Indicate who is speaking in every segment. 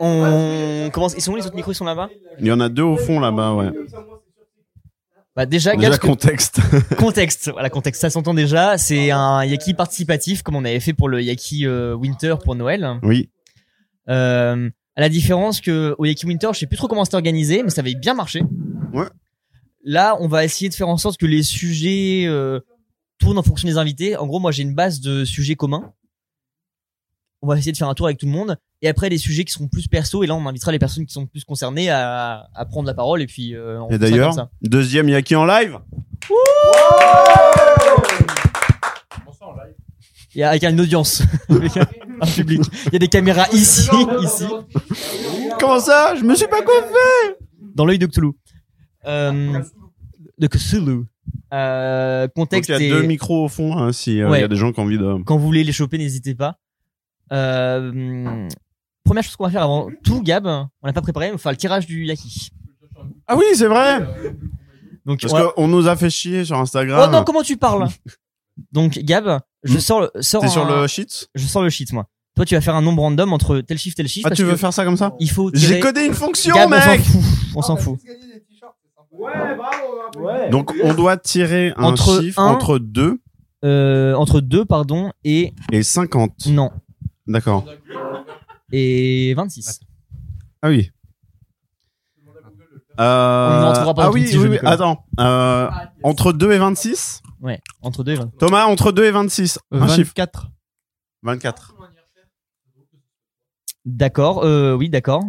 Speaker 1: on commence. Ils sont où les autres micros Ils sont là-bas
Speaker 2: Il y en a deux au fond là-bas, ouais.
Speaker 1: Bah déjà,
Speaker 2: Déjà
Speaker 1: gage que-
Speaker 2: contexte.
Speaker 1: contexte. Voilà, contexte, ça s'entend déjà. C'est un yaki participatif, comme on avait fait pour le yaki euh, winter pour Noël.
Speaker 2: oui.
Speaker 1: Euh, à la différence que au Yaki Winter, je sais plus trop comment c'était organisé, mais ça avait bien marché.
Speaker 2: Ouais.
Speaker 1: Là, on va essayer de faire en sorte que les sujets euh, tournent en fonction des invités. En gros, moi, j'ai une base de sujets communs. On va essayer de faire un tour avec tout le monde. Et après, les sujets qui seront plus perso. Et là, on invitera les personnes qui sont plus concernées à, à prendre la parole. Et puis, euh, on fait
Speaker 2: Et
Speaker 1: ça
Speaker 2: d'ailleurs,
Speaker 1: comme ça.
Speaker 2: deuxième Yaki en live.
Speaker 1: Et avec une audience, avec un, un public. Il y a des caméras ici, ici.
Speaker 2: Comment ça Je me suis pas coiffé.
Speaker 1: dans l'œil de Cthulhu. Euh, de Cthulhu. Euh,
Speaker 2: Donc
Speaker 1: contexte
Speaker 2: il y a
Speaker 1: et
Speaker 2: deux micros au fond hein, si euh, il y a
Speaker 1: Ouais.
Speaker 2: des gens qui ont envie de.
Speaker 1: quand vous voulez les choper, n'hésitez pas. Euh, hum, première chose qu'on va faire avant tout, Gab, on l'a pas préparé, mais on va faire le tirage du Yaki.
Speaker 2: Ah oui, c'est vrai.
Speaker 1: Donc,
Speaker 2: Parce
Speaker 1: on va-
Speaker 2: qu'on nous a fait chier sur
Speaker 1: Oh
Speaker 2: Instagram. Hmm.
Speaker 1: non, comment tu parles Donc, Gab, je sors le, sors
Speaker 2: T'es sur
Speaker 1: un-
Speaker 2: le shit
Speaker 1: je sors le shit, moi. Toi, tu vas faire un nombre random entre tel chiffre, tel chiffre.
Speaker 2: Ah,
Speaker 1: parce
Speaker 2: tu veux
Speaker 1: que
Speaker 2: faire ça comme ça
Speaker 1: Il faut tirer.
Speaker 2: J'ai codé une fonction,
Speaker 1: Gab, on s'en
Speaker 2: mec
Speaker 1: fout. On s'en fout.
Speaker 3: Ouais, bravo.
Speaker 4: Ouais.
Speaker 2: Donc, on doit tirer un
Speaker 1: Entre
Speaker 2: chiffre
Speaker 1: un-
Speaker 2: entre 2
Speaker 1: Euh, entre 2, pardon, et
Speaker 2: et 50.
Speaker 1: non.
Speaker 2: D'accord.
Speaker 1: Et 26.
Speaker 2: Ah oui.
Speaker 1: On ne
Speaker 2: Euh...
Speaker 1: retrouvera pas
Speaker 2: ah
Speaker 1: notre
Speaker 2: oui,
Speaker 1: petit
Speaker 2: oui,
Speaker 1: jeu,
Speaker 2: oui,
Speaker 1: Nicolas.
Speaker 2: attends. Euh, entre 2 et 26
Speaker 1: Ouais, entre 2 et Euh, 20.
Speaker 2: Thomas, entre 2 et 26. Un chiffre.
Speaker 4: 24.
Speaker 2: 24.
Speaker 1: D'accord, euh, oui, d'accord.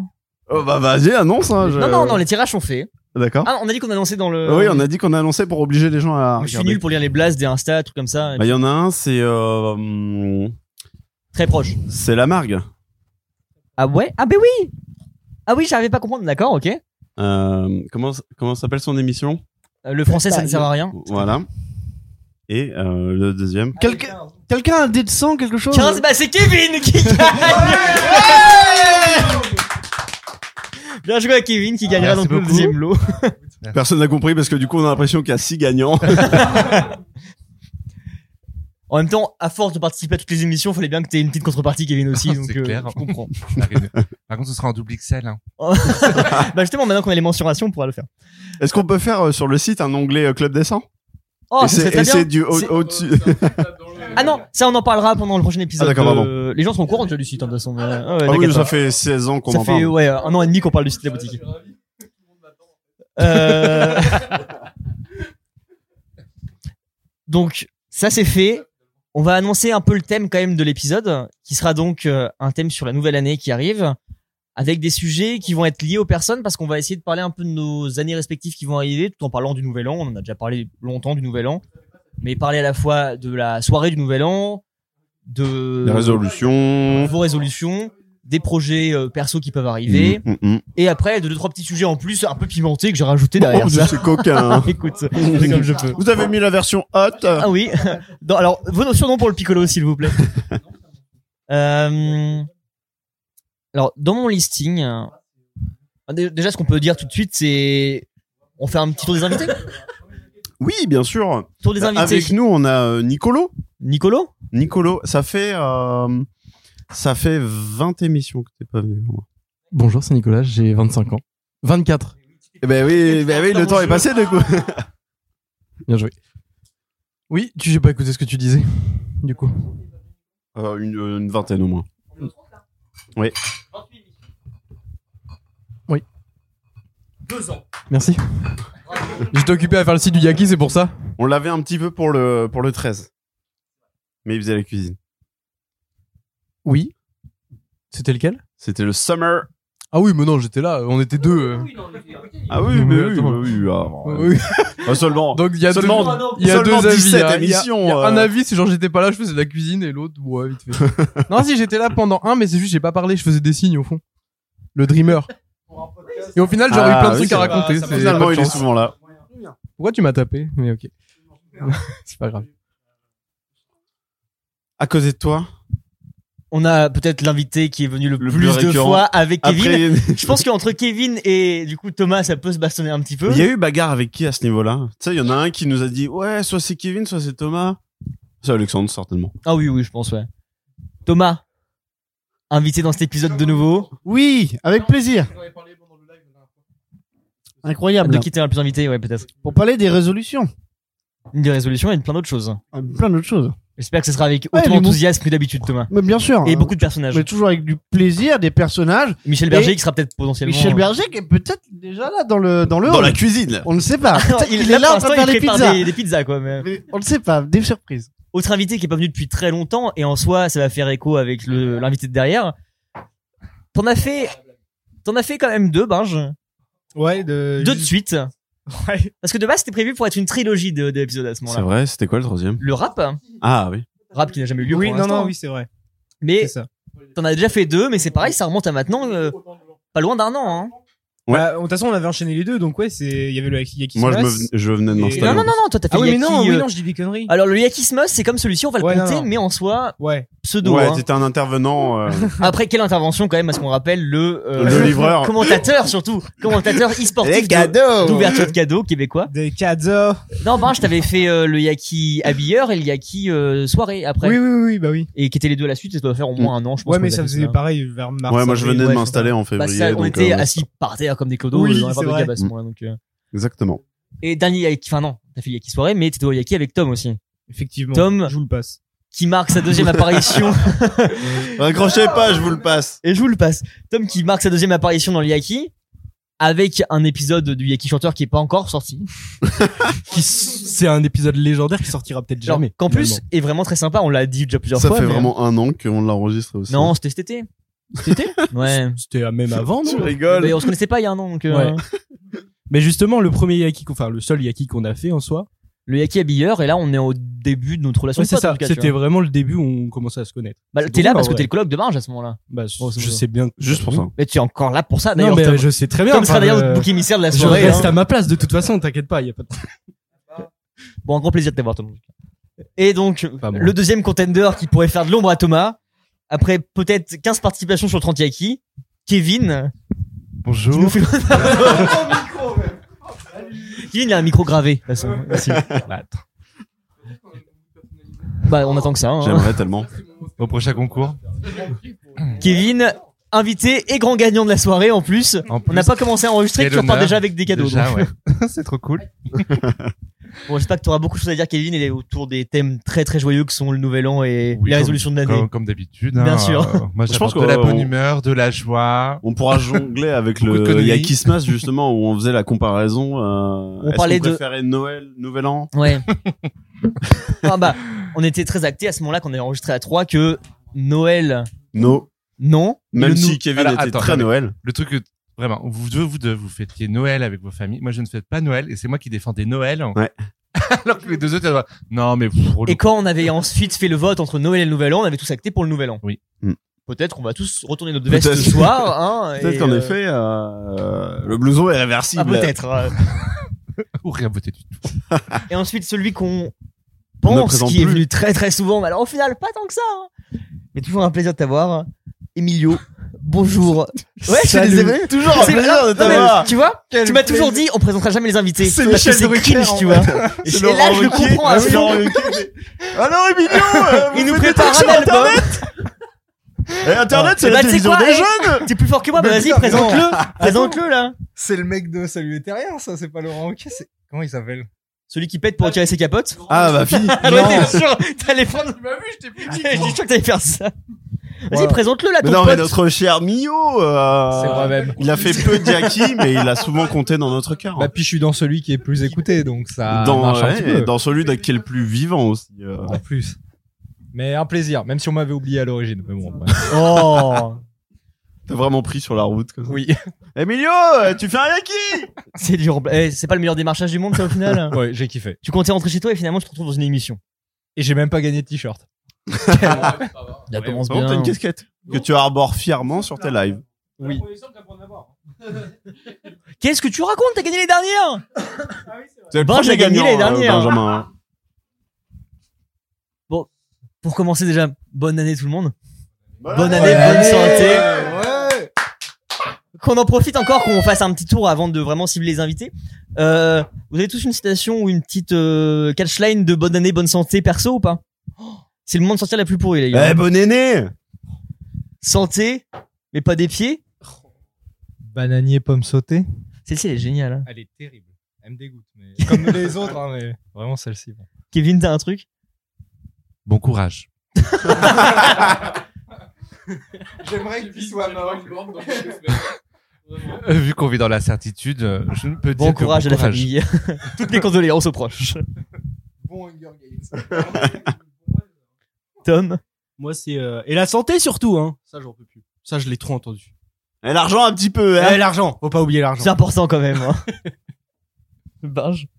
Speaker 2: Oh bah vas-y, annonce. Hein, je-
Speaker 1: Non, non, non, les tirages sont faits.
Speaker 2: D'accord.
Speaker 1: Ah, on a dit qu'on annonçait dans le.
Speaker 2: oui, on a dit qu'on annonçait pour obliger les gens à.
Speaker 1: Je suis
Speaker 2: regarder.
Speaker 1: nul pour lire les blasts des Insta, trucs comme ça.
Speaker 2: Bah, Il y en a un, c'est euh, hum,
Speaker 1: Très proche.
Speaker 2: c'est la margue.
Speaker 1: Ah ouais Ah, ben oui Ah oui, j'arrivais pas à comprendre, d'accord, ok. Euh,
Speaker 2: Euh, comment comment s'appelle son émission
Speaker 1: Le français, ça ne sert à rien. Ah,
Speaker 2: Voilà. Et euh, le deuxième.
Speaker 4: Quelqu'un quelqu'un a un dé de 100, quelque chose
Speaker 1: 15, bah c'est Kevin qui gagne Bien joué à Kevin qui gagnera
Speaker 4: merci
Speaker 1: donc le
Speaker 4: beaucoup.
Speaker 1: deuxième lot.
Speaker 2: Personne n'a compris parce que du coup on a l'impression qu'il y a six gagnants.
Speaker 1: Bah, En même temps, à force de participer à toutes les émissions, fallait bien que t'aies une petite contrepartie, Kevin aussi.
Speaker 5: Ah, C'est
Speaker 1: donc, euh,
Speaker 5: clair.
Speaker 1: je comprends.
Speaker 5: Par contre, ce sera en double XL. Hein.
Speaker 1: bah justement, maintenant qu'on a les mensurations, on pourra le faire.
Speaker 2: Est-ce qu'on peut faire euh, sur le site un onglet euh, club des 100
Speaker 1: Oh, ça
Speaker 2: Et
Speaker 1: serait
Speaker 2: c'est
Speaker 1: très
Speaker 2: et c'est
Speaker 1: bien.
Speaker 2: du au-
Speaker 1: C'est-
Speaker 2: au-dessus.
Speaker 1: Ah non, ça on en parlera pendant le prochain épisode.
Speaker 2: Ah, d'accord,
Speaker 1: de-
Speaker 2: pardon.
Speaker 1: euh, Les gens sont au courant déjà du site hein, de toute façon. mais- Ah, ouais,
Speaker 2: Ah oui,
Speaker 1: t'inquiète
Speaker 2: ça
Speaker 1: pas.
Speaker 2: fait 16 ans qu'on
Speaker 1: Ça
Speaker 2: en parle.
Speaker 1: fait ouais, un an et demi qu'on parle du site de la boutique. Euh, donc ça c'est fait. On va annoncer un peu le thème quand même de l'épisode, qui sera donc euh, un thème sur la nouvelle année qui arrive, avec des sujets qui vont être liés aux personnes, parce qu'on va essayer de parler un peu de nos années respectives qui vont arriver, tout en parlant du Nouvel An. On en a déjà parlé longtemps du Nouvel An, mais parler à la fois de la soirée du Nouvel An, de
Speaker 2: Les résolutions.
Speaker 1: vos résolutions, des projets euh, perso qui peuvent arriver,
Speaker 2: Mm, mm, mm.
Speaker 1: et après de deux trois petits sujets en plus un peu pimentés que j'ai rajouté
Speaker 2: Oh,
Speaker 1: derrière
Speaker 2: vous
Speaker 1: ça.
Speaker 2: êtes coquin. hein.
Speaker 1: Écoute, je fais comme je peux.
Speaker 2: Vous avez mis la version hot.
Speaker 1: Ah oui. Non, alors vos no- surnoms pour le piccolo s'il vous plaît. Euh, alors dans mon listing, euh, dé- déjà ce qu'on peut dire tout de suite c'est on fait un petit tour des invités.
Speaker 2: Oui, bien sûr. Euh,
Speaker 1: Tour des invités.
Speaker 2: Avec nous, on a euh, Nicolo.
Speaker 1: Nicolo.
Speaker 2: Nicolo, ça fait euh, ça fait 20 émissions que t'es pas venu.
Speaker 4: Bonjour, c'est Nicolas, j'ai 25 ans. 24.
Speaker 2: Ben oui, ben oui, le temps est passé du coup.
Speaker 4: Bien joué. Oui, tu j'ai pas écouté ce que tu disais. Du coup.
Speaker 2: Euh, une, euh, une vingtaine au moins.
Speaker 4: Merci. J'étais occupé à faire le site du Yaki, c'est pour ça.
Speaker 2: On l'avait un petit peu pour le pour le 13. Mais il faisait la cuisine.
Speaker 4: Oui. C'était lequel
Speaker 2: C'était le summer.
Speaker 4: Ah oui, mais non, j'étais là, on était deux. euh.
Speaker 2: Ah oui,
Speaker 4: Non,
Speaker 2: mais
Speaker 4: mais
Speaker 2: oui,
Speaker 4: attends.
Speaker 2: mais oui, ah,
Speaker 4: Oui, oui.
Speaker 2: ah, seulement.
Speaker 4: Donc il y a
Speaker 2: seulement
Speaker 4: deux, il y a deux
Speaker 2: seulement
Speaker 4: avis.
Speaker 2: 17
Speaker 4: hein. Il y a-
Speaker 2: émissions.
Speaker 4: il y a un
Speaker 2: euh.
Speaker 4: avis, c'est genre j'étais pas là, je faisais de la cuisine, et l'autre, ouais, vite fait. non, si, j'étais là pendant un, mais c'est juste j'ai pas parlé, je faisais des signes au fond. Le Dreamer. Et au final, j'aurais
Speaker 2: Ah,
Speaker 4: eu plein de
Speaker 2: oui,
Speaker 4: trucs
Speaker 2: c'est
Speaker 4: à
Speaker 2: vrai.
Speaker 4: raconter. c'est
Speaker 2: Finalement,
Speaker 4: pas de
Speaker 2: Oh, il est
Speaker 4: chance.
Speaker 2: souvent là.
Speaker 4: Pourquoi tu m'as tapé Mais ok. c'est pas grave.
Speaker 2: À cause de toi.
Speaker 1: On a peut-être l'invité qui est venu le,
Speaker 2: Le plus
Speaker 1: plus, de
Speaker 2: récurrent.
Speaker 1: fois avec Kevin. Bah,
Speaker 2: Après,
Speaker 1: Je pense qu'entre Kevin et du coup Thomas, ça peut se bastonner un petit peu.
Speaker 2: il y a eu bagarre avec qui à ce niveau-là Tu sais, il y en a un qui nous a dit ouais, soit c'est Kevin, soit c'est Thomas. C'est Alexandre certainement.
Speaker 1: Ah oui, oui, je pense, ouais. Thomas, invité dans cet épisode de nouveau.
Speaker 6: Oui, avec plaisir. Incroyable.
Speaker 1: De qui t'es le plus invité, ouais, peut-être.
Speaker 6: Pour parler des résolutions,
Speaker 1: Une Des résolutions et plein d'autres choses.
Speaker 6: euh, plein d'autres choses.
Speaker 1: J'espère que ce sera avec
Speaker 6: Ouais,
Speaker 1: autant
Speaker 6: mais bon.
Speaker 1: d'enthousiasme que d'habitude, Thomas.
Speaker 6: Mais bien sûr.
Speaker 1: Et
Speaker 6: euh,
Speaker 1: beaucoup de personnages.
Speaker 6: mais toujours avec du plaisir, des personnages.
Speaker 1: Michel Berger qui sera peut-être potentiellement.
Speaker 6: Michel Berger qui est peut-être déjà là dans le dans le
Speaker 2: Dans
Speaker 6: hall.
Speaker 2: la cuisine.
Speaker 6: On ne sait pas.
Speaker 1: Alors,
Speaker 6: Peut-être qu'il est là en
Speaker 1: pour
Speaker 6: train de faire
Speaker 1: l'instant, il
Speaker 6: les
Speaker 1: prépare
Speaker 6: pizzas.
Speaker 1: Des, des pizzas, quoi. mais-
Speaker 6: Mais on ne sait pas, des surprises.
Speaker 1: Autre invité qui est pas venu depuis très longtemps, et en soi, ça va faire écho avec le- l'invité de derrière. T'en as fait, t'en as fait quand même deux, Binge.
Speaker 7: Ouais, de.
Speaker 1: Deux de suite. Parce que de base, c'était prévu pour être une trilogie de, de l'épisode à ce moment-là.
Speaker 2: vrai, c'était quoi le troisième
Speaker 1: Le rap,
Speaker 2: Ah oui.
Speaker 1: rap qui n'a jamais eu lieu
Speaker 7: Oui,
Speaker 1: pour
Speaker 7: non,
Speaker 1: l'instant. hein.
Speaker 7: non, oui, c'est vrai.
Speaker 1: Mais
Speaker 7: C'est ça.
Speaker 1: t'en as déjà fait deux, mais c'est pareil, ça remonte à maintenant, euh, pas loin d'un an. Hein.
Speaker 2: Ouais.
Speaker 7: Bah, de toute façon, on avait enchaîné les deux, donc ouais, c'est. Il y avait le Yaki Yaki
Speaker 2: Moi, je, me
Speaker 7: Smash.
Speaker 2: ven- je venais de
Speaker 7: Et-
Speaker 2: m'installer.
Speaker 1: Non, non, non, non, toi t'as fait
Speaker 7: Ah oui, mais
Speaker 1: Yaki,
Speaker 7: non, oui,
Speaker 1: euh,
Speaker 7: non, je dis des conneries.
Speaker 1: Alors le Yakismos, c'est comme celui-ci, on va le
Speaker 7: Ouais, non,
Speaker 1: compter,
Speaker 7: non.
Speaker 1: mais en soi,
Speaker 7: Ouais.
Speaker 1: pseudo.
Speaker 2: ouais,
Speaker 1: hein.
Speaker 2: t'étais un intervenant. euh,
Speaker 1: Après, quelle intervention quand même, parce qu'on rappelle le, euh,
Speaker 2: Le livreur.
Speaker 1: commentateur surtout, commentateur e-sportif de- d'ouverture de cadeaux québécois.
Speaker 7: Des cadeaux.
Speaker 1: Non, ben, je t'avais fait euh, le Yaki habilleur et le Yaki euh, soirée après,
Speaker 7: Oui, oui, oui, bah oui.
Speaker 1: et qui étaient les deux à la suite, ça doit faire au moins un an, je pense.
Speaker 7: Ouais,
Speaker 1: qu'on
Speaker 7: mais
Speaker 1: les a
Speaker 7: ça
Speaker 1: fait,
Speaker 7: faisait
Speaker 1: ceux-là.
Speaker 7: pareil vers mars.
Speaker 2: ouais, moi, je
Speaker 7: avril,
Speaker 2: vené de
Speaker 7: ouais,
Speaker 2: m'installer en
Speaker 1: Bah,
Speaker 2: février.
Speaker 1: ça, on
Speaker 2: donc,
Speaker 1: était
Speaker 2: euh,
Speaker 1: assis par terre comme des clodos euh,
Speaker 7: Oui,
Speaker 1: dans un bar
Speaker 7: c'est
Speaker 1: de
Speaker 7: vrai.
Speaker 1: cab à ce moment-là. Donc, euh.
Speaker 2: Exactement.
Speaker 1: Et dernier Yaki, enfin non, t'as fait le Yaki soirée, mais t'étais au Yaki avec Tom aussi,
Speaker 7: Effectivement.
Speaker 1: Tom.
Speaker 7: Je vous le passe.
Speaker 1: qui marque sa deuxième apparition.
Speaker 2: Raccrochez pas, je vous le passe.
Speaker 1: Et je vous le passe. Tom qui marque sa deuxième apparition dans le Yaki avec un épisode du Yaki chanteur qui est pas encore sorti.
Speaker 7: C'est un épisode légendaire qui sortira peut-être
Speaker 1: Genre,
Speaker 7: jamais.
Speaker 1: qu'en plus
Speaker 7: finalement.
Speaker 1: est vraiment très sympa. On l'a dit déjà plusieurs
Speaker 2: Ça
Speaker 1: fois.
Speaker 2: fait
Speaker 1: mais- euh,
Speaker 2: vraiment un an qu'on l'enregistre aussi.
Speaker 1: Non, c'était cet été. Cet été Ouais.
Speaker 7: C'était même avant,
Speaker 2: tu
Speaker 7: non
Speaker 1: Mais
Speaker 2: rigoles.
Speaker 1: on se connaissait pas il y a un an. Donc, euh,
Speaker 7: Ouais. Mais justement, le premier Yaki, qu'on- enfin le seul Yaki qu'on a fait en soi,
Speaker 1: Le Yaki habilleur, et là on est au début de notre relation.
Speaker 7: ouais,
Speaker 1: de
Speaker 7: c'est
Speaker 1: pote, en
Speaker 7: ça.
Speaker 1: tout cas, tu
Speaker 7: C'était
Speaker 1: vois.
Speaker 7: vraiment le début où on commençait à se connaître.
Speaker 1: Bah,
Speaker 7: c'est
Speaker 1: t'es là
Speaker 7: drôle,
Speaker 1: parce
Speaker 7: en
Speaker 1: que
Speaker 7: vrai.
Speaker 1: t'es le colloque de marge à ce moment-là.
Speaker 7: Bah, je,
Speaker 1: Grosso
Speaker 7: je
Speaker 1: modo.
Speaker 7: sais bien.
Speaker 2: Juste pour ça.
Speaker 1: Mais tu es encore là pour ça
Speaker 7: Non,
Speaker 1: d'ailleurs.
Speaker 7: mais
Speaker 1: Tom.
Speaker 7: je sais très bien.
Speaker 1: Tom sera
Speaker 7: enfin,
Speaker 1: d'ailleurs
Speaker 7: euh,
Speaker 1: le bouc émissaire de la
Speaker 7: Je
Speaker 1: soirée.
Speaker 7: reste
Speaker 1: hein.
Speaker 7: à ma place de toute façon, t'inquiète pas, y a pas de...
Speaker 1: Bon, un grand plaisir de t'avoir, Thomas. Et donc,
Speaker 7: Pas moi.
Speaker 1: le deuxième contender qui pourrait faire de l'ombre à Thomas, après peut-être 15 participations sur 30 Yaki, Kevin, qui nous
Speaker 2: Bonjour.
Speaker 1: fait- Kevin, il a un micro gravé, de toute façon. Merci. bah, on attend que ça. hein.
Speaker 2: J'aimerais tellement.
Speaker 5: Au prochain concours.
Speaker 1: Kevin, invité et grand gagnant de la soirée en plus.
Speaker 5: En
Speaker 1: On n'a pas commencé à enregistrer,
Speaker 5: Quel
Speaker 1: tu repars
Speaker 5: honneur.
Speaker 1: déjà avec des cadeaux.
Speaker 5: Déjà,
Speaker 1: donc.
Speaker 5: ouais. c'est trop cool.
Speaker 1: Bon, j'espère que tu auras beaucoup de choses à dire, Kevin, et autour des thèmes très très joyeux que sont le nouvel an et
Speaker 5: Oui,
Speaker 1: les
Speaker 5: comme-
Speaker 1: résolutions de l'année.
Speaker 5: Comme, comme d'habitude.
Speaker 1: Bien
Speaker 5: hein,
Speaker 1: sûr.
Speaker 5: euh, moi,
Speaker 2: Je
Speaker 5: je pense
Speaker 2: pense qu'on-
Speaker 5: de la bonne
Speaker 2: on-
Speaker 5: humeur, de la joie.
Speaker 2: On pourra jongler avec
Speaker 5: Beaucoup de
Speaker 2: le
Speaker 5: conneries.
Speaker 2: Yaki Smash justement où on faisait la comparaison. Euh,
Speaker 1: On parlait de-
Speaker 2: préférer Noël, Nouvel An.
Speaker 1: Ouais. ah bah, on était très actés à ce moment-là qu'on avait enregistré à 3 que Noël,
Speaker 2: No.
Speaker 1: non. Et
Speaker 2: Même
Speaker 1: le
Speaker 2: si
Speaker 1: nou-
Speaker 2: Kevin
Speaker 5: Alors,
Speaker 2: était
Speaker 5: attends,
Speaker 2: très
Speaker 5: attendez.
Speaker 2: Noël.
Speaker 5: Le truc que, vraiment, vous deux, vous deux, vous fêtiez Noël avec vos familles. Moi, je ne fête pas Noël et c'est moi qui défendais Noël.
Speaker 2: Ouais.
Speaker 5: Alors que les deux autres, elles- non, mais pff, relou.
Speaker 1: Et quand on avait ensuite fait le vote entre Noël et le Nouvel An, on avait tous acté pour le Nouvel An.
Speaker 5: Oui.
Speaker 2: Hmm.
Speaker 1: Peut-être qu'on va tous retourner notre veste
Speaker 2: Peut-être.
Speaker 1: ce soir. Hein,
Speaker 2: Peut-être
Speaker 1: et,
Speaker 2: qu'en
Speaker 1: euh,
Speaker 2: effet, euh, le blouson est réversible.
Speaker 1: Ah, peut-être. euh.
Speaker 5: ou rien voter du tout.
Speaker 1: Et ensuite, celui qu'on
Speaker 2: On ne
Speaker 1: pense,
Speaker 2: présente
Speaker 1: qui est
Speaker 2: plus.
Speaker 1: venu très très souvent, mais alors au final, pas tant que ça. hein. Mais toujours un plaisir de t'avoir. Emilio, bonjour. Ouais, je suis
Speaker 7: Salut.
Speaker 1: désolé.
Speaker 2: Toujours
Speaker 1: C'est vrai.
Speaker 2: de
Speaker 1: Non, mais
Speaker 2: t'avoir.
Speaker 1: Tu vois Tu m'as toujours dit, on présentera jamais les invités. Parce que C'est cringe, tu vois. Et
Speaker 2: C'est
Speaker 1: là,
Speaker 2: Laurent
Speaker 1: je le
Speaker 2: Ruquier.
Speaker 1: comprends. à
Speaker 2: Ah
Speaker 1: ce
Speaker 2: oui,
Speaker 1: moment.
Speaker 2: Laurent Ruquier. Alors, Emilio, euh,
Speaker 1: Il nous prépare un album.
Speaker 2: Et Internet, c'est
Speaker 1: Bah,
Speaker 2: la
Speaker 1: tu sais
Speaker 2: télévision
Speaker 1: quoi,
Speaker 2: des
Speaker 1: eh,
Speaker 2: jeunes.
Speaker 1: T'es plus fort que moi,
Speaker 8: bah,
Speaker 1: mais
Speaker 7: Mais
Speaker 1: vas-y,
Speaker 7: putain,
Speaker 1: présente-le. Présente-le, là.
Speaker 7: C'est le mec de Salut les Terriens, ça, c'est pas Laurent Ruquier, c'est... Comment il s'appelle
Speaker 1: Celui qui pète pour retirer ses capotes.
Speaker 2: Ah, bah, fille.
Speaker 1: Ah ouais, bien sûr. T'allais prendre. Tu m'as vu, je t'ai plus dit. Je que t'allais faire ça. Vas-y,
Speaker 7: Voilà.
Speaker 1: présente-le, là,
Speaker 2: Mais
Speaker 1: ton
Speaker 2: non, mais
Speaker 1: pote.
Speaker 2: notre cher Mio, euh,
Speaker 7: C'est moi-même.
Speaker 2: il a fait peu de Yaki, mais il a souvent compté dans notre cœur.
Speaker 7: Bah, puis je suis dans celui qui est plus écouté, donc
Speaker 8: Bah,
Speaker 7: ça
Speaker 2: dans,
Speaker 7: marche un
Speaker 2: ouais,
Speaker 7: petit peu.
Speaker 2: et dans celui de- qui est le plus vivant aussi. euh.
Speaker 7: En plus. Mais un plaisir, même si on m'avait oublié à l'origine. Mais bon, ouais.
Speaker 1: Oh.
Speaker 2: T'as vraiment pris sur la route. Comme ça.
Speaker 7: oui.
Speaker 2: Emilio, euh, tu fais un Yaki
Speaker 1: C'est dur. Eh, c'est pas le meilleur démarchage du monde, ça, au final.
Speaker 7: Ouais, j'ai kiffé.
Speaker 1: Tu comptais rentrer chez toi et finalement, tu te retrouves dans une émission.
Speaker 7: Et j'ai même pas gagné de t-shirt.
Speaker 1: Ça commence
Speaker 2: Par
Speaker 1: bien.
Speaker 2: contre, t'as une casquette que tu arbores fièrement sur tes lives.
Speaker 9: Oui.
Speaker 1: Qu'est-ce que tu racontes? T'as gagné les dernières?
Speaker 9: Ah oui, c'est vrai.
Speaker 2: C'est le
Speaker 1: Bon, j'ai
Speaker 2: premier
Speaker 1: gagné
Speaker 2: gagnant,
Speaker 1: les
Speaker 2: euh,
Speaker 1: dernières.
Speaker 2: Benjamin. hein.
Speaker 1: Pour commencer, déjà, bonne année, tout le monde. Bonne année,
Speaker 7: Ouais.
Speaker 1: bonne santé.
Speaker 7: Ouais.
Speaker 1: qu'on en profite encore, qu'on fasse un petit tour avant de vraiment cibler les invités. Euh, vous avez tous une citation ou une petite euh, catchline de bonne
Speaker 10: Eh,
Speaker 1: année, bonne santé perso ou pas C'est le moment de sortir la plus pourrie, les gars.
Speaker 2: Eh, bonne année
Speaker 1: santé, mais pas des pieds.
Speaker 11: Bananier, pomme sautée.
Speaker 1: Celle-ci, elle est géniale. hein.
Speaker 11: Elle est terrible. Elle me dégoûte. Mais... Comme les autres, hein, mais vraiment celle-ci. bon.
Speaker 1: Kevin, t'as un truc
Speaker 5: Bon courage.
Speaker 4: J'aimerais qu'il soit mort.
Speaker 5: Euh, vu qu'on vit dans l'incertitude, euh, je ne peux
Speaker 1: Bon
Speaker 5: dire que
Speaker 1: courage à la famille. Toutes les condoléances aux proches.
Speaker 4: Bon Hunger Games.
Speaker 1: Tom,
Speaker 7: Moi, c'est euh, et la santé surtout, hein. Ça, j'en peux plus. Ça, je l'ai trop entendu.
Speaker 10: Et l'argent un petit peu, hein.
Speaker 7: Eh, l'argent, faut pas oublier l'argent.
Speaker 1: c'est important quand même. Hein. Barge.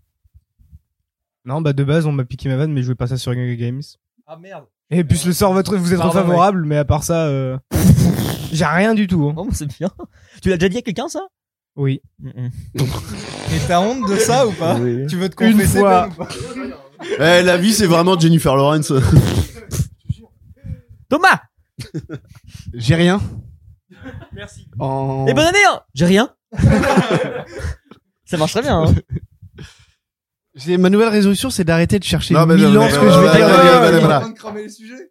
Speaker 11: Non, bah de base, on m'a piqué ma vanne, mais je jouais pas ça sur Hunger Games.
Speaker 4: Ah merde.
Speaker 11: Et puis le sort, votre, vous êtes trop
Speaker 4: Pardon,
Speaker 11: favorable, mais à part ça, euh, j'ai rien du tout. hein.
Speaker 1: Oh, c'est bien. Tu l'as déjà dit à quelqu'un, ça
Speaker 11: Oui.
Speaker 4: Et t'as honte de ça ou pas Tu veux te
Speaker 11: Une
Speaker 4: confesser
Speaker 11: fois.
Speaker 4: Ben, ou pas
Speaker 10: Eh, la vie, c'est vraiment Jennifer Lawrence.
Speaker 1: Thomas
Speaker 11: J'ai rien.
Speaker 7: Merci.
Speaker 11: En...
Speaker 1: Et bonne année hein J'ai rien. Ça marche très bien. Hein.
Speaker 11: J'ai- Ma nouvelle résolution, c'est d'arrêter de chercher
Speaker 2: Non, mais
Speaker 11: mille
Speaker 2: non,
Speaker 11: ans
Speaker 2: mais
Speaker 11: ce
Speaker 2: non,
Speaker 11: que je
Speaker 2: mais
Speaker 11: vais dire.
Speaker 2: non, mais
Speaker 11: dans
Speaker 2: non,
Speaker 11: la
Speaker 2: mais
Speaker 11: vie.
Speaker 2: non,
Speaker 10: Ah.
Speaker 4: En train de cramer les sujets.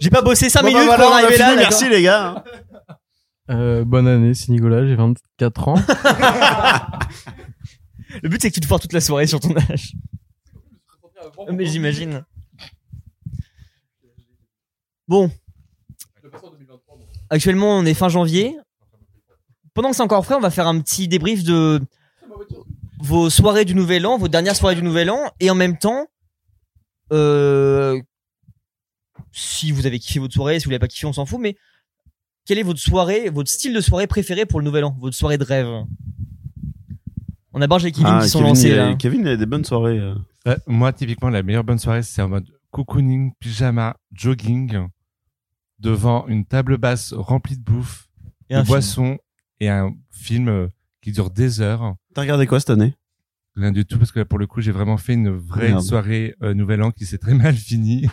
Speaker 1: J'ai pas bossé 5
Speaker 10: Bon, bah,
Speaker 1: minutes
Speaker 10: voilà,
Speaker 1: pour
Speaker 10: on a
Speaker 1: arriver
Speaker 10: fini,
Speaker 1: là. d'accord
Speaker 10: merci les gars.
Speaker 4: Euh, bonne année, c'est Nicolas, j'ai 24 ans.
Speaker 1: Le but, c'est que tu te foires toute la soirée sur ton âge. Mais j'imagine. Bon, actuellement, on est fin janvier. Pendant que c'est encore frais, on va faire un petit débrief de vos soirées du Nouvel An, vos dernières soirées du Nouvel An, et en même temps, euh, si vous avez kiffé votre soirée, si vous l'avez pas kiffé, on s'en fout, mais quelle est votre soirée, votre style de soirée préféré pour le Nouvel An, votre soirée de rêve On a Barge et Kevin
Speaker 10: Ah,
Speaker 1: qui sont
Speaker 10: Kevin,
Speaker 1: lancés
Speaker 10: il a-
Speaker 1: là.
Speaker 10: Kevin, il a des bonnes soirées. euh.
Speaker 5: Euh, moi, typiquement, la meilleure bonne soirée, c'est en mode cocooning, pyjama, jogging, devant une table basse remplie de bouffe,
Speaker 1: Et
Speaker 5: de
Speaker 1: un film.
Speaker 5: boissons et un film euh, qui dure des heures.
Speaker 10: T'as regardé quoi cette année
Speaker 5: Rien du tout, parce que là, pour le coup, j'ai vraiment fait une vraie
Speaker 10: Merde.
Speaker 5: soirée euh, Nouvel An qui s'est très mal finie.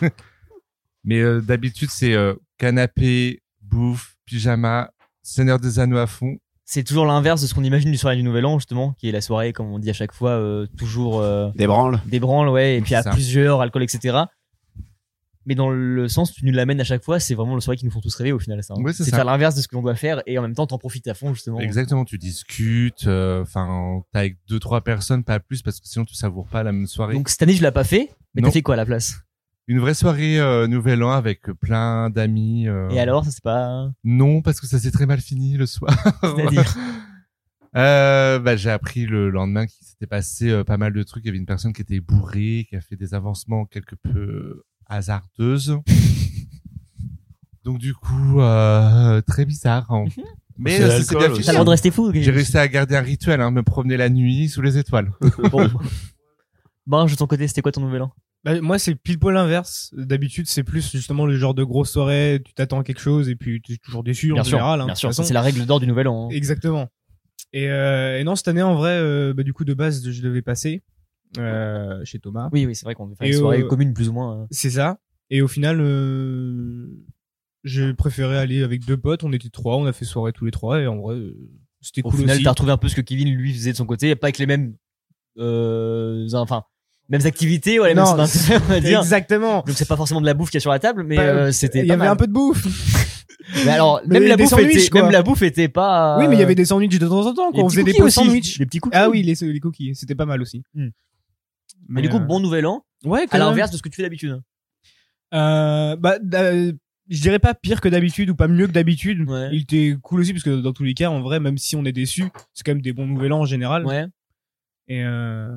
Speaker 5: Mais euh, d'habitude, c'est euh, canapé, bouffe, pyjama, Seigneur des Anneaux à fond.
Speaker 1: C'est toujours l'inverse de ce qu'on imagine du soirée du Nouvel An, justement, qui est la soirée, comme on dit à chaque fois, euh, toujours euh,
Speaker 10: Des branles.
Speaker 1: des branles, ouais, et puis à
Speaker 5: Ça.
Speaker 1: plusieurs, alcool, etc. Mais dans le sens, tu nous l'amènes à chaque fois, c'est vraiment le soirée qui nous font tous rêver au final, ça. hein.
Speaker 5: Ouais, c'est
Speaker 1: c'est
Speaker 5: ça.
Speaker 1: faire l'inverse de ce que l'on doit faire et en même temps t'en profites à fond, justement.
Speaker 5: Exactement, tu discutes, euh, enfin, t'es avec deux, trois personnes, pas plus, parce que sinon, tu savoures pas la même soirée.
Speaker 1: Donc cette année, je l'ai pas fait, mais t'as
Speaker 5: Non.
Speaker 1: fait quoi à la place
Speaker 5: Une vraie soirée euh, Nouvel An avec plein d'amis. euh,
Speaker 1: Et alors, ça c'est pas.
Speaker 5: Non, parce que ça s'est très mal fini le soir.
Speaker 1: C'est-à-dire.
Speaker 5: Euh, bah, j'ai appris le lendemain qu'il s'était passé euh, pas mal de trucs. Il y avait une personne qui était bourrée, qui a fait des avancements quelque peu hasardeuses. Donc du coup, euh, très bizarre. hein. Mais
Speaker 10: C'est
Speaker 5: euh, ça s'est bien
Speaker 10: l'alcool
Speaker 1: T'as le droit de
Speaker 5: fini.
Speaker 1: rester fou.
Speaker 5: J'ai réussi à garder un rituel, hein, me promener la nuit sous les étoiles.
Speaker 1: Bon. Bon, de ton côté, c'était quoi ton Nouvel An
Speaker 11: Bah, moi, c'est pile poil l'inverse. D'habitude, c'est plus justement le genre de grosse soirée, tu t'attends à quelque chose et puis tu es toujours déçu en général. hein,
Speaker 1: bien
Speaker 11: de
Speaker 1: sûr,
Speaker 11: toute
Speaker 1: ça,
Speaker 11: façon.
Speaker 1: c'est la règle d'or du Nouvel An. hein.
Speaker 11: Exactement. Et, euh, et non, cette année, en vrai, euh, bah, du coup, de base, je devais passer euh, chez Thomas.
Speaker 1: Oui, oui, c'est vrai qu'on devait faire
Speaker 11: Et
Speaker 1: une soirée
Speaker 11: au-
Speaker 1: commune plus ou moins. euh.
Speaker 11: C'est ça. Et au final, euh, j'ai préféré aller avec deux potes. On était trois, on a fait soirée tous les trois. Et en vrai, euh, c'était
Speaker 1: au
Speaker 11: cool
Speaker 1: final
Speaker 11: aussi.
Speaker 1: t'as retrouvé un peu ce que Kevin lui faisait de son côté pas avec les mêmes euh, enfin mêmes activités ou les mêmes
Speaker 11: Non,
Speaker 1: intérêts on va dire
Speaker 11: Exactement.
Speaker 1: donc c'est pas forcément de la bouffe qu'il y a sur la table mais
Speaker 11: Pas-
Speaker 1: euh, c'était
Speaker 11: Il y
Speaker 1: pas
Speaker 11: avait
Speaker 1: mal.
Speaker 11: un peu de bouffe.
Speaker 1: mais alors
Speaker 11: mais
Speaker 1: même la
Speaker 11: des
Speaker 1: bouffe était
Speaker 11: sandwichs, quoi.
Speaker 1: même la bouffe était pas euh,
Speaker 11: Oui, mais il y avait des sandwichs de temps en temps.
Speaker 1: les
Speaker 11: Quoi. On
Speaker 1: petits
Speaker 11: faisait des
Speaker 1: cookies
Speaker 11: pots
Speaker 1: aussi,
Speaker 11: sandwichs.
Speaker 1: les petits cookies
Speaker 11: Ah oui, les, les cookies. C'était pas mal aussi.
Speaker 1: Hmm.
Speaker 11: Mais
Speaker 1: mais du coup
Speaker 11: euh,
Speaker 1: bon nouvel an
Speaker 11: ouais,
Speaker 1: à
Speaker 11: quand même.
Speaker 1: l'inverse de ce que tu fais d'habitude
Speaker 11: Euh, bah, d'a- je dirais pas pire que d'habitude ou pas mieux que d'habitude.
Speaker 1: Ouais.
Speaker 11: Il était cool aussi parce que dans tous les cas, en vrai, même si on est déçu, c'est quand même des bons nouvel an en général.
Speaker 1: ouais
Speaker 11: Et euh,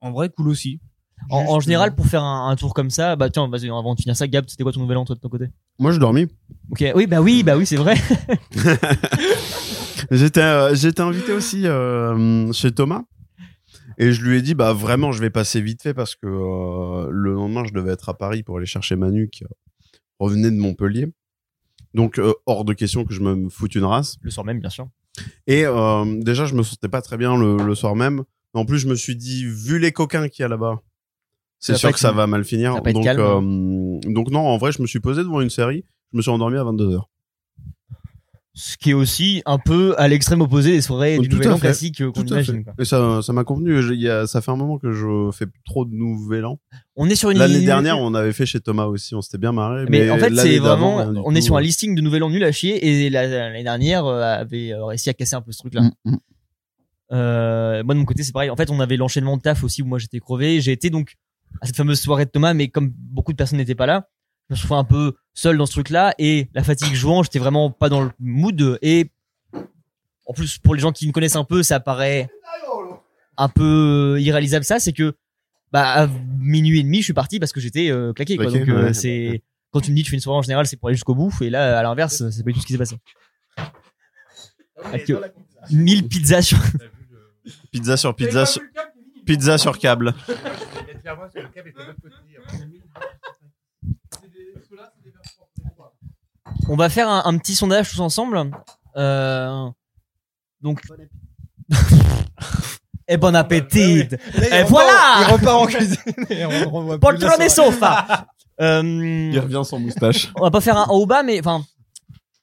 Speaker 11: en vrai, cool aussi.
Speaker 1: en, en
Speaker 11: Juste,
Speaker 1: général
Speaker 11: euh,
Speaker 1: pour faire un, un tour comme ça bah tiens vas-y avant de finir ça Gab c'était quoi ton nouvel an toi de ton côté
Speaker 2: Moi, je dormis.
Speaker 1: ok oui bah oui bah oui c'est vrai
Speaker 2: J'étais, euh, j'étais invité aussi euh, chez Thomas. Et je lui ai dit, bah vraiment, je vais passer vite fait parce que euh, le lendemain, je devais être à Paris pour aller chercher Manu qui euh, revenait de Montpellier. Donc, euh, hors de question que je me foute une race.
Speaker 1: le soir même bien sûr
Speaker 2: Et euh, déjà, je me sentais pas très bien le, le soir même. En plus, je me suis dit, vu les coquins qu'il y a là-bas,
Speaker 1: Ça
Speaker 2: c'est
Speaker 1: va
Speaker 2: sûr
Speaker 1: pas
Speaker 2: que
Speaker 1: être-
Speaker 2: ça va mal
Speaker 1: ça
Speaker 2: finir.
Speaker 1: va pas être
Speaker 2: donc,
Speaker 1: calme.
Speaker 2: euh, donc non, en vrai, je me suis posé devant une série. Je me suis endormi à 22h.
Speaker 1: Ce qui est aussi un peu à l'extrême opposé des soirées du
Speaker 2: Tout
Speaker 1: Nouvel
Speaker 2: à
Speaker 1: An
Speaker 2: fait.
Speaker 1: classique euh, qu'on
Speaker 2: Tout à
Speaker 1: imagine. quoi.
Speaker 2: fait. Et ça, ça m'a convenu. Je- il y a- ça fait un moment que je fais plus trop de nouvel an.
Speaker 1: On est sur une
Speaker 2: L'année dernière, on avait fait chez Thomas aussi. On s'était bien marré.
Speaker 1: Mais, en fait,
Speaker 2: l'année
Speaker 1: c'est vraiment,
Speaker 2: d'avant, rien du euh,
Speaker 1: on est
Speaker 2: tout. hein.
Speaker 1: sur un listing de Nouvel An nul à chier et la- l'année dernière euh, avait euh, réussi à casser un peu ce truc-là.
Speaker 2: Mm, mm.
Speaker 1: Euh, moi de mon côté, c'est pareil. En fait, on avait l'enchaînement de taf aussi où moi j'étais crevé. J'ai été donc à cette fameuse soirée de Thomas, mais comme beaucoup de personnes n'étaient pas là, je me suis un peu seul dans ce truc-là et la fatigue jouant, j'étais vraiment pas dans le mood et en plus pour les gens qui me connaissent un peu, ça paraît un peu irréalisable ça, c'est que bah à minuit et demi, je suis parti parce que j'étais euh, claqué. Quoi.
Speaker 2: Claqué,
Speaker 1: Donc euh,
Speaker 2: ouais.
Speaker 1: c'est quand tu me dis tu fais une soirée en général, c'est pour aller jusqu'au bout. Et là, à l'inverse, c'est pas du tout ce qui s'est passé. Avec, euh, 1000 pizzas sur.
Speaker 2: Pizza sur pizza sur pizza sur câble.
Speaker 1: On va faire un, un petit sondage tous ensemble. Euh, donc. Et bon appétit. Et Eh, voilà.
Speaker 4: Il repart en cuisine.
Speaker 11: Et on le renvoie plus la
Speaker 1: Poltrone et
Speaker 11: soirée.
Speaker 1: sofa. Euh,
Speaker 10: revient sans moustache.
Speaker 1: on va pas faire un en haut bas, mais enfin,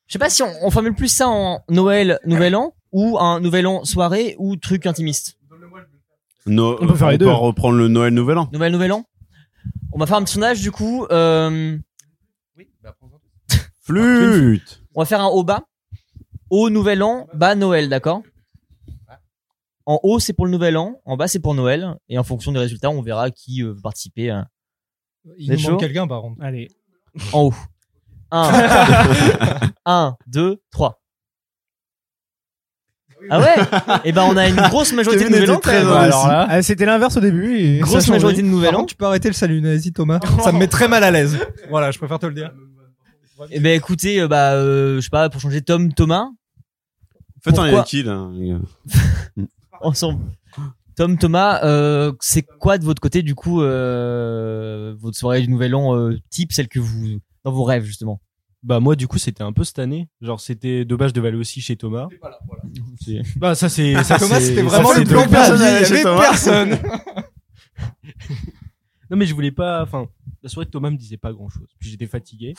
Speaker 1: je sais pas si on, on formule plus ça en Noël, Nouvel An ou un Nouvel An soirée ou truc intimiste.
Speaker 2: No-
Speaker 11: On peut faire les deux.
Speaker 2: reprendre le Noël Nouvel An.
Speaker 1: Noël, Nouvel An. On va faire un petit sondage du coup. Euh,
Speaker 10: Flûte.
Speaker 1: on va faire un haut bas. Haut Nouvel An, bas Noël, d'accord En haut c'est pour le Nouvel An, en bas c'est pour Noël, et en fonction des résultats on verra qui euh, veut participer euh,
Speaker 11: Il
Speaker 1: Des
Speaker 11: nous
Speaker 1: shows
Speaker 11: manque quelqu'un par contre. Allez.
Speaker 1: en haut. 1, 1, 2, 3. Ah ouais Eh ben on a une grosse majorité de
Speaker 10: Kevin
Speaker 1: Nouvel An.
Speaker 10: était très
Speaker 1: quand même.
Speaker 10: indécis.
Speaker 8: Bah,
Speaker 1: Alors là,
Speaker 11: Ah, C'était l'inverse au début. Et ça a
Speaker 1: Grosse
Speaker 11: changé.
Speaker 1: majorité de Oh. Nouvel
Speaker 11: Par
Speaker 1: An.
Speaker 11: contre, tu peux arrêter le salut nazi, Thomas. Ça me met très mal à l'aise. Ah, Voilà, je préfère te le dire.
Speaker 1: Eh ben écoutez, euh, bah euh, je sais pas, pour changer Tom, Thomas,
Speaker 10: Faites un
Speaker 1: Pourquoi
Speaker 10: Yaki, là. les gars.
Speaker 1: ensemble. Tom, Thomas, euh, c'est quoi de votre côté du coup euh, votre soirée du Nouvel An euh, type, celle que vous dans vos rêves justement
Speaker 7: Bah moi du coup c'était un peu cette année, genre c'était dommage de valer aussi chez Thomas. Bah ça c'est ça
Speaker 4: Thomas,
Speaker 7: c'est-
Speaker 4: c'était
Speaker 7: ça,
Speaker 4: vraiment
Speaker 7: c'est
Speaker 4: le
Speaker 7: de-
Speaker 4: plan
Speaker 10: deux
Speaker 2: Ah,
Speaker 10: personnes
Speaker 4: perdu,
Speaker 10: allées
Speaker 4: Il
Speaker 10: chez
Speaker 4: y avait
Speaker 10: Thomas.
Speaker 2: hein.
Speaker 4: personne.
Speaker 7: Non mais je voulais pas enfin la soirée de Thomas me disait pas grand-chose. Puis j'étais fatigué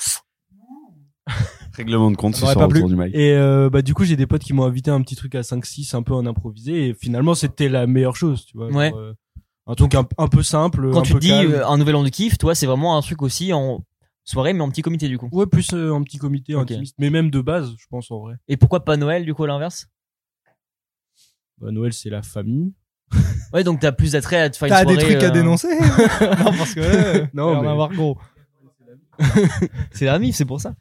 Speaker 10: Règlement de compte, ce
Speaker 4: J'aurais
Speaker 10: soir
Speaker 4: pas
Speaker 10: autour du mic.
Speaker 7: et euh, bah du coup j'ai des potes qui m'ont invité à un petit truc à 5 6 un peu en improvisé et finalement c'était la meilleure chose, tu vois. genre,
Speaker 1: Ouais.
Speaker 7: euh, un truc un, un peu simple,
Speaker 1: Quand
Speaker 7: un
Speaker 1: tu
Speaker 7: peu
Speaker 1: te dis
Speaker 7: calme.
Speaker 1: euh, un Nouvel An de kiff, toi c'est vraiment un truc aussi en soirée mais en petit comité du coup.
Speaker 7: Ouais, plus euh, un petit comité
Speaker 1: Ok.
Speaker 7: intimiste, mais même de base, je pense en vrai.
Speaker 1: Et pourquoi pas Noël du coup à l'inverse
Speaker 7: Bah, Noël c'est la famille.
Speaker 1: Ouais donc t'as plus d'attrait à te faire une
Speaker 11: T'as
Speaker 1: soirée.
Speaker 11: des trucs à
Speaker 1: euh,
Speaker 11: dénoncer hein. Non, parce que là,
Speaker 7: Non,
Speaker 11: non, on va
Speaker 7: mais-
Speaker 11: en avoir gros.
Speaker 1: C'est la mif, c'est pour ça.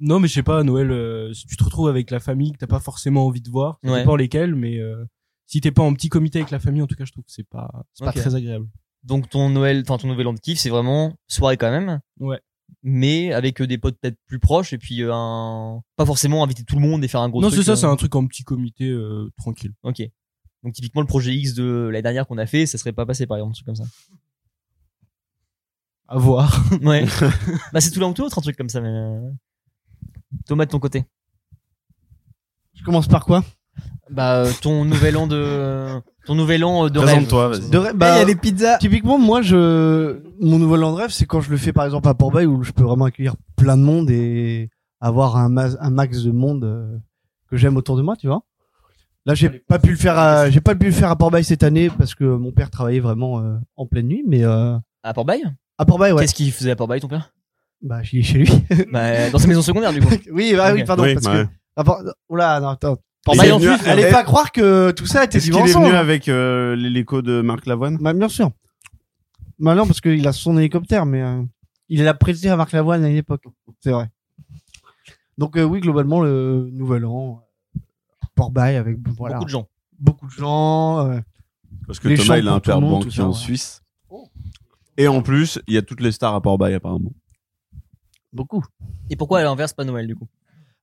Speaker 7: Non, mais je sais pas, Noël, euh, si tu te retrouves avec la famille que t'as pas forcément envie de voir, ça
Speaker 1: Ouais.
Speaker 7: dépend lesquels, mais euh, si t'es pas en petit comité avec la famille, en tout cas, je trouve que c'est pas, c'est
Speaker 1: Ok.
Speaker 7: pas très agréable.
Speaker 1: Donc ton Noël, enfin ton Nouvel An de kiff, c'est vraiment soirée quand même.
Speaker 7: Ouais.
Speaker 1: Mais avec euh, des potes peut-être plus proches et puis euh, un pas forcément inviter tout le monde et faire un gros
Speaker 7: non,
Speaker 1: truc.
Speaker 7: c'est ça,
Speaker 1: euh,
Speaker 7: c'est un truc en petit comité euh, tranquille.
Speaker 1: Ok. Donc typiquement le projet X de la dernière qu'on a fait, ça serait pas passé par exemple, un truc comme ça.
Speaker 7: À voir.
Speaker 1: Ouais. bah c'est tout l'un ou tout l'autre un truc comme ça. Mais... euh, Thomas de ton côté.
Speaker 6: Je commence par quoi
Speaker 1: Bah euh, ton nouvel an de ton nouvel an euh, de rêve. Eh,
Speaker 2: Présente-toi, vas-y.
Speaker 6: De rêve, bah,
Speaker 11: Il y a des pizzas.
Speaker 6: Typiquement, moi, je mon nouvel an de rêve, c'est quand je le fais par exemple à Port-Bail où je peux vraiment accueillir plein de monde et avoir un, ma- un max de monde euh, que j'aime autour de moi, tu vois. Là, j'ai pas pu le faire, à... j'ai pas pu le faire à Port-Bail cette année parce que mon père travaillait vraiment euh, en pleine nuit, mais euh,
Speaker 1: À Port-Bail
Speaker 6: à Port-Bail, ouais,
Speaker 1: Qu'est-ce qu'il faisait à Port-Bail ton père
Speaker 6: bah, j'y ai chez lui.
Speaker 1: Bah dans sa maison secondaire du coup.
Speaker 6: oui, bah, oui,
Speaker 1: Ok.
Speaker 6: pardon,
Speaker 2: Oui,
Speaker 6: parce
Speaker 2: bah
Speaker 6: que à Port- oula, non, attends,
Speaker 1: Port-Bail
Speaker 2: Il est
Speaker 1: en hein.
Speaker 2: venu
Speaker 1: plus.
Speaker 2: à-
Speaker 6: allez pas croire que tout ça était
Speaker 2: Est-ce
Speaker 6: du
Speaker 2: qu'il est
Speaker 6: ensemble.
Speaker 2: venu avec euh, l'hélico de Marc Lavoine
Speaker 6: Bah, bien sûr. Bah, non, parce qu'il a son hélicoptère, mais euh, il l'a prêté à Marc Lavoine à une époque. C'est vrai. Donc, euh, oui, globalement, le nouvel an, euh, Port-Bail avec voilà,
Speaker 1: Beaucoup de gens.
Speaker 6: beaucoup de gens. euh,
Speaker 10: Parce que
Speaker 6: Les
Speaker 10: Thomas, il a
Speaker 6: chambres
Speaker 10: un
Speaker 6: pour tout
Speaker 10: père
Speaker 6: le monde,
Speaker 10: banquier
Speaker 6: tout ça,
Speaker 10: en
Speaker 6: ouais.
Speaker 10: Suisse. Et en plus, il y a toutes les stars à Port-Bail, apparemment.
Speaker 6: beaucoup.
Speaker 1: Et pourquoi à l'inverse pas Noël du coup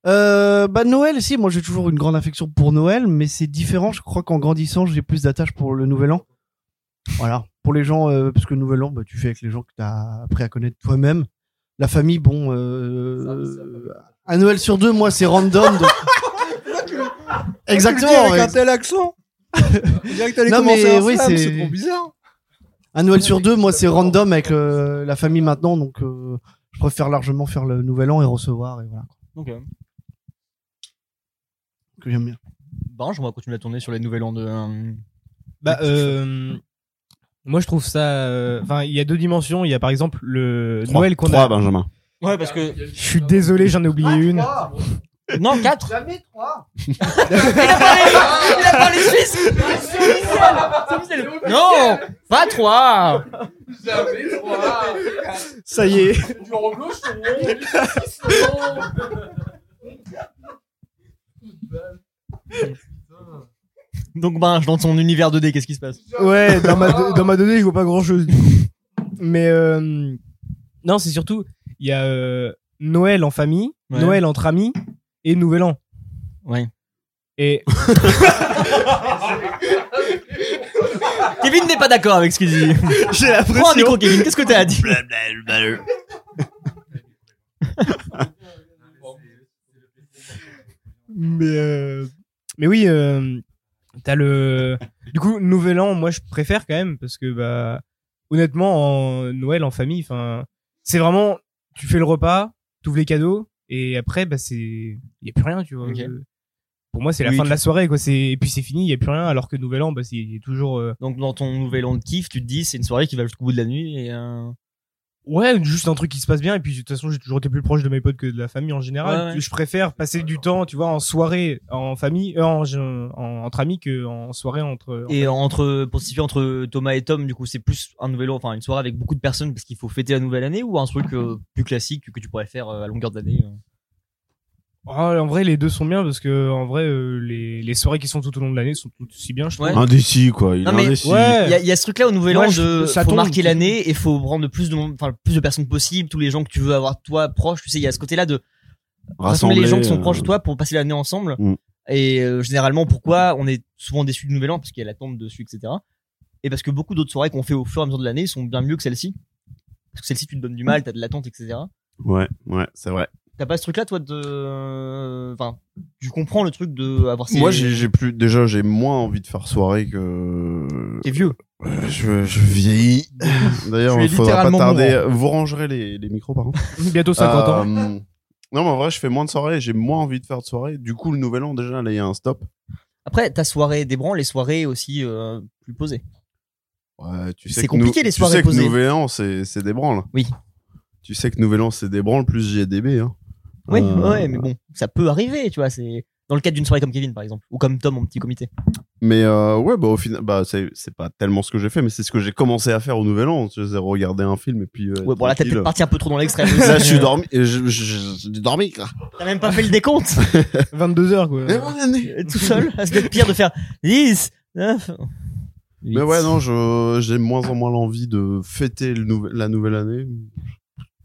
Speaker 6: Euh, bah, Noël, si, moi j'ai toujours une grande affection pour Noël, mais c'est différent. Je crois qu'en grandissant, j'ai plus d'attache pour le nouvel an. Voilà. Pour les gens, euh, parce que le nouvel an, bah, tu fais avec les gens que tu as appris à connaître toi-même. La famille, bon, euh, un Noël sur deux, moi, c'est random. donc-
Speaker 1: hein.
Speaker 4: Tu le dis
Speaker 6: Exactement.
Speaker 4: Avec
Speaker 6: ouais.
Speaker 4: un tel accent. On dirait que t'allais
Speaker 6: Non,
Speaker 4: commencer
Speaker 6: mais
Speaker 4: un
Speaker 6: oui,
Speaker 4: slam,
Speaker 6: c'est-
Speaker 4: c'est trop bizarre.
Speaker 6: Un Noël sur deux, moi, c'est random avec euh, la famille maintenant, donc euh, je préfère largement faire le nouvel an et recevoir. Et voilà. que j'aime bien.
Speaker 1: Bon, on va continuer à tourner sur les nouvelles ondes. euh,
Speaker 11: Bah, euh, moi je trouve ça. euh, Enfin, il y a deux dimensions. Il y a par exemple le
Speaker 2: Trois-
Speaker 11: Noël qu'on
Speaker 2: trois,
Speaker 11: a.
Speaker 2: Benjamin.
Speaker 1: Ouais, parce que.
Speaker 11: Je suis désolé, j'en ai oublié une.
Speaker 1: Non, 4
Speaker 3: Jamais trois.
Speaker 1: Il a parlé Il a parlé suisse Non Pas 3
Speaker 3: Jamais trois.
Speaker 11: Ça y est.
Speaker 3: Du rond gauche, du rond.
Speaker 1: Donc, ben, dans ton univers 2D, qu'est-ce qui se passe
Speaker 11: Ouais, dans ma, dans ma donnée, je vois pas grand chose. Mais euh, non, c'est surtout, il y a euh, Noël en famille,
Speaker 1: Ouais.
Speaker 11: Noël entre amis et Nouvel An.
Speaker 1: Ouais.
Speaker 11: Et
Speaker 1: Kevin n'est pas d'accord avec ce qu'il dit.
Speaker 6: J'ai l'impression.
Speaker 1: Prends un micro, Kevin, qu'est-ce que t'as à dire
Speaker 11: mais, euh, mais oui, euh, t'as le. Du coup, Nouvel An, moi, je préfère quand même parce que bah, honnêtement, en Noël en famille, enfin, c'est vraiment, tu fais le repas, t'ouvres les cadeaux et après, bah, c'est, y a plus rien, tu vois. Euh,
Speaker 1: Ok.
Speaker 11: Pour moi, c'est la
Speaker 1: Oui,
Speaker 11: fin
Speaker 1: tu-
Speaker 11: de la soirée, quoi. C'est et puis c'est fini, y a plus rien. Alors que Nouvel An, bah, c'est y a toujours. euh,
Speaker 1: Donc, dans ton nouvel onde kiff, tu te dis, c'est une soirée qui va jusqu'au bout de la nuit et. euh,
Speaker 11: Ouais, juste un truc qui se passe bien. Et puis, de toute façon, j'ai toujours été plus proche de mes potes que de la famille en général.
Speaker 1: Ouais, ouais.
Speaker 11: Je préfère passer du temps, tu vois, en soirée, en famille, euh, en, en- entre amis que en soirée entre.
Speaker 1: Et entre, pour se situer entre Thomas et Tom, du coup, c'est plus un nouvel an, enfin, une soirée avec beaucoup de personnes parce qu'il faut fêter la nouvelle année ou un truc euh, plus classique que tu pourrais faire euh, à longueur d'année euh.
Speaker 11: Oh, en vrai, les deux sont bien parce que, en vrai, euh, les, les soirées qui sont tout au long de l'année sont tout aussi bien, je trouve.
Speaker 1: Ouais.
Speaker 2: Indécis, quoi. Il
Speaker 1: Non,
Speaker 2: est
Speaker 1: mais-
Speaker 2: indécis.
Speaker 1: Il y a, il y a ce truc-là au Nouvel
Speaker 11: Moi,
Speaker 1: An
Speaker 11: je-
Speaker 1: de
Speaker 11: ça
Speaker 1: faut
Speaker 11: tombe.
Speaker 1: marquer l'année et faut prendre le plus de monde, enfin le plus de personnes possible, tous les gens que tu veux avoir toi proche. Tu sais, il y a ce côté-là de rassembler les gens qui sont
Speaker 2: euh,
Speaker 1: proches de toi pour passer l'année ensemble.
Speaker 2: Mm.
Speaker 1: Et euh, généralement, pourquoi on est souvent déçu du Nouvel An parce qu'il y a la tombe dessus, etc. Et parce que beaucoup d'autres soirées qu'on fait au fur et à mesure de l'année sont bien mieux que celle-ci. Parce que celle-ci, tu te donnes du mal, t'as de l'attente, etc.
Speaker 2: Ouais, ouais, c'est vrai.
Speaker 1: T'as pas ce truc-là, toi, de, enfin, tu comprends le truc de avoir. Ces...
Speaker 2: Moi, j'ai j'ai plus. Déjà, j'ai moins envie de faire soirée que.
Speaker 1: T'es vieux.
Speaker 2: Euh, Je, je vieillis. D'ailleurs,
Speaker 1: Tu es
Speaker 2: il faudra pas
Speaker 1: littéralement
Speaker 2: tarder. Vous rangerez les, les micros, par contre.
Speaker 11: Bientôt 50
Speaker 2: Euh,
Speaker 11: ans.
Speaker 2: Non, mais en vrai, je fais moins de soirées. J'ai moins envie de faire de soirées. Du coup, le nouvel an, déjà, là, il y a un stop.
Speaker 1: Après, ta soirée débranle, les soirées aussi euh, plus posées.
Speaker 2: Ouais, Euh, tu sais
Speaker 1: C'est
Speaker 2: que nou-
Speaker 1: compliqué, les soirées
Speaker 2: Tu sais que
Speaker 1: posées.
Speaker 2: Nouvel An, c'est c'est des branles.
Speaker 1: Oui.
Speaker 2: Tu sais que Nouvel An, c'est des branles plus GDB. Hein.
Speaker 1: Oui,
Speaker 2: Euh,
Speaker 1: ouais, mais bon, ça peut arriver, tu vois. C'est dans le cadre d'une soirée comme Kevin, par exemple, ou comme Tom en petit comité.
Speaker 2: Mais euh, ouais, bah, au final, bah, c'est c'est pas tellement ce que j'ai fait, mais c'est ce que j'ai commencé à faire au Nouvel An. Je sais, regarder un film et puis. euh,
Speaker 1: Ouais, bon, là, t'es
Speaker 2: tranquille.
Speaker 1: peut-être parti un peu trop dans l'extrême. aussi. euh.
Speaker 2: Là, je suis dormi. Je, je, je- j'ai dormi, quoi.
Speaker 1: T'as même pas fait le décompte
Speaker 11: 22 heures, quoi.
Speaker 2: Mais bon, l'année.
Speaker 1: Euh, tout seul. Ça serait pire de faire 10, 9.
Speaker 2: Mais ouais, non, je- j'ai de moins en moins l'envie de fêter le nouvel- la nouvelle année.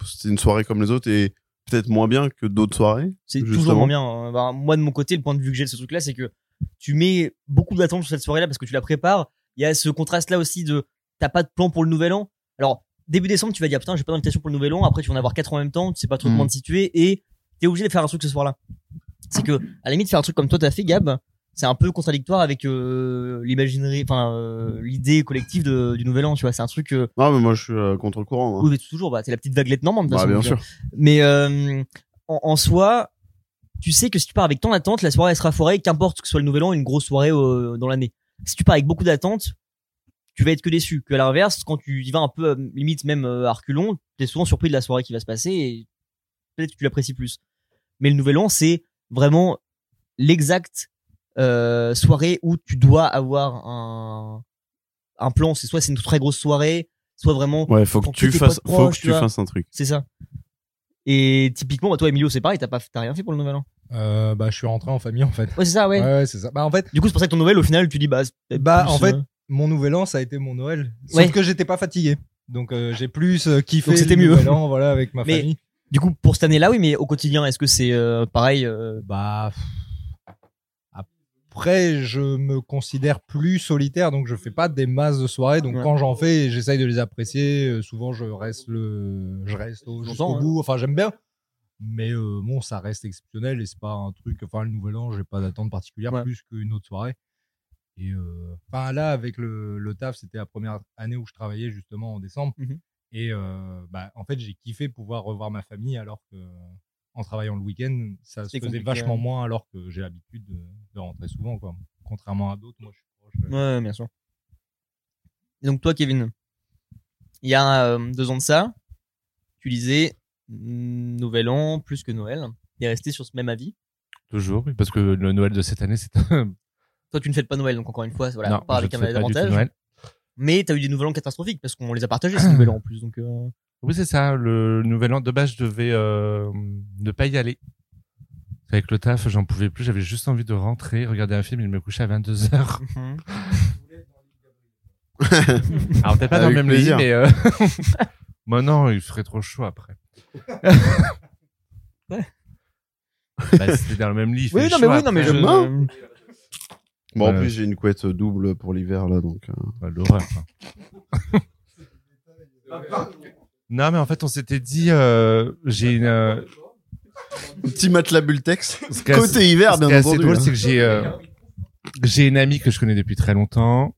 Speaker 2: C'est une soirée comme les autres et peut-être moins bien que d'autres soirées.
Speaker 1: C'est
Speaker 2: Justement.
Speaker 1: toujours moins bien. hein. Bah, moi, de mon côté, le point de vue que j'ai de ce truc-là, c'est que tu mets beaucoup d'attente sur cette soirée-là parce que tu la prépares. Il y a ce contraste-là aussi de t'as pas de plan pour le nouvel an. Alors, début décembre, tu vas dire putain, j'ai pas d'invitation pour le nouvel an. Après, tu vas en avoir quatre en même temps. Tu sais pas trop
Speaker 2: Mm.
Speaker 1: comment te situer et t'es obligé de faire un truc ce soir-là. C'est que, à la limite, faire un truc comme toi, t'as fait, Gab, c'est un peu contradictoire avec euh, l'imaginerie, enfin, euh, l'idée collective de- du nouvel an, tu vois. C'est un truc euh,
Speaker 2: Non, mais moi, je suis euh, contre le courant. hein.
Speaker 1: où toujours, bah, t'es la petite vaguelette normande, de toute
Speaker 2: Bah,
Speaker 1: façon,
Speaker 2: bien
Speaker 1: donc,
Speaker 2: sûr.
Speaker 1: mais euh, en, en soi, tu sais que si tu pars avec tant d'attente, la soirée elle sera forée, qu'importe que ce soit le nouvel an, ou une grosse soirée euh, dans l'année. Si tu pars avec beaucoup d'attente, tu vas être que déçu. Que à l'inverse, quand tu y vas un peu euh, limite même euh, à reculons, t'es souvent surpris de la soirée qui va se passer et peut-être que tu l'apprécies plus. Mais le nouvel an, c'est vraiment l'exact euh, soirée où tu dois avoir un un plan. C'est soit c'est une très grosse soirée, soit vraiment
Speaker 2: Ouais, faut
Speaker 1: Faut
Speaker 2: que
Speaker 1: que
Speaker 2: tu
Speaker 1: tes
Speaker 2: fasses,
Speaker 1: potes
Speaker 2: faut que
Speaker 1: proches,
Speaker 2: tu
Speaker 1: tu vois.
Speaker 2: fasses un truc.
Speaker 1: c'est ça. Et typiquement, bah, toi, Emilio, c'est pareil, t'as pas, t'as rien fait pour le nouvel an.
Speaker 8: Euh, bah, je suis rentré en famille en fait.
Speaker 1: Ouais, c'est ça, ouais.
Speaker 8: Ouais, ouais, c'est ça. Bah, en fait,
Speaker 1: Du coup, c'est pour ça que ton nouvel, au final, tu dis, bah, c'est peut-être
Speaker 8: Bah,
Speaker 1: plus,
Speaker 8: en fait,
Speaker 1: euh,
Speaker 8: mon nouvel an, ça a été mon Noël. Sauf
Speaker 1: Ouais.
Speaker 8: que j'étais pas fatigué. Donc, euh, j'ai plus euh, kiffé
Speaker 1: Donc, c'était
Speaker 8: le
Speaker 1: mieux.
Speaker 8: nouvel an, voilà, avec ma
Speaker 1: Mais-
Speaker 8: famille.
Speaker 1: Du coup, pour cette année-là, oui, mais au quotidien, est-ce que c'est euh, pareil euh,
Speaker 8: Bah. pff, Après, je me considère plus solitaire, donc je fais pas des masses de soirées. Donc
Speaker 1: Ouais.
Speaker 8: quand j'en fais, j'essaye de les apprécier. Euh, souvent, je reste le, je reste au, jusqu'au
Speaker 1: Longtemps,
Speaker 8: bout. Enfin, j'aime bien. Mais euh, bon, ça reste exceptionnel et c'est pas un truc. Enfin, le Nouvel An, j'ai pas d'attente particulière
Speaker 1: Ouais.
Speaker 8: plus qu'une autre soirée. Et euh, enfin, là, avec le, le taf, c'était la première année où je travaillais justement en décembre.
Speaker 1: Mhm.
Speaker 8: Et euh, bah, en fait, j'ai kiffé pouvoir revoir ma famille alors que en travaillant le week-end, ça se
Speaker 1: C'est
Speaker 8: faisait
Speaker 1: compliqué,
Speaker 8: vachement
Speaker 1: ouais.
Speaker 8: moins alors que j'ai l'habitude de, de rentrer souvent, quoi. Contrairement à d'autres, moi, je suis proche. euh,
Speaker 1: Ouais, bien sûr. Et donc toi, Kevin, il y a euh, deux ans de ça, tu lisais mm, Nouvel An plus que Noël. T'es resté sur ce même avis.
Speaker 5: Toujours, oui, parce que le Noël de cette année, c'est un...
Speaker 1: Toi, tu ne fêtes pas Noël, donc encore une fois, voilà,
Speaker 5: Non,
Speaker 1: pas
Speaker 5: je
Speaker 1: avec
Speaker 5: ne
Speaker 1: un
Speaker 5: fête pas du tout
Speaker 1: avantage.
Speaker 5: Noël.
Speaker 1: Mais t'as eu des Nouvel An catastrophiques parce qu'on les a partagés ces Nouvel An en plus, donc. euh,
Speaker 5: Oui, c'est ça. Le nouvel an de base, je devais euh, ne pas y aller. Avec le taf, j'en pouvais plus. J'avais juste envie de rentrer, regarder un film. Il me couchait à 22h.
Speaker 1: Mhm.
Speaker 5: Alors, peut-être pas dans le
Speaker 2: Avec
Speaker 5: même
Speaker 2: plaisir.
Speaker 5: lit, mais... Euh... Moi, non, il ferait trop chaud après.
Speaker 1: Ouais.
Speaker 5: Bah, c'était dans le même lit. il
Speaker 1: Oui,
Speaker 5: fait
Speaker 1: non, mais
Speaker 5: chaud
Speaker 1: oui, non, mais je.
Speaker 5: après.
Speaker 2: Demain Bon, en
Speaker 5: Ouais.
Speaker 2: plus, j'ai une couette double pour l'hiver, là, donc. euh,
Speaker 5: Ouais, L'horreur. hein. Non, mais en fait, on s'était dit, euh, j'ai une... euh,
Speaker 2: Petit matelas Bultex.
Speaker 5: ce qui est assez-
Speaker 2: Côté hiver,
Speaker 5: ce
Speaker 2: bien
Speaker 5: qui est assez
Speaker 2: entendu.
Speaker 5: drôle,
Speaker 2: hein.
Speaker 5: c'est que j'ai euh, j'ai une amie que je connais depuis très longtemps.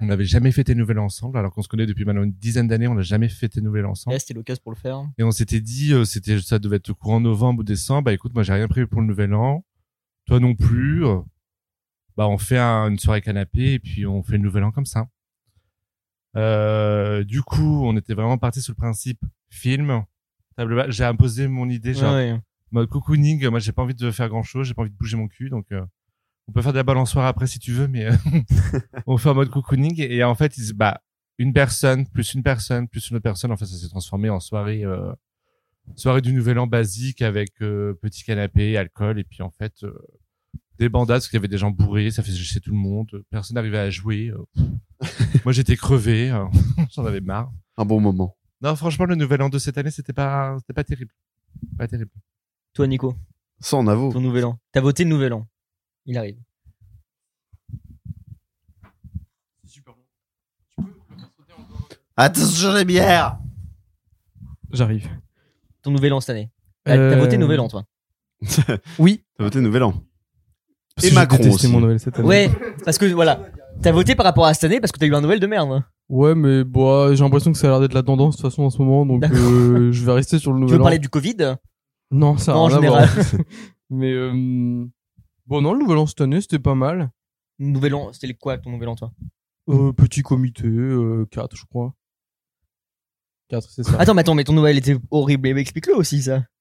Speaker 5: On n'avait jamais fêté Nouvel An ensemble, alors qu'on se connaît depuis maintenant une dizaine d'années. On n'a jamais fêté Nouvel An ensemble.
Speaker 1: Ouais, c'était l'occasion pour le faire.
Speaker 5: Et on s'était dit, euh, c'était ça devait être courant novembre ou décembre. Bah écoute, moi j'ai rien prévu pour le Nouvel An. Toi non plus. Euh, Bah on fait un- une soirée canapé et puis on fait le Nouvel An comme ça. Euh, du coup, on était vraiment parti sur le principe film. table basse. J'ai imposé mon idée, genre
Speaker 1: Ouais, ouais.
Speaker 5: mode cocooning, moi j'ai pas envie de faire grand chose, j'ai pas envie de bouger mon cul, donc euh, on peut faire de la balançoire après si tu veux, mais euh, on fait en mode cocooning et en fait ils, se- bah une personne plus une personne plus une autre personne, en fait ça s'est transformé en soirée euh, soirée du Nouvel An basique avec euh, petit canapé, alcool et puis en fait euh, des bandades parce qu'il y avait des gens bourrés, ça faisait chez tout le monde, personne n'arrivait à jouer, euh. moi j'étais crevé, euh, j'en avais marre.
Speaker 2: Un bon moment.
Speaker 5: Non franchement le Nouvel An de cette année c'était pas c'était pas terrible, pas terrible.
Speaker 1: Toi, Nico,
Speaker 2: Ça, en avoue.
Speaker 1: ton Nouvel An. T'as voté Nouvel An. Il arrive.
Speaker 2: Attention, les bières
Speaker 7: J'arrive.
Speaker 1: Ton Nouvel An cette année. Bah, T'as
Speaker 7: Euh,
Speaker 1: voté Nouvel An, toi.
Speaker 7: Oui.
Speaker 2: T'as voté Nouvel An.
Speaker 7: Parce
Speaker 2: Et
Speaker 7: que j'ai
Speaker 2: Macron
Speaker 7: détesté
Speaker 2: aussi.
Speaker 7: mon Noël cette année.
Speaker 1: Ouais, parce que voilà, t'as voté par rapport à cette année parce que t'as eu un Noël de merde. hein.
Speaker 4: Ouais, mais bah, j'ai l'impression que ça a l'air d'être la tendance de toute façon en ce moment, donc
Speaker 1: D'accord.
Speaker 4: euh, je vais rester sur le
Speaker 1: Tu
Speaker 4: nouvel
Speaker 1: veux
Speaker 4: an.
Speaker 1: parler du Covid
Speaker 4: Non, ça a
Speaker 1: Non, en
Speaker 4: rien à
Speaker 1: général.
Speaker 4: voir. mais euh, bon, non, le nouvel an cette année, c'était pas mal.
Speaker 1: Nouvel An, c'était quoi ton Nouvel An, toi
Speaker 4: Euh, petit comité, 4 je crois. 4 c'est ça.
Speaker 1: Attends, mais attends, mais ton Noël était horrible. Mais explique-le aussi, ça.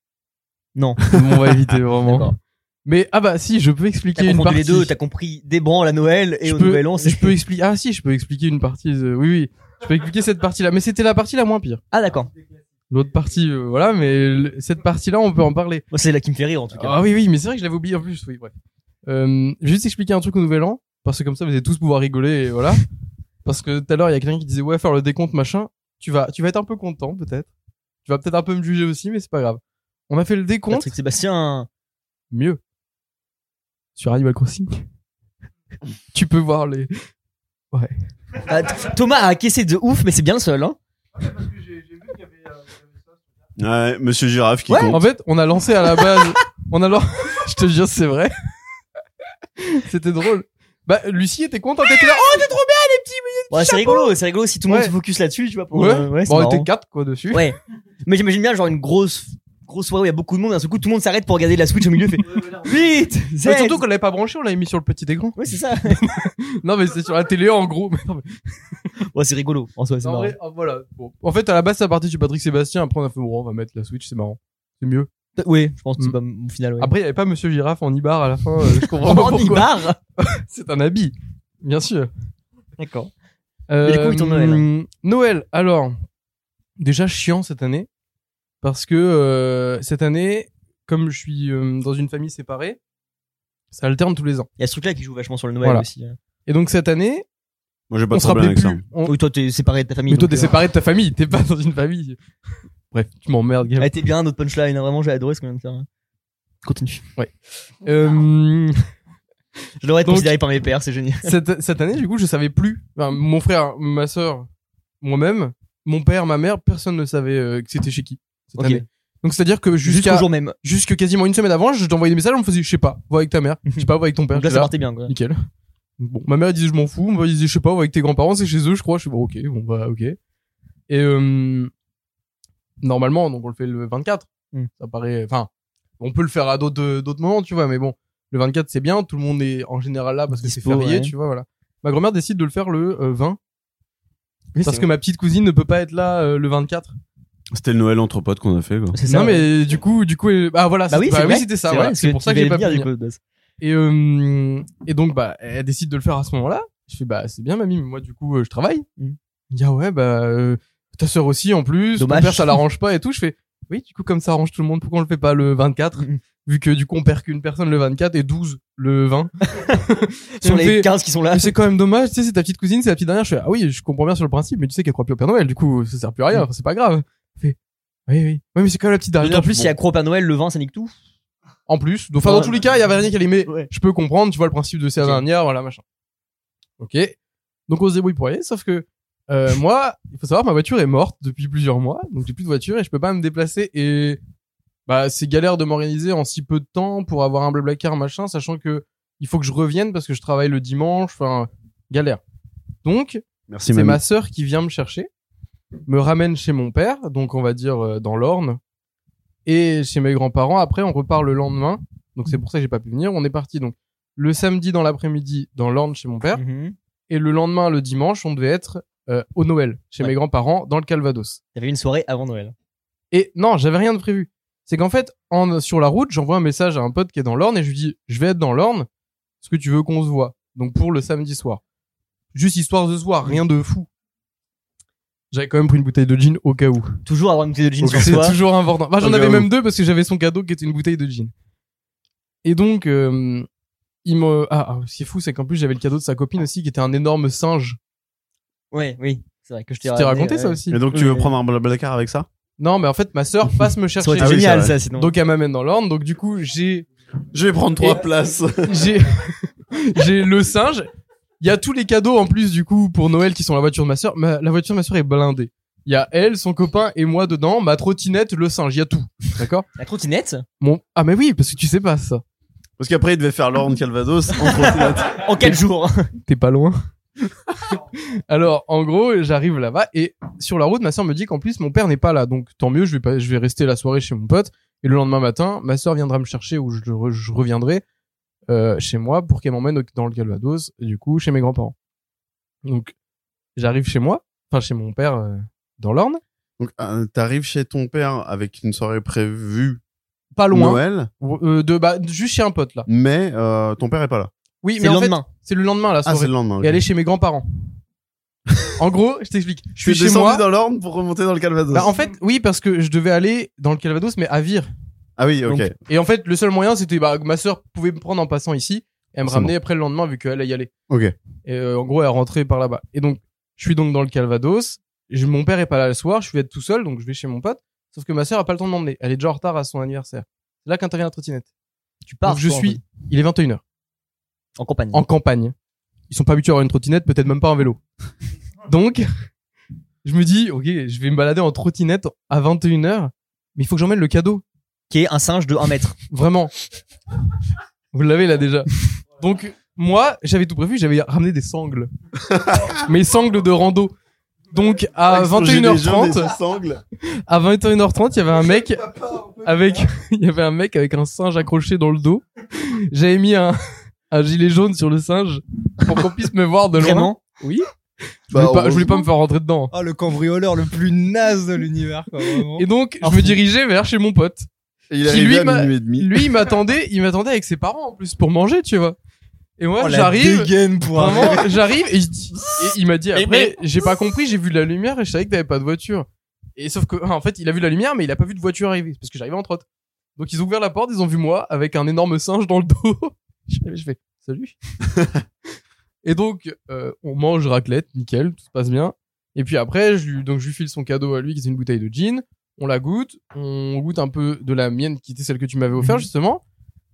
Speaker 1: Non.
Speaker 4: on va éviter vraiment.
Speaker 1: D'accord.
Speaker 4: Mais ah bah si, je peux
Speaker 1: T'as
Speaker 4: expliquer une
Speaker 1: compris
Speaker 4: partie.
Speaker 1: les deux, t'as compris des branles à Noël et
Speaker 4: je
Speaker 1: au
Speaker 4: peux,
Speaker 1: Nouvel An. c'est-
Speaker 4: je peux expliquer. Ah si, je peux expliquer une partie. euh, Oui oui, je peux expliquer cette partie là. Mais c'était la partie la moins pire.
Speaker 1: Ah, d'accord.
Speaker 4: L'autre partie, euh, voilà. Mais le- cette partie là, on peut en parler.
Speaker 1: Moi, c'est la qui me fait rire, en tout cas.
Speaker 4: Ah oui, oui, mais c'est vrai que je l'avais oublié en plus, oui, bref. Euh, je vais juste expliquer un truc au Nouvel An, parce que comme ça vous allez tous pouvoir rigoler, et voilà. Parce que tout à l'heure, il y a quelqu'un qui disait, ouais, faire le décompte, machin, tu vas, tu vas être un peu content, peut-être. Tu vas peut-être un peu me juger aussi, mais c'est pas grave. On a fait le décompte,
Speaker 1: Patrick Sébastien.
Speaker 4: mieux. Sur Radio Acrosing. tu peux voir les...
Speaker 1: Ah, t- Thomas a encaissé de ouf, mais c'est bien le seul, hein.
Speaker 2: Ouais, Monsieur Girafe qui
Speaker 1: Ouais.
Speaker 2: compte.
Speaker 4: En fait, on a lancé à la base. on a lancé. Je te jure, c'est vrai. C'était drôle. Bah, Lucie était contente, elle était là. Oh, t'es trop bien, les petits.
Speaker 1: Ouais, c'est rigolo, c'est rigolo si tout le monde
Speaker 4: Ouais.
Speaker 1: se focus là-dessus, tu vois. Pour,
Speaker 4: Ouais.
Speaker 1: euh, ouais, c'est
Speaker 4: Bon, on
Speaker 1: marrant.
Speaker 4: était quatre, quoi, dessus.
Speaker 1: Ouais. Mais j'imagine bien, genre, une grosse, grosse soirée où il y a beaucoup de monde, d'un seul coup, tout le monde s'arrête pour regarder la Switch au milieu, fait vite! Z
Speaker 4: Ouais, Bah, surtout qu'on l'avait pas branché, on l'avait mis sur le petit écran.
Speaker 1: Ouais, c'est ça.
Speaker 4: Non, mais c'est sur la télé en gros. Mais non, mais-
Speaker 1: ouais, c'est rigolo, en soi, c'est
Speaker 4: en
Speaker 1: marrant.
Speaker 4: vrai, oh, voilà. Bon. En fait, à la base, ça partait du Patrick Sébastien. Après, on a fait, bon, on va mettre la Switch, c'est marrant. C'est mieux.
Speaker 1: Ouais, je pense que c'est
Speaker 4: Mm.
Speaker 1: pas mon final, ouais.
Speaker 4: Après, il y avait pas Monsieur Girafe en Ibar à la fin. euh, je comprends pas
Speaker 1: en
Speaker 4: pourquoi.
Speaker 1: Ibar!
Speaker 4: C'est un habit, bien sûr.
Speaker 1: D'accord.
Speaker 4: Euh,
Speaker 1: du coup, oui, ton Noël. hein.
Speaker 4: hum, Noël, alors, déjà chiant cette année, parce que euh, cette année, comme je suis euh, dans une famille séparée, ça alterne tous les ans.
Speaker 1: Il y a ce truc-là qui joue vachement sur le Noël
Speaker 4: Voilà.
Speaker 1: aussi. hein.
Speaker 4: Et donc cette année,
Speaker 2: Moi, j'ai pas
Speaker 4: on
Speaker 2: de
Speaker 4: se
Speaker 2: problème
Speaker 4: rappelait
Speaker 2: avec ça.
Speaker 4: plus. on-
Speaker 1: Oui, toi, t'es séparé de ta famille.
Speaker 4: Mais toi,
Speaker 1: donc,
Speaker 4: t'es
Speaker 1: euh,
Speaker 4: séparé de ta famille, t'es pas dans une famille. Bref, tu m'emmerdes, Gaël.
Speaker 1: Ah, t'es bien, notre punchline. hein. Vraiment, j'ai adoré ce qu'on vient de faire. hein. Continue.
Speaker 4: Euh,
Speaker 1: Je devrais être
Speaker 4: Donc-
Speaker 1: considéré par mes pères, c'est génial.
Speaker 4: cette, cette année, du coup, je savais plus. Enfin, mon frère, ma sœur, moi-même, mon père, ma mère, personne ne savait euh, que c'était chez qui cette
Speaker 1: Ok.
Speaker 4: année. Donc c'est à dire que
Speaker 1: Jusqu'au
Speaker 4: jusqu'à
Speaker 1: jour même.
Speaker 4: jusque quasiment une semaine avant, je t'envoyais des messages, on me faisait je sais pas, va avec ta mère, je sais pas, va avec ton père,
Speaker 1: Donc là,
Speaker 4: j'étais
Speaker 1: ça
Speaker 4: là,
Speaker 1: partait bien, quoi.
Speaker 4: nickel. Bon, ma mère elle disait je m'en fous, mon père, il disait je sais pas, va avec tes grands-parents, c'est chez eux, je crois, je suis bon, ok, bon bah ok. Et euh, normalement, donc on le fait le 24.
Speaker 1: Hmm.
Speaker 4: Ça paraît, enfin, On peut le faire à d'autres d'autres moments, tu vois, mais bon, le 24 c'est bien, tout le monde est en général là parce que c'est
Speaker 1: Dispo,
Speaker 4: férié,
Speaker 1: ouais.
Speaker 4: tu vois, voilà. Ma grand-mère décide de le faire le euh, 20
Speaker 1: Oui,
Speaker 4: parce
Speaker 1: c'est
Speaker 4: que
Speaker 1: vrai.
Speaker 4: ma petite cousine ne peut pas être là euh, le 24.
Speaker 10: C'était le Noël entre potes qu'on a fait, quoi.
Speaker 1: C'est ça,
Speaker 4: non
Speaker 1: ouais.
Speaker 4: mais du coup, du coup, elle- ah voilà,
Speaker 1: Bah
Speaker 4: c'est-
Speaker 1: oui, c'est vrai.
Speaker 4: c'était
Speaker 1: C'est
Speaker 4: ça.
Speaker 1: vrai,
Speaker 4: voilà.
Speaker 1: parce
Speaker 4: C'est
Speaker 1: que
Speaker 4: pour
Speaker 1: tu
Speaker 4: ça que j'ai
Speaker 1: vas
Speaker 4: pas
Speaker 1: le dire,
Speaker 4: pu
Speaker 1: du
Speaker 4: venir.
Speaker 1: coup, de base.
Speaker 4: Et euh, et donc bah elle décide de le faire à ce moment-là. Je fais bah c'est bien mamie, mais moi du coup euh, je travaille.
Speaker 1: Mm.
Speaker 4: Il me dit ah ouais bah euh, ta sœur aussi en plus. Ton
Speaker 1: Dommage.
Speaker 4: père ça l'arrange pas et tout. Je fais oui du coup comme ça arrange tout le monde pourquoi on le fait pas le 24
Speaker 1: Mm.
Speaker 4: vu que du coup on perd qu'une personne le 24 et 12 le 20. Et
Speaker 1: Sur
Speaker 4: on
Speaker 1: les
Speaker 4: fait,
Speaker 1: 15 qui sont là.
Speaker 4: mais c'est quand même dommage, tu sais, c'est ta petite cousine, c'est la petite dernière. Je fais, ah oui, je comprends bien sur le principe, mais tu sais qu'elle croit plus au Père Noël, du coup, ça sert plus à rien, c'est pas grave. Elle fait, oui, oui. Oui, mais c'est quand même la petite dernière.
Speaker 1: Mm. D'autant plus,
Speaker 4: Bon,
Speaker 1: il y a Croix Père Noël, le vin, ça nique tout.
Speaker 4: En plus. Donc, enfin, dans
Speaker 1: Ouais.
Speaker 4: tous les cas, il y avait rien qu'elle aimait.
Speaker 1: Ouais.
Speaker 4: Je peux comprendre, tu vois, le principe de c'est la
Speaker 1: Ok.
Speaker 4: dernière, voilà, machin. Ok. Donc, on se débrouille pour y aller, sauf que, euh, moi, il faut savoir, ma voiture est morte depuis plusieurs mois, donc j'ai plus de voiture et je peux pas me déplacer et, bah, c'est galère de m'organiser en si peu de temps pour avoir un blablacar, machin, sachant que il faut que je revienne parce que je travaille le dimanche, enfin, galère. Donc,
Speaker 2: Merci,
Speaker 4: c'est
Speaker 2: mamie.
Speaker 4: ma sœur qui vient me chercher, me ramène chez mon père, donc on va dire euh, dans l'Orne, et chez mes grands-parents. Après, on repart le lendemain, donc c'est pour ça que j'ai pas pu venir. On est parti donc le samedi dans l'après-midi dans l'Orne chez mon père,
Speaker 1: Mhm.
Speaker 4: et le lendemain, le dimanche, on devait être euh, au Noël chez
Speaker 1: Ouais.
Speaker 4: mes grands-parents dans le Calvados.
Speaker 1: Il y avait une soirée avant Noël.
Speaker 4: Et non, j'avais rien de prévu. C'est qu'en fait, en, sur la route, j'envoie un message à un pote qui est dans l'Orne et je lui dis, je vais être dans l'Orne, est-ce que tu veux qu'on se voit Donc pour le samedi soir. Juste histoire de se voir, rien de fou. J'avais quand même pris une bouteille de gin au cas où.
Speaker 1: Toujours avoir une bouteille de gin sur
Speaker 4: C'est
Speaker 1: soi.
Speaker 4: toujours important. Bah,
Speaker 10: Au
Speaker 4: j'en
Speaker 10: cas
Speaker 4: avais
Speaker 10: où.
Speaker 4: même deux parce que j'avais son cadeau qui était une bouteille de gin. Et donc, euh, il me... Ah, ah, ce qui est fou, c'est qu'en plus, j'avais le cadeau de sa copine aussi qui était un énorme singe.
Speaker 1: Ouais, oui. C'est vrai que je
Speaker 4: Je
Speaker 1: t'ai
Speaker 4: t'ai raconté
Speaker 1: ouais.
Speaker 4: ça aussi.
Speaker 2: Et donc, tu veux
Speaker 1: Oui.
Speaker 2: prendre un blablacar avec ça
Speaker 4: Non, mais en fait, ma sœur passe me
Speaker 1: Ça
Speaker 4: chercher.
Speaker 1: aurait été
Speaker 2: Ah oui,
Speaker 1: génial,
Speaker 2: c'est
Speaker 1: ça, sinon.
Speaker 4: Donc, elle m'amène dans l'Orne. Donc, du coup, j'ai...
Speaker 2: Je vais prendre
Speaker 4: trois
Speaker 2: trois places.
Speaker 4: j'ai j'ai le singe. Il y a tous les cadeaux en plus du coup pour Noël qui sont la voiture de ma sœur. Ma- La voiture de ma sœur est blindée. Il y a elle, son copain et moi dedans, ma trottinette, le singe, il y a tout. D'accord
Speaker 1: La trottinette
Speaker 4: Mon Ah mais oui, parce que tu sais pas ça.
Speaker 2: Parce qu'après, il devait faire l'Orne Calvados en trottinette.
Speaker 1: En 4 jours.
Speaker 4: T'es pas loin. Alors, en gros, j'arrive là-bas et sur la route, ma sœur me dit qu'en plus mon père n'est pas là. Donc tant mieux, je vais pas je vais rester la soirée chez mon pote et le lendemain matin, ma sœur viendra me chercher ou je, re- je reviendrai euh, chez moi pour qu'elle m'emmène au- dans le Calvados, et du coup, chez mes grands-parents. Donc j'arrive chez moi, enfin chez mon père euh, dans l'Orne,
Speaker 2: Donc, euh, t'arrives chez ton père avec une soirée prévue
Speaker 4: pas loin
Speaker 2: Noël,
Speaker 4: euh, de bah juste chez un pote là.
Speaker 2: mais euh, ton père est pas là.
Speaker 4: Oui,
Speaker 1: C'est
Speaker 4: mais
Speaker 1: le
Speaker 4: en fait,
Speaker 1: lendemain.
Speaker 4: c'est le lendemain la
Speaker 2: Ah, c'est
Speaker 4: soirée
Speaker 2: le lendemain. ok.
Speaker 4: et aller chez mes grands-parents. en gros, je t'explique. Je
Speaker 2: Tu
Speaker 4: suis
Speaker 2: es
Speaker 4: chez
Speaker 2: descendu
Speaker 4: moi.
Speaker 2: dans l'Orne pour remonter dans le Calvados.
Speaker 4: Bah, en fait, oui, parce que je devais aller dans le Calvados, mais à Vire.
Speaker 2: ah oui, ok.
Speaker 4: Donc- et en fait, le seul moyen, c'était bah, que ma sœur pouvait me prendre en passant ici et elle me
Speaker 2: C'est
Speaker 4: ramener après le lendemain, vu qu'elle elle y allait.
Speaker 2: Ok.
Speaker 4: Et euh, en gros, elle rentrait par là-bas. Et donc, je suis donc dans le Calvados. Je, mon père est pas là le soir, je vais être tout seul, donc je vais chez mon pote. Sauf que ma sœur a pas le temps de m'emmener. Elle est déjà en retard à son anniversaire. C'est là qu'intervient la trottinette.
Speaker 1: Tu pars.
Speaker 4: donc je
Speaker 1: toi, en
Speaker 4: suis,
Speaker 1: fait,
Speaker 4: il est 21h,
Speaker 1: En compagnie.
Speaker 4: en campagne. Ils sont pas habitués à avoir une trottinette, peut-être même pas un vélo. donc, je me dis, ok, je vais me balader en trottinette à 21h, mais il faut que j'emmène le cadeau.
Speaker 1: Qui est un singe de 1 mètre.
Speaker 4: Vraiment. Vous l'avez là déjà. Donc moi, j'avais tout prévu, j'avais ramené des sangles. Mes sangles de rando. Donc à
Speaker 2: Avec son gilet jaune et
Speaker 4: 21h30,
Speaker 2: ses sangles.
Speaker 4: à 21h30, il y avait un mec avec il y avait un mec avec un singe accroché dans le dos. J'avais mis un un gilet jaune sur le singe pour qu'on puisse me voir de loin.
Speaker 1: Vraiment
Speaker 4: Oui. Je
Speaker 2: Bah,
Speaker 4: voulais, pas, je voulais
Speaker 2: heureusement.
Speaker 4: pas me faire rentrer dedans.
Speaker 8: Oh, le cambrioleur le plus naze de l'univers, quoi, vraiment.
Speaker 4: Et donc, je me dirigeais vers chez mon pote.
Speaker 2: Et il est
Speaker 4: Qui,
Speaker 2: arrivé
Speaker 4: lui,
Speaker 2: à
Speaker 4: m'a-
Speaker 2: minuit et demi.
Speaker 4: Lui, il m'attendait, il m'attendait avec ses parents en plus pour manger, tu vois. Et moi,
Speaker 8: Oh, la
Speaker 4: j'arrive.
Speaker 8: dégaine pour un-
Speaker 4: Vraiment, j'arrive et, je dis- et il m'a dit après, j'ai pas compris, j'ai vu de la lumière et je savais que t'avais pas de voiture. Et sauf que, en fait, il a vu la lumière, mais il a pas vu de voiture arriver parce que j'arrivais en trotte. Donc ils ont ouvert la porte, ils ont vu moi avec un énorme singe dans le dos. je, fais- je fais salut. et donc euh, on mange raclette, nickel, tout se passe bien. Et puis après, je lui, donc je lui file son cadeau à lui qui est une bouteille de gin. On la goûte, on goûte un peu de la mienne qui était celle que tu m'avais offert justement.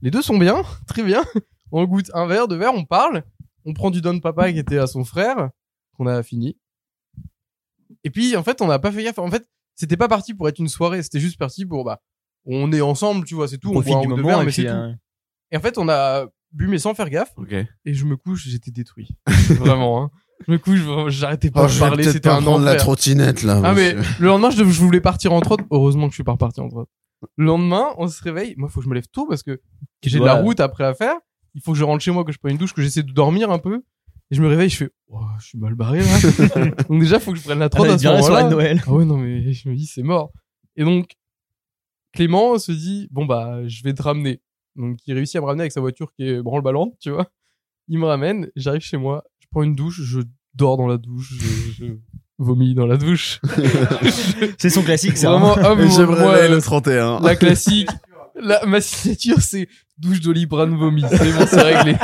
Speaker 4: Les deux sont bien, très bien. On goûte un verre, deux verres, on parle on prend du Don Papa qui était à son frère, qu'on a fini. Et puis, en fait, on n'a pas fait gaffe. En fait, c'était pas parti pour être une soirée, c'était juste parti pour, bah, on est ensemble, tu vois, c'est tout, on
Speaker 1: Profite
Speaker 4: boit un
Speaker 1: du
Speaker 4: ou deux
Speaker 1: moment.
Speaker 4: verres,
Speaker 1: et
Speaker 4: mais c'est
Speaker 1: puis,
Speaker 4: tout.
Speaker 1: euh,
Speaker 4: Et en fait, on a bu, mais sans faire gaffe.
Speaker 10: Ok.
Speaker 4: Et je me couche, j'étais détruit. Vraiment, hein. Je me couche, vraiment, j'arrêtais pas
Speaker 2: Oh,
Speaker 4: de
Speaker 2: je vais
Speaker 4: parler,
Speaker 2: peut-être
Speaker 4: c'était
Speaker 2: pas
Speaker 4: un
Speaker 2: prendre la
Speaker 4: enfer.
Speaker 2: trottinette là.
Speaker 4: Ah, mais
Speaker 2: monsieur.
Speaker 4: le lendemain, je, dev- je voulais partir en trotte. Heureusement que je suis pas reparti en trotte. Le lendemain, on se réveille. Moi, faut que je me lève tôt parce que j'ai de la
Speaker 7: Ouais.
Speaker 4: route après à faire. Il faut que je rentre chez moi, que je prenne une douche, que j'essaie de dormir un peu. Et je me réveille, je fais, oh, je suis mal barré là. donc déjà, faut que je prenne la 3
Speaker 1: Ah,
Speaker 4: à ce
Speaker 1: bien sur la
Speaker 4: moment-là.
Speaker 1: Noël.
Speaker 4: Ah ouais, non, mais je me dis, c'est mort. Et donc, Clément se dit, bon, bah, je vais te ramener. Donc, il réussit à me ramener avec sa voiture qui est branle-ballante, tu vois. Il me ramène, j'arrive chez moi, je prends une douche, je dors dans la douche, je, je vomis dans la douche.
Speaker 1: C'est son classique, ça. hein.
Speaker 4: Vraiment, ah, mais
Speaker 2: J'aimerais
Speaker 4: moi,
Speaker 2: aller le
Speaker 4: euh,
Speaker 2: 31.
Speaker 4: La classique. La, ma signature, c'est douche d'olibrane vomi. C'est bon, c'est réglé.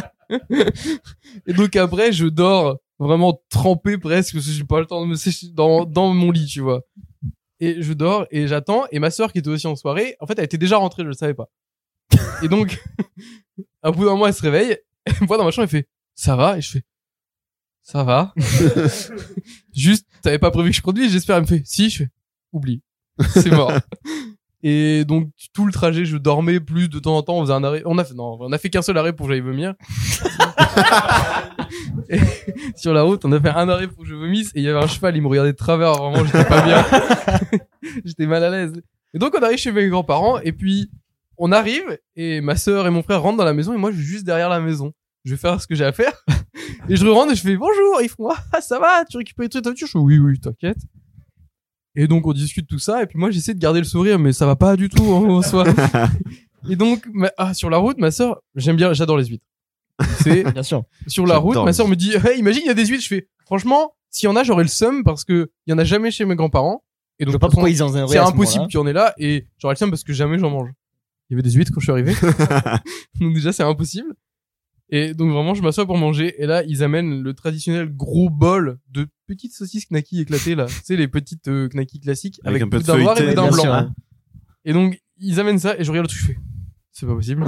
Speaker 4: Et donc après, je dors vraiment trempé presque, parce que j'ai pas le temps de me sécher dans, dans mon lit, tu vois. Et je dors et j'attends. Et ma sœur, qui était aussi en soirée, en fait, elle était déjà rentrée, je le savais pas. Et donc, un bout d'un mois, elle se réveille. Elle me voit dans ma chambre, elle fait Ça va Et je fais Ça va. Juste, t'avais pas prévu que je produise, j'espère. Elle me fait Si, je fais Oublie. C'est mort. Et donc tout le trajet, je dormais plus de temps en temps. On faisait un arrêt. On a fait non, on a fait qu'un seul arrêt pour que j'aille vomir. Et sur la route, on a fait un arrêt pour que je vomisse. Et il y avait un cheval, il me regardait de travers. Vraiment, j'étais pas bien. j'étais mal à l'aise. Et donc on arrive chez mes grands-parents. Et puis on arrive et ma sœur et mon frère rentrent dans la maison et moi je suis juste derrière la maison. Je vais faire ce que j'ai à faire. Et je rentre et je fais bonjour. Ils font ah ça va, tu récupères les trucs de ta voiture. Je fais oui oui t'inquiète. Et donc on discute tout ça et puis moi j'essaie de garder le sourire mais ça va pas du tout hein, en soi. et donc ma- ah, sur la route ma sœur j'aime bien j'adore les huîtres. C'est
Speaker 1: bien sûr.
Speaker 4: Sur la
Speaker 1: J'adore
Speaker 4: route ma
Speaker 1: les
Speaker 4: sœur me dit hey, imagine il y a des huîtres. Je fais franchement s'il y en a j'aurais le seum parce que il y en a jamais chez mes grands-parents. Et donc
Speaker 1: Je vois pas
Speaker 4: de toute
Speaker 1: pourquoi ils
Speaker 4: façon,
Speaker 1: en auraient
Speaker 4: C'est
Speaker 1: à ce
Speaker 4: impossible
Speaker 1: moment-là.
Speaker 4: qu'il y en ait là et j'aurais le seum parce que jamais j'en mange. Il y avait des huîtres quand je suis arrivé. donc déjà, c'est impossible. Et donc vraiment, je m'assois pour manger. Et là, ils amènent le traditionnel gros bol de petites saucisses knacky éclatées là. Tu sais, les petites euh, knacky classiques
Speaker 2: Avec
Speaker 4: avec,
Speaker 2: un peu
Speaker 4: bout
Speaker 2: de
Speaker 4: d'un noir et
Speaker 2: feuilleté,
Speaker 4: bout d'un
Speaker 2: bien
Speaker 4: blanc.
Speaker 2: sûr, hein.
Speaker 4: Et donc, ils amènent ça et je regarde le truc, je fais, c'est pas possible.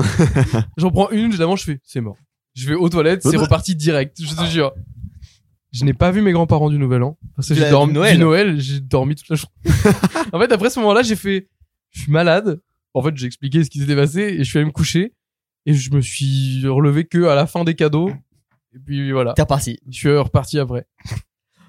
Speaker 4: J'en prends une, je la mange, je fais, c'est mort. Je vais aux toilettes, c'est
Speaker 1: Faudrait-
Speaker 4: reparti direct, je te jure. Je n'ai pas vu mes grands-parents du Nouvel An. Parce que
Speaker 1: Du-
Speaker 4: j'ai
Speaker 1: du
Speaker 4: dormi,
Speaker 1: Noël.
Speaker 4: du Noël, j'ai dormi toute la journée. en fait, après ce moment-là, j'ai fait, je suis malade. En fait, j'ai expliqué ce qui s'était passé et je suis allé me coucher. Et je me suis relevé que à la fin des cadeaux. Et puis voilà.
Speaker 1: T'es reparti.
Speaker 4: Je suis reparti après.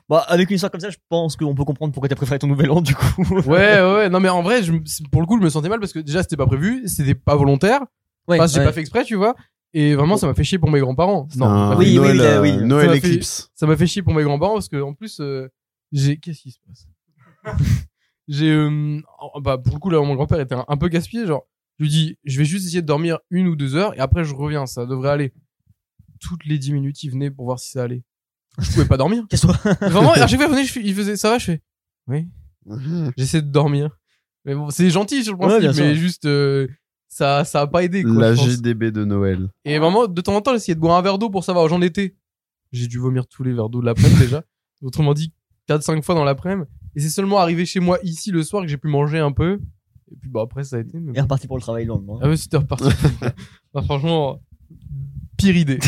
Speaker 1: Bon, avec une histoire comme ça, je pense qu'on peut comprendre pourquoi t'as préféré ton nouvel an, du coup.
Speaker 4: Ouais, ouais, ouais. non mais en vrai, je, me- pour le coup, je me sentais mal parce que déjà c'était pas prévu, c'était pas volontaire,
Speaker 1: Ouais,
Speaker 4: enfin, j'ai
Speaker 1: ouais.
Speaker 4: pas fait exprès, tu vois. Et vraiment, ça m'a fait chier pour mes grands-parents.
Speaker 2: C'est un
Speaker 4: pas fait-
Speaker 2: Noël, Oui, oui, euh, oui.
Speaker 4: Ça
Speaker 2: Noël
Speaker 4: m'a fait-
Speaker 2: éclipse.
Speaker 4: Ça m'a fait chier pour mes grands-parents parce que en plus, euh, j'ai qu'est-ce qui se passe J'ai, euh, oh, bah pour le coup là, mon grand-père était un, un peu gaspillé, genre. Je lui dis, je vais juste essayer de dormir une ou deux heures et après je reviens, ça devrait aller. Toutes les dix minutes, il venait pour voir si ça allait. Je pouvais pas dormir. Vraiment, à chaque fois, il venait, je fais- il faisait ça va, je fais oui. J'essaie de dormir. Mais bon, c'est gentil sur le
Speaker 2: Ouais,
Speaker 4: principe,
Speaker 2: bien sûr.
Speaker 4: mais juste euh, ça ça a pas aidé quoi.
Speaker 2: La
Speaker 4: je pense.
Speaker 2: GDB de Noël.
Speaker 4: Et vraiment de temps en temps, j'essayais de boire un verre d'eau pour savoir j'en étais. J'ai dû vomir tous les verres d'eau de l'après-midi déjà. Autrement dit, 4 5 fois dans l'après-midi et c'est seulement arrivé chez moi ici le soir que j'ai pu manger un peu. Et puis bah après ça a été mais
Speaker 1: Et reparti pour le travail le lendemain.
Speaker 4: Ah ouais, c'était reparti. Bah, franchement pire idée.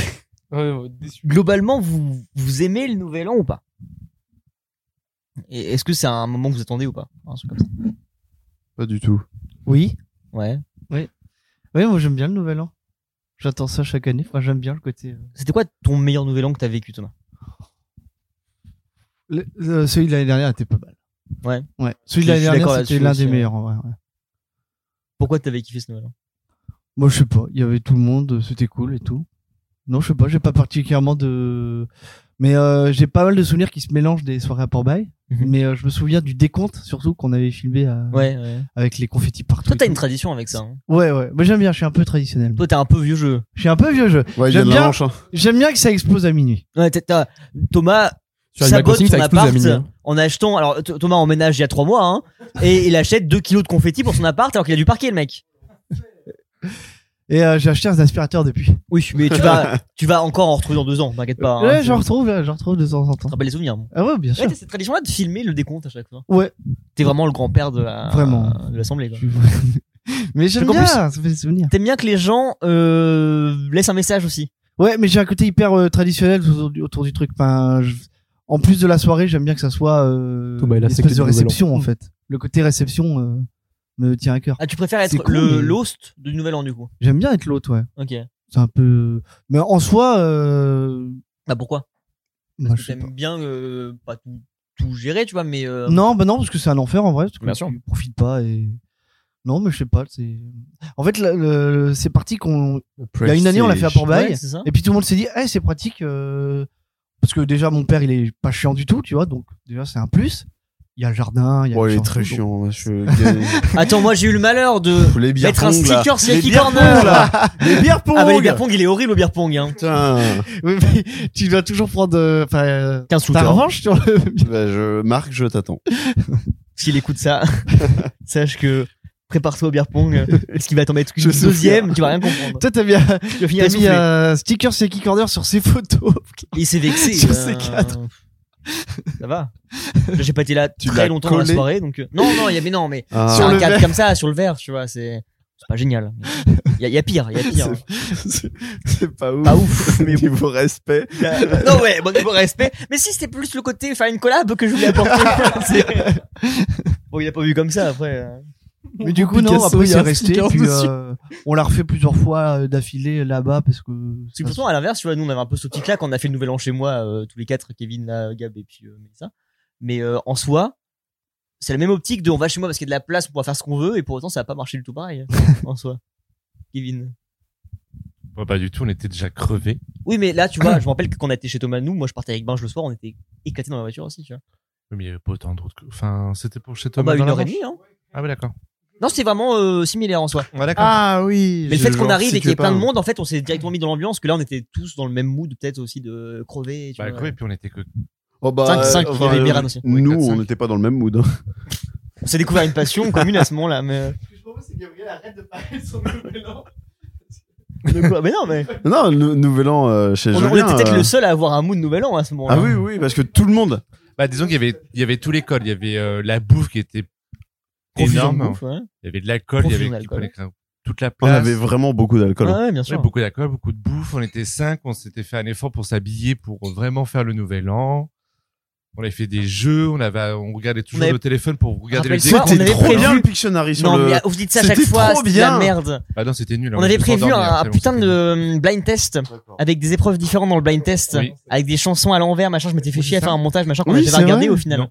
Speaker 4: Ouais, ouais, déçu.
Speaker 1: Globalement, vous, vous aimez le nouvel an ou pas Et est-ce que c'est un moment que vous attendez ou pas Un truc comme ça.
Speaker 2: Pas du tout.
Speaker 6: Oui.
Speaker 1: Ouais.
Speaker 6: Oui. Oui, moi j'aime bien le nouvel an. J'attends ça chaque année. Enfin, j'aime bien le côté. euh,
Speaker 1: C'était quoi ton meilleur nouvel an que t'as vécu, Thomas
Speaker 6: Le- euh, celui de l'année dernière était pas mal.
Speaker 1: Ouais.
Speaker 6: Ouais. Celui
Speaker 1: Je
Speaker 6: de l'année
Speaker 1: suis d'accord
Speaker 6: dernière, c'était
Speaker 1: là-dessus
Speaker 6: l'un
Speaker 1: aussi,
Speaker 6: des
Speaker 1: ouais.
Speaker 6: meilleurs. en vrai, ouais.
Speaker 1: Pourquoi t'avais kiffé ce hein nouvel an
Speaker 6: Moi, je sais pas. Il y avait tout le monde. C'était cool et tout. Non, je sais pas. J'ai pas particulièrement de. Mais euh, j'ai pas mal de souvenirs qui se mélangent des soirées à Port-Bail. Mais euh, je me souviens du décompte, surtout qu'on avait filmé à-
Speaker 1: Mhm. Ouais, ouais.
Speaker 6: avec les confettis partout.
Speaker 1: Toi,
Speaker 6: et
Speaker 1: t'as
Speaker 6: tout.
Speaker 1: une tradition avec ça. hein.
Speaker 6: Ouais, ouais. Moi, j'aime bien. Je suis un peu traditionnel.
Speaker 1: Toi, t'es un peu vieux jeu.
Speaker 6: Je suis un peu vieux jeu.
Speaker 1: Ouais, il vient
Speaker 6: j'aime
Speaker 1: de la
Speaker 6: bien.
Speaker 1: Manche, hein.
Speaker 6: J'aime bien que ça explose à minuit.
Speaker 1: Ouais, t'es- t'as- Euh, Thomas
Speaker 6: Sur Animal
Speaker 1: sabote
Speaker 6: Crossing,
Speaker 1: son
Speaker 6: ça explose à
Speaker 1: appart
Speaker 6: minuit, hein.
Speaker 1: en achetant. Alors, Th- Thomas emménage il y a trois mois hein, et il achète 2 kilos de confettis pour son appart alors qu'il a dû parquer le mec.
Speaker 6: Et euh, j'ai acheté un aspirateur depuis.
Speaker 1: Oui, mais tu vas, tu vas encore en retrouver dans deux ans, t'inquiète pas. hein.
Speaker 6: ouais, j'en retrouve, euh, j'en retrouve de temps en temps.
Speaker 1: te rappelle les souvenirs.
Speaker 6: Ah ouais, bien sûr.
Speaker 1: Ouais, t'as cette tradition-là de filmer le décompte à chaque fois.
Speaker 6: Ouais.
Speaker 1: T'es vraiment le grand-père de la-
Speaker 6: Vraiment.
Speaker 1: de l'assemblée. quoi.
Speaker 6: Mais
Speaker 1: Parce
Speaker 6: j'aime
Speaker 1: qu'en
Speaker 6: bien,
Speaker 1: plus,
Speaker 6: ça fait des souvenirs.
Speaker 1: T'aimes bien que les gens euh, laissent un message aussi.
Speaker 6: Ouais, mais j'ai un côté hyper euh, traditionnel autour du, autour du truc. Enfin, je- en plus de la soirée, j'aime bien que ça soit euh,
Speaker 4: Thomas et
Speaker 6: une
Speaker 4: la secte
Speaker 6: espèce de
Speaker 4: du Nouvel An. Mm.
Speaker 6: réception en fait. Le côté réception euh, me tient à cœur.
Speaker 1: Ah, tu préfères être
Speaker 6: C'est con,
Speaker 1: le
Speaker 6: mais
Speaker 1: l'host du nouvel an du coup.
Speaker 6: J'aime bien être l'hôte, ouais.
Speaker 1: Ok.
Speaker 6: C'est un peu. Mais en soi. Euh...
Speaker 1: Bah pourquoi
Speaker 6: moi,
Speaker 1: Parce que
Speaker 6: je sais
Speaker 1: t'aimes bien euh, pas tout, tout gérer, tu vois, mais euh,
Speaker 6: bah pas. Non, bah non, parce que c'est un enfer en vrai. Parce que
Speaker 1: Bien sûr.
Speaker 6: Tu profites pas et. Non, mais je sais pas. C'est en fait le- le- c'est parti qu'on. Il y a
Speaker 2: Prestige.
Speaker 6: une année, on l'a fait à Port-Bail.
Speaker 2: Ouais, c'est ça.
Speaker 6: et puis tout le monde s'est dit, eh, c'est pratique euh, parce que déjà mon père, il est pas chiant du tout, tu vois. Donc déjà c'est un plus. Il y a le jardin. Il y a
Speaker 2: Ouais, il
Speaker 6: le
Speaker 2: est
Speaker 6: champ,
Speaker 2: très
Speaker 6: donc-
Speaker 2: chiant. hein, je-
Speaker 1: Attends, moi j'ai eu le malheur de
Speaker 2: les bières
Speaker 1: mettre un
Speaker 2: pong, là.
Speaker 1: sticker sur
Speaker 2: Les
Speaker 1: Yaki
Speaker 2: bières
Speaker 1: Corner
Speaker 2: pong, là. Les bières
Speaker 1: Ah bah les
Speaker 2: pong.
Speaker 1: bières pong, il est horrible au bière pong. Hein.
Speaker 6: Oui, mais tu dois toujours prendre. euh, Enfin. euh,
Speaker 1: Qu'un
Speaker 6: ta
Speaker 1: shooter.
Speaker 6: revanche sur le.
Speaker 2: Bah, je... Marc, je t'attends.
Speaker 1: S'il écoute ça, sache que prépare-toi au bière pong. Parce qu'il va t'en mettre une
Speaker 6: Je souffre.
Speaker 1: deuxième, tu vas rien comprendre.
Speaker 6: Toi, t'as mis, un-
Speaker 1: Je finis à
Speaker 6: t'as mis
Speaker 1: souffler.
Speaker 6: un sticker Seki Corner sur ses photos.
Speaker 1: Il s'est vexé.
Speaker 6: Sur
Speaker 1: euh,
Speaker 6: ces quatre.
Speaker 1: Ça va. J'ai pas été là
Speaker 2: l'as
Speaker 1: très longtemps dans
Speaker 2: collé
Speaker 1: la soirée, donc euh, non, non, il y a mais non, mais
Speaker 2: Ah.
Speaker 1: sur
Speaker 6: Sur
Speaker 1: un
Speaker 6: le
Speaker 1: cadre
Speaker 6: verre.
Speaker 1: comme ça, sur le verre, tu vois, c'est c'est pas génial. Il y, a- il y a pire, il y a pire.
Speaker 2: C'est c'est pas ouf.
Speaker 1: Pas ouf.
Speaker 2: Mais niveau respect.
Speaker 1: Il y a- non ouais, bon niveau respect. Mais si c'était plus le côté faire une collab que je voulais apporter. C'est- bon, il a pas vu comme ça après. euh.
Speaker 6: Mais du coup, non,
Speaker 4: Picasso,
Speaker 6: après,
Speaker 4: il y a
Speaker 6: c'est
Speaker 4: un
Speaker 6: resté.
Speaker 4: sticker
Speaker 6: Puis,
Speaker 4: dessus.
Speaker 6: euh, on l'a refait plusieurs fois euh, d'affilée là-bas parce que.
Speaker 1: Parce que pourtant, à l'inverse, tu vois, nous, on avait un peu ce petit claque. On a fait le nouvel an chez moi, euh, tous les quatre, Kevin, là, Gab et puis euh, Mélissa. Mais euh, en soi, c'est la même optique de on va chez moi parce qu'il y a de la place, on pourra faire ce qu'on veut, et pour autant, ça n'a pas marché du tout pareil, en soi. Kevin.
Speaker 5: Bah, pas du tout, on était déjà crevés.
Speaker 1: Oui, mais là, tu vois, je me rappelle que quand on était chez Thomas, nous, moi, je partais avec Binge le soir, on était éclatés dans la voiture aussi, tu vois.
Speaker 5: Mais il n'y avait pas autant de routes que- Enfin, c'était pour chez
Speaker 1: On
Speaker 5: Thomas.
Speaker 1: une
Speaker 5: dans la
Speaker 1: heure et
Speaker 5: Manche.
Speaker 1: demie, hein.
Speaker 5: Ah, oui, d'accord.
Speaker 1: Non, c'est vraiment euh, similaire en soi.
Speaker 5: Ah, d'accord.
Speaker 6: Ah oui.
Speaker 1: Mais le fait qu'on arrive et qu'il y ait plein de
Speaker 6: monde
Speaker 1: monde, en fait, on s'est directement mis dans l'ambiance, que là, on était tous dans le même mood, peut-être aussi de crever. Tu
Speaker 5: bah,
Speaker 1: vois.
Speaker 5: crevés, puis on était que.
Speaker 2: Oh bah,
Speaker 1: Cinq, cinq,
Speaker 2: euh,
Speaker 1: il y avait
Speaker 2: euh,
Speaker 1: Biran aussi.
Speaker 2: Nous,
Speaker 5: Oui, quatre,
Speaker 2: on
Speaker 5: cinq.
Speaker 2: n'était pas dans le même mood. hein.
Speaker 1: On s'est découvert une passion commune à ce moment-là, mais. De quoi mais non, mais.
Speaker 2: non, le nouvel an euh, chez
Speaker 1: euh. On, on
Speaker 2: Julien.
Speaker 1: était peut-être
Speaker 2: euh,
Speaker 1: le seul à avoir un mood nouvel an à ce moment-là.
Speaker 2: Ah oui, oui, parce que tout le monde.
Speaker 5: Bah, disons qu'il y avait, il y avait tous les codes. Il y avait euh, la bouffe qui était
Speaker 1: Profusion de
Speaker 5: énorme.
Speaker 1: bouffe, ouais.
Speaker 5: Il y avait de l'alcool. Il y
Speaker 1: Profusion
Speaker 5: avait il
Speaker 1: d'alcool.
Speaker 5: fallait que- toute la
Speaker 2: On
Speaker 5: place.
Speaker 2: avait vraiment beaucoup d'alcool. hein.
Speaker 1: Ah ouais, bien
Speaker 5: Ouais,
Speaker 1: sûr.
Speaker 5: beaucoup d'alcool, beaucoup de bouffe. On était cinq. On s'était fait un effort pour s'habiller, pour vraiment faire le nouvel an. On avait fait des jeux. On avait, on regardait toujours
Speaker 1: avait-
Speaker 5: le téléphone pour regarder le
Speaker 1: Rappelle-toi,
Speaker 5: décor.
Speaker 1: on avait
Speaker 2: Trop
Speaker 1: prévu-
Speaker 2: bien le Pictionary sur
Speaker 1: Non,
Speaker 2: le.
Speaker 1: mais ah, vous dites ça à chaque
Speaker 2: C'était
Speaker 1: fois,
Speaker 2: trop
Speaker 1: c'est de la
Speaker 2: bien.
Speaker 1: merde.
Speaker 5: Ah non, c'était nul.
Speaker 1: On avait prévu un,
Speaker 5: un
Speaker 1: putain de hum, blind test avec des épreuves différentes dans le blind test,
Speaker 5: Oui.
Speaker 1: avec des chansons à l'envers, machin. Je m'étais fait
Speaker 5: Oui,
Speaker 1: chier à
Speaker 5: c'est
Speaker 1: faire
Speaker 5: ça.
Speaker 1: un montage, machin, qu'on
Speaker 6: Oui,
Speaker 1: avait pas
Speaker 6: c'est
Speaker 1: regardé
Speaker 6: vrai.
Speaker 1: au final.
Speaker 5: Non.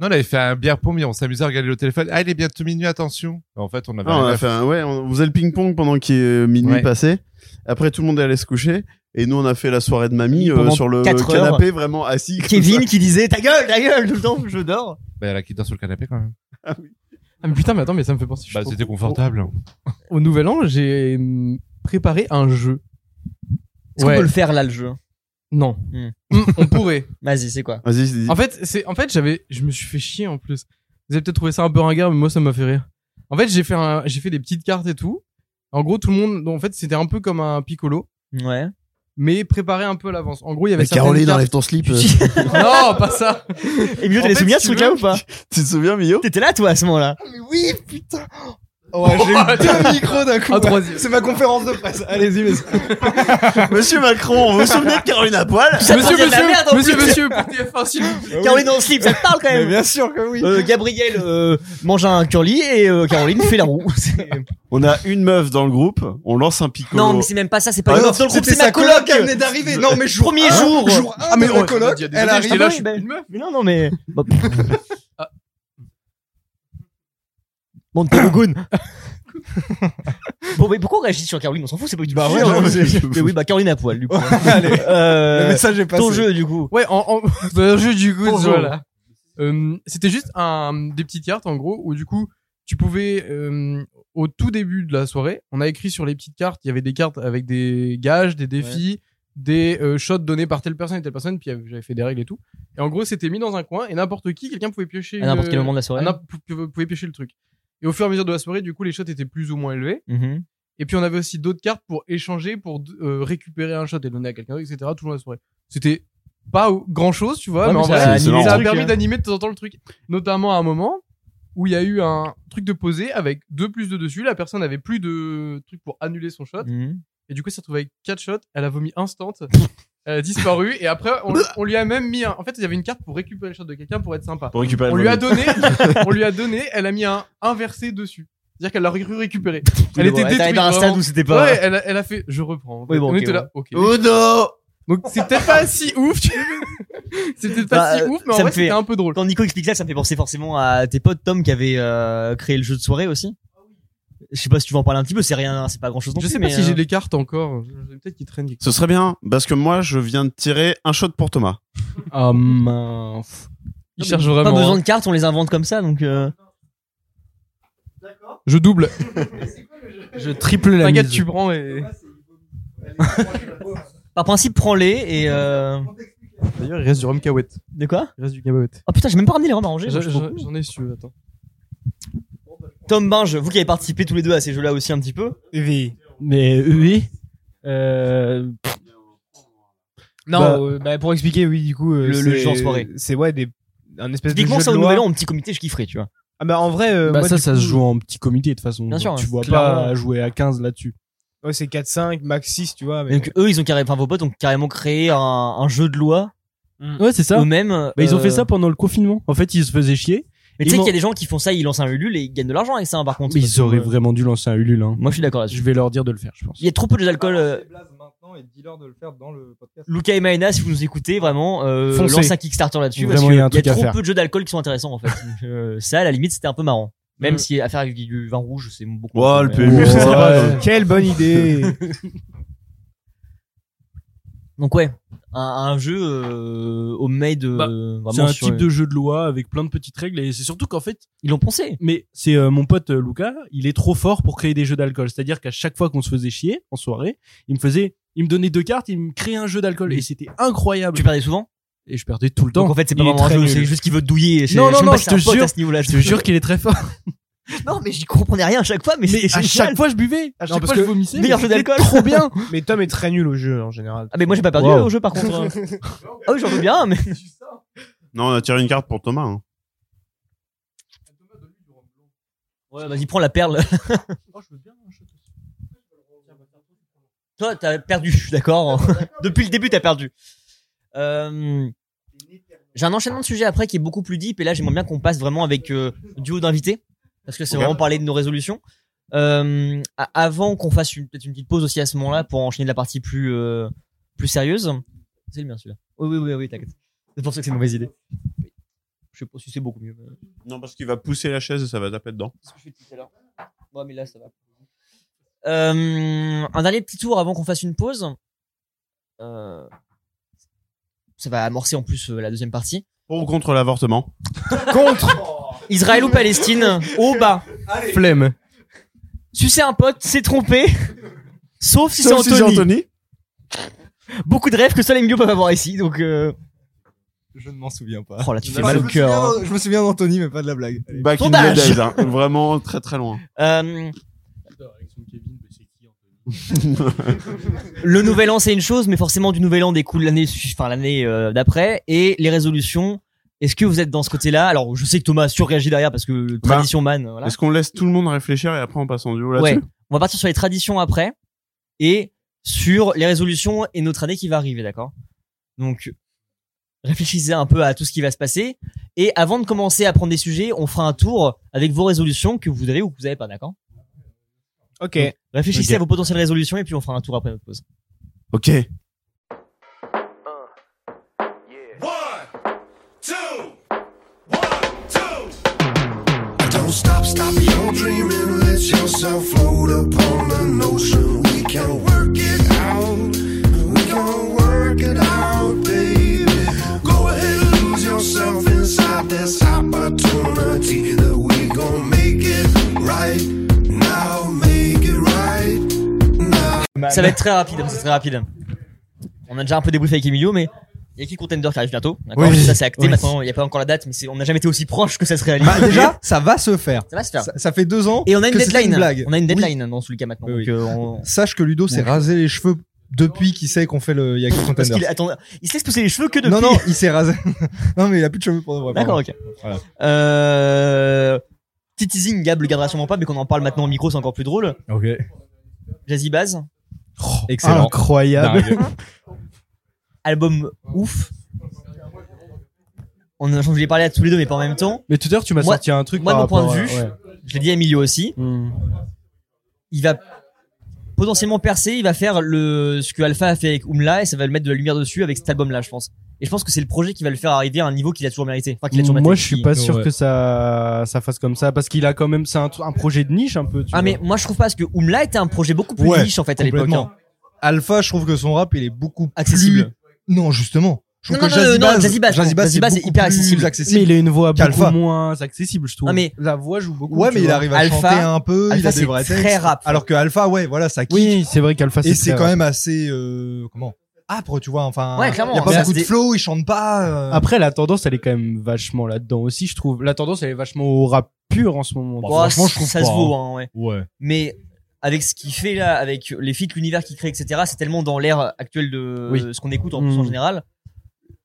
Speaker 5: Non, on avait fait un bière pommier, on s'amusait à regarder le téléphone. Ah, il est bientôt minuit, attention. En fait, on avait
Speaker 2: Ah, on,
Speaker 5: rien
Speaker 2: a
Speaker 5: à
Speaker 2: fait un- ouais, on faisait le ping-pong pendant qu'il est euh, minuit
Speaker 5: Ouais.
Speaker 2: passé. Après, tout le monde est allé se coucher. Et nous, on a fait la soirée de mamie euh,
Speaker 1: Pendant
Speaker 2: sur le
Speaker 1: quatre heures.
Speaker 2: canapé, vraiment assis. comme
Speaker 1: Kevin qui disait ta gueule, ta gueule, tout le temps, je dors.
Speaker 5: Bah, là, qui dort sur le canapé quand même.
Speaker 4: Ah, mais putain, mais attends, mais ça me fait penser. je
Speaker 5: Bah,
Speaker 4: suis
Speaker 5: c'était
Speaker 4: trop-
Speaker 5: confortable.
Speaker 4: Au, au nouvel an, j'ai hum, préparé un jeu.
Speaker 1: Est-ce qu'on peut le faire là le jeu
Speaker 4: Non.
Speaker 1: Hmm.
Speaker 4: Hum, on pourrait.
Speaker 1: Vas-y, c'est quoi
Speaker 2: ça. Vas-y, dis-
Speaker 4: En fait, c'est en fait j'avais je me suis fait chier en plus. Vous avez peut-être trouvé ça un peu ringard mais moi ça m'a fait rire. En fait, j'ai fait un j'ai fait des petites cartes et tout. En gros, tout le monde en fait, c'était un peu comme un piccolo
Speaker 1: Ouais.
Speaker 4: mais préparé un peu à l'avance. En gros, il y avait certaines
Speaker 6: Caroline,
Speaker 4: cartes-
Speaker 6: enlève ton slip.
Speaker 4: Euh.
Speaker 6: euh,
Speaker 4: Non, pas ça.
Speaker 1: Et mieux,
Speaker 4: En
Speaker 1: t'as des
Speaker 4: fait,
Speaker 1: souvenirs de
Speaker 4: si
Speaker 1: ce
Speaker 4: tu
Speaker 1: truc-là
Speaker 4: veux-
Speaker 1: ou pas
Speaker 2: tu te souviens, Mio
Speaker 1: T'étais là toi à ce moment-là
Speaker 8: Oui, putain. Ouais, j'ai eu deux micros d'un coup.
Speaker 4: Un troisième.
Speaker 8: C'est ma conférence de presse. Allez-y, les
Speaker 2: Monsieur Macron, vous vous souvenez de Caroline à poil
Speaker 1: Ça te
Speaker 4: Monsieur
Speaker 1: revient de la
Speaker 4: monsieur
Speaker 1: merde, en
Speaker 4: monsieur
Speaker 1: plus.
Speaker 4: monsieur PTF un s'il
Speaker 7: Ah
Speaker 4: vous plaît.
Speaker 1: Caroline dans le slip, ça te parle quand
Speaker 8: Mais
Speaker 1: même
Speaker 8: bien sûr que oui.
Speaker 1: Euh, Gabriel euh, mange un curly et euh, Caroline fait la roue. C'est-
Speaker 2: On a une meuf dans le groupe, on lance un piccolo.
Speaker 1: Non, mais c'est même pas ça, c'est pas
Speaker 2: Ah
Speaker 1: une
Speaker 2: non,
Speaker 1: meuf dans le groupe,
Speaker 8: C'était
Speaker 1: c'est ma
Speaker 8: sa
Speaker 1: coloc.
Speaker 8: coloc qui venait d'arriver. Non, mais jour
Speaker 1: Premier
Speaker 8: un,
Speaker 1: jour.
Speaker 8: Jour 1 mais la coloc,
Speaker 2: il y a des
Speaker 8: elle
Speaker 2: années,
Speaker 1: Ah
Speaker 8: arrive.
Speaker 1: bah oui, bah, mais non, non, mais. Bon.
Speaker 4: Ah.
Speaker 1: Monte le goon. Bon, mais pourquoi on réagit sur Caroline On s'en fout, c'est pas du tout.
Speaker 8: Bah
Speaker 1: le
Speaker 8: ouais,
Speaker 1: sujet,
Speaker 8: non,
Speaker 1: hein.
Speaker 2: mais-
Speaker 1: mais oui, bah Caroline à poil, du coup.
Speaker 8: Allez, le
Speaker 1: Euh,
Speaker 8: message est passé.
Speaker 1: ton jeu, du coup.
Speaker 4: Ouais, en, en... dans le jeu du goût,
Speaker 1: Bonjour.
Speaker 4: voilà. Euh, c'était juste un, des petites cartes, en gros, où du coup, tu pouvais, euh, au tout début de la soirée, on a écrit sur les petites cartes, il y avait des cartes avec des gages, des défis, des euh, shots donnés par telle personne et telle personne, puis j'avais fait des règles et tout. Et en gros, c'était mis dans un coin, et n'importe qui, quelqu'un pouvait piocher.
Speaker 1: À n'importe
Speaker 4: le-
Speaker 1: quel moment de la
Speaker 4: à
Speaker 1: soirée.
Speaker 4: n'importe- pou- pou- pouvait piocher le truc. Et au fur et à mesure de la soirée, du coup, les shots étaient plus ou moins élevés.
Speaker 1: Mhm.
Speaker 4: Et puis on avait aussi d'autres cartes pour échanger, pour euh, récupérer un shot et le donner à quelqu'un d'autre, etc. Toujours la soirée. C'était pas grand chose, tu
Speaker 1: Ouais,
Speaker 4: vois, mais
Speaker 1: mais
Speaker 4: en
Speaker 1: ça
Speaker 4: vrai,
Speaker 1: a
Speaker 2: animé
Speaker 4: ça a
Speaker 1: le truc,
Speaker 4: permis
Speaker 1: hein.
Speaker 4: d'animer de temps en temps le truc. Notamment à un moment où il y a eu un truc de posé avec deux plus de dessus. La personne avait plus de trucs pour annuler son shot.
Speaker 1: Mhm.
Speaker 4: Et du coup, elle s'est retrouvée avec quatre shots. Elle a vomi instant. Elle a disparu. Et après, on, on lui a même mis un. En fait, il y avait une carte pour récupérer le shot de quelqu'un pour être sympa.
Speaker 2: Pour récupérer
Speaker 4: On
Speaker 2: le
Speaker 4: lui a
Speaker 2: vomi.
Speaker 4: donné. on lui a donné. Elle a mis un inversé dessus. C'est-à-dire qu'elle l'a cru récupérer. Elle
Speaker 1: Oui,
Speaker 4: était
Speaker 1: bon,
Speaker 4: détruite.
Speaker 1: dans un stade
Speaker 4: vraiment.
Speaker 1: où c'était pas.
Speaker 4: Ouais, elle a, elle a fait, je reprends.
Speaker 1: Oui, bon,
Speaker 4: on
Speaker 1: ok,
Speaker 4: était
Speaker 1: ouais.
Speaker 4: là, ok.
Speaker 2: Uno
Speaker 4: Donc c'est peut-être pas si ouf, tu- c'est peut-être pas
Speaker 1: Bah,
Speaker 4: si
Speaker 1: euh,
Speaker 4: ouf, mais en
Speaker 1: ça me
Speaker 4: vrai
Speaker 1: fait-
Speaker 4: c'était un peu drôle.
Speaker 1: Quand Nico explique ça, ça me fait penser forcément à tes potes Tom qui avait euh, créé le jeu de soirée aussi. Je sais pas si tu veux en parler un petit peu, c'est rien, c'est pas grand chose non
Speaker 4: Je
Speaker 1: plus.
Speaker 4: sais pas
Speaker 1: mais,
Speaker 4: si
Speaker 1: euh,
Speaker 4: j'ai les cartes encore. J'en ai Peut-être qu'ils traînent. quelque
Speaker 2: Ce serait bien, parce que moi, je viens de tirer un shot pour Thomas.
Speaker 4: part. Ah mince. Ils
Speaker 1: non,
Speaker 4: cherchent
Speaker 1: mais
Speaker 4: vraiment.
Speaker 1: Pas besoin
Speaker 4: hein.
Speaker 1: de cartes, on les invente comme ça, donc. euh,
Speaker 4: Je double.
Speaker 7: Je triple la
Speaker 4: T'inquiète,
Speaker 7: mise.
Speaker 4: tu prends et.
Speaker 1: Par principe, prends-les et. Euh...
Speaker 4: D'ailleurs, il reste du rhum cahuète.
Speaker 1: De quoi
Speaker 4: Il reste du cahuète.
Speaker 1: Oh putain, j'ai même pas ramené les robes à ranger.
Speaker 4: J'en
Speaker 1: moi, je trouve.
Speaker 4: j'en ai su, attends.
Speaker 1: Tom Binge, vous qui avez participé tous les deux à ces jeux-là aussi un petit peu.
Speaker 11: Oui.
Speaker 7: Mais oui. Euh,
Speaker 11: Non,
Speaker 7: Bah-
Speaker 11: euh, bah, pour expliquer, oui, du coup, euh,
Speaker 1: Le- le
Speaker 11: c'est-
Speaker 1: jeu en soirée.
Speaker 11: C'est ouais, des un espèce
Speaker 1: Typiquement,
Speaker 11: de jeu
Speaker 1: ça
Speaker 11: de
Speaker 1: au
Speaker 11: loi.
Speaker 1: nouvel an, en petit comité, je kifferais, tu vois.
Speaker 11: Ah bah en vrai, euh,
Speaker 7: bah
Speaker 11: moi,
Speaker 7: ça,
Speaker 11: du
Speaker 7: ça
Speaker 11: coup,
Speaker 7: se joue en petit comité de toute façon.
Speaker 1: Bien sûr,
Speaker 7: bah, tu
Speaker 1: ouais.
Speaker 7: vois
Speaker 11: Clairement.
Speaker 7: pas jouer à 15 là-dessus.
Speaker 11: ouais, c'est 4 5 max 6, tu vois, mais
Speaker 1: Donc eux, ils ont carrément, enfin vos potes ont carrément créé un, un jeu de loi
Speaker 8: Mm.
Speaker 7: Ouais, c'est ça.
Speaker 1: eux-mêmes.
Speaker 7: Bah, ils ont
Speaker 1: euh,
Speaker 7: fait ça pendant le confinement. En fait, ils se faisaient chier.
Speaker 1: Mais tu sais
Speaker 7: Ils
Speaker 1: qu'il y a des gens qui font ça, ils lancent un ulule et ils gagnent de l'argent avec ça. hein, par contre,
Speaker 7: Mais
Speaker 1: Parce
Speaker 7: ils
Speaker 1: que,
Speaker 7: auraient
Speaker 1: euh,
Speaker 7: vraiment dû lancer un Ulule. Hein.
Speaker 1: Moi, je suis d'accord là-dessus.
Speaker 7: Je vais leur dire de le faire, je pense.
Speaker 1: Il y a trop peu d'alcool.
Speaker 8: Balance
Speaker 1: Euh...
Speaker 8: tes blazes Bah, maintenant et dis-leur de le faire dans le podcast.
Speaker 1: Luca et Maena, si vous nous écoutez, vraiment, euh,
Speaker 7: Foncez.
Speaker 1: lance un Kickstarter là-dessus.
Speaker 7: Vraiment,
Speaker 1: parce que
Speaker 7: il y a un truc à
Speaker 1: trop
Speaker 7: faire.
Speaker 1: peu de jeux d'alcool qui sont intéressants en fait. Donc, euh, ça, à la limite, c'était un peu marrant. Même
Speaker 4: Mm.
Speaker 1: si affaire avec du vin rouge, c'est beaucoup.
Speaker 2: Ouais, le
Speaker 1: mais-
Speaker 2: PMU, c'est sympa.
Speaker 7: Ouais.
Speaker 11: quelle bonne idée.
Speaker 1: Donc ouais, un, un jeu euh, homemade. euh,
Speaker 7: Bah,
Speaker 1: vraiment
Speaker 7: C'est un
Speaker 1: sur-
Speaker 7: type de jeu de loi avec plein de petites règles et c'est surtout qu'en fait,
Speaker 1: Ils l'ont pensé.
Speaker 7: mais c'est euh, mon pote euh, Luca, il est trop fort pour créer des jeux d'alcool. C'est-à-dire qu'à chaque fois qu'on se faisait chier en soirée, il me faisait, il me donnait deux cartes, il me créait un jeu d'alcool et c'était incroyable.
Speaker 1: Tu perdais souvent.
Speaker 7: Et je perdais tout le temps.
Speaker 1: Donc en fait, c'est pas
Speaker 7: Il est
Speaker 1: vraiment un
Speaker 7: très
Speaker 1: jeu.
Speaker 7: nul.
Speaker 1: C'est juste qu'il veut te douiller. C'est-
Speaker 7: Non,
Speaker 1: je sais
Speaker 7: non,
Speaker 1: même
Speaker 7: non,
Speaker 1: pas si
Speaker 7: je
Speaker 1: c'est un
Speaker 7: te
Speaker 1: pote
Speaker 7: jure.
Speaker 1: À ce niveau-là,
Speaker 7: Je te jure qu'il est très fort.
Speaker 1: euh, Non, mais j'y comprenais rien à chaque fois. Mais,
Speaker 7: Mais
Speaker 1: c'est
Speaker 7: à
Speaker 1: génial.
Speaker 7: chaque fois, je buvais. À
Speaker 11: Non,
Speaker 7: chaque
Speaker 11: parce
Speaker 7: fois,
Speaker 11: que
Speaker 7: je vomissais.
Speaker 1: meilleur
Speaker 7: mais
Speaker 1: jeu
Speaker 7: c'était
Speaker 1: d'alcool.
Speaker 7: Trop bien.
Speaker 11: mais Tom est très nul au jeu en général.
Speaker 1: Ah mais moi j'ai pas perdu
Speaker 7: Wow.
Speaker 1: au jeu par contre. ah oui j'en veux bien mais
Speaker 2: Non, on a tiré une carte pour Thomas. hein.
Speaker 1: ouais vas-y prends la perle. Toi t'as perdu je suis d'accord. Depuis le début t'as perdu. Euh, J'ai un enchaînement de sujets après qui est beaucoup plus deep et là j'aimerais bien qu'on passe vraiment avec euh, duo d'invités parce que c'est
Speaker 2: Ok.
Speaker 1: vraiment parler de nos résolutions. Euh, a- avant qu'on fasse une- peut-être une petite pause aussi à ce moment-là pour enchaîner de la partie plus euh, plus sérieuse. C'est le bien celui-là. Oui oui oui oui t'inquiète. C'est pour ça que c'est une mauvaise idée. Je sais pas si c'est beaucoup mieux.
Speaker 2: Non, parce qu'il va pousser la chaise et ça va taper dedans.
Speaker 1: ce que je fais depuis tout à l'heure. Ouais, mais là, ça va. Euh, un dernier petit tour avant qu'on fasse une pause. Euh, ça va amorcer en plus euh, la deuxième partie.
Speaker 2: Pour ou contre l'avortement
Speaker 1: Israël ou Palestine Au bas.
Speaker 4: Flemme.
Speaker 1: Sucer un pote, c'est trompé. Sauf si c'est Anthony. Beaucoup de rêves que seuls les mignons peuvent avoir ici. Donc, euh...
Speaker 8: Je ne m'en souviens pas.
Speaker 1: oh là, tu fais
Speaker 8: Je
Speaker 6: Bah,
Speaker 1: mal au
Speaker 8: me
Speaker 1: cœur. hein.
Speaker 8: souviens- Je me souviens d'Anthony, mais pas de la blague.
Speaker 6: euh,
Speaker 8: Allez.
Speaker 2: Back in the
Speaker 1: Sondage.
Speaker 2: days, hein. vraiment très très loin.
Speaker 1: Euh, le nouvel an c'est une chose, mais forcément du nouvel an découle l'année, su- enfin l'année euh, d'après et les résolutions. Est-ce que vous êtes dans ce côté-là Alors, je sais que Thomas surréagit derrière parce que euh, tradition man. Voilà.
Speaker 2: Bah, Est-ce qu'on laisse tout le monde réfléchir et après on passe en duo là-dessus
Speaker 1: Ouais. On va partir sur les traditions après et sur les résolutions et notre année qui va arriver, d'accord Donc réfléchissez un peu à tout ce qui va se passer et avant de commencer à prendre des sujets, on fera un tour avec vos résolutions que vous voudrez ou que vous n'avez pas, d'accord
Speaker 11: OK.
Speaker 1: Réfléchissez
Speaker 7: Ok.
Speaker 1: à vos potentielles résolutions et puis on fera un tour après notre pause.
Speaker 2: Ok.
Speaker 12: Don't stop, stop your dreaming. Let yourself float upon an ocean. We can work it out. We can work it out, baby. Go ahead and lose yourself inside this opportunity that we gon' make it right now. Make it right now.
Speaker 1: Ça va être très rapide, hein, c'est très rapide. On a déjà un peu débriefé avec Emilio, mais il y a qui Contender qui arrive bientôt. D'accord,
Speaker 8: Oui.
Speaker 1: ça c'est acté.
Speaker 8: Oui.
Speaker 1: Maintenant, il n'y a pas encore la date, mais c'est- on n'a jamais été aussi proche que ça se réalise.
Speaker 8: Bah, déjà, ça va se faire.
Speaker 1: ça va se faire.
Speaker 8: Ça, ça fait deux ans.
Speaker 1: Et on a une
Speaker 8: que c'était
Speaker 1: deadline.
Speaker 8: Une blague.
Speaker 1: On a une
Speaker 8: Oui.
Speaker 1: deadline dans tous les cas maintenant.
Speaker 8: Oui, oui.
Speaker 1: Donc, euh, on-
Speaker 8: Sache que Ludo s'est rasé les cheveux depuis qu'il sait qu'on fait le Yaki
Speaker 1: Parce qu'il
Speaker 8: Contender.
Speaker 1: attend- il se laisse pousser les cheveux que depuis.
Speaker 8: Non, non, il s'est rasé. non, mais il a plus de cheveux pour de vrai.
Speaker 1: D'accord,
Speaker 8: pardon.
Speaker 1: ok.
Speaker 8: Voilà.
Speaker 1: Euh... Petit teasing, Gab le gardera sûrement pas, mais qu'on en parle maintenant au micro, c'est encore plus drôle.
Speaker 8: Ok. Oh,
Speaker 1: Jazzy Baz,
Speaker 8: Excellent. Incroyable.
Speaker 1: album ouf. On a, je voulais parler à tous les deux, mais pas en même temps.
Speaker 7: Mais tout à l'heure, tu m'as
Speaker 1: Moi-
Speaker 7: sorti un truc.
Speaker 1: moi, de
Speaker 7: par
Speaker 1: mon point
Speaker 7: rapport
Speaker 1: de
Speaker 7: à-
Speaker 1: vue,
Speaker 7: ouais.
Speaker 1: Je l'ai dit à Emilio aussi.
Speaker 7: Hmm.
Speaker 1: il va potentiellement percer, il va faire le ce que Alpha a fait avec Oumla et ça va le mettre de la lumière dessus avec cet album là, je pense. Et je pense que c'est le projet qui va le faire arriver à un niveau qu'il a toujours mérité. Enfin, qu'il a toujours
Speaker 7: Moi,
Speaker 1: mérité,
Speaker 7: je suis
Speaker 1: qui-
Speaker 7: pas sûr que ça, ça fasse comme ça parce qu'il a quand même, c'est un, un projet de niche un peu. Tu
Speaker 1: Ah, mais moi, je trouve pas parce que Oumla était un projet beaucoup plus
Speaker 8: Ouais,
Speaker 1: niche, en fait, à l'époque. hein.
Speaker 8: complètement. Alpha, je trouve que son rap, il est beaucoup
Speaker 1: Accessible.
Speaker 8: plus- Non, justement. Je
Speaker 1: Non,
Speaker 8: trouve
Speaker 1: non,
Speaker 8: que
Speaker 1: non,
Speaker 8: Jazzy
Speaker 1: non,
Speaker 8: Bass-
Speaker 1: Jazzy Bass, non, Jazzy Bass est
Speaker 8: beaucoup
Speaker 1: hyper
Speaker 8: plus
Speaker 1: accessible.
Speaker 7: Mais il a une voix beaucoup
Speaker 8: qu'Alpha.
Speaker 7: moins accessible, je trouve.
Speaker 1: Ah, mais-
Speaker 7: la voix joue beaucoup.
Speaker 8: Ouais,
Speaker 7: tu
Speaker 8: mais il
Speaker 7: vois.
Speaker 8: arrive à
Speaker 1: Alpha-
Speaker 8: chanter un peu, il
Speaker 1: Alpha,
Speaker 8: a des
Speaker 1: c'est
Speaker 8: vrais
Speaker 1: très
Speaker 8: textes.
Speaker 1: rap.
Speaker 8: Alors que Alpha, ouais, voilà, ça kick.
Speaker 7: Oui, c'est vrai qu'Alpha.
Speaker 8: Et c'est
Speaker 7: très
Speaker 8: quand
Speaker 7: rare.
Speaker 8: même assez, euh, comment, âpre, tu vois, enfin.
Speaker 1: Ouais, clairement.
Speaker 8: Il y a
Speaker 1: Mais
Speaker 8: pas beaucoup
Speaker 1: c'est-
Speaker 8: de flow, il chante pas. euh,
Speaker 7: Après, la tendance, elle est quand même vachement là-dedans aussi, je trouve. La tendance, elle est vachement au rap pur en ce moment.
Speaker 8: Bah,
Speaker 1: Bon, ça se vaut, hein, ouais.
Speaker 8: Ouais.
Speaker 1: Mais avec ce qu'il fait là, avec euh, les feats, l'univers qu'il crée, etc., c'est tellement dans l'ère actuelle de
Speaker 7: Oui.
Speaker 1: ce qu'on écoute en,
Speaker 8: Mmh.
Speaker 7: Mm.
Speaker 1: en général.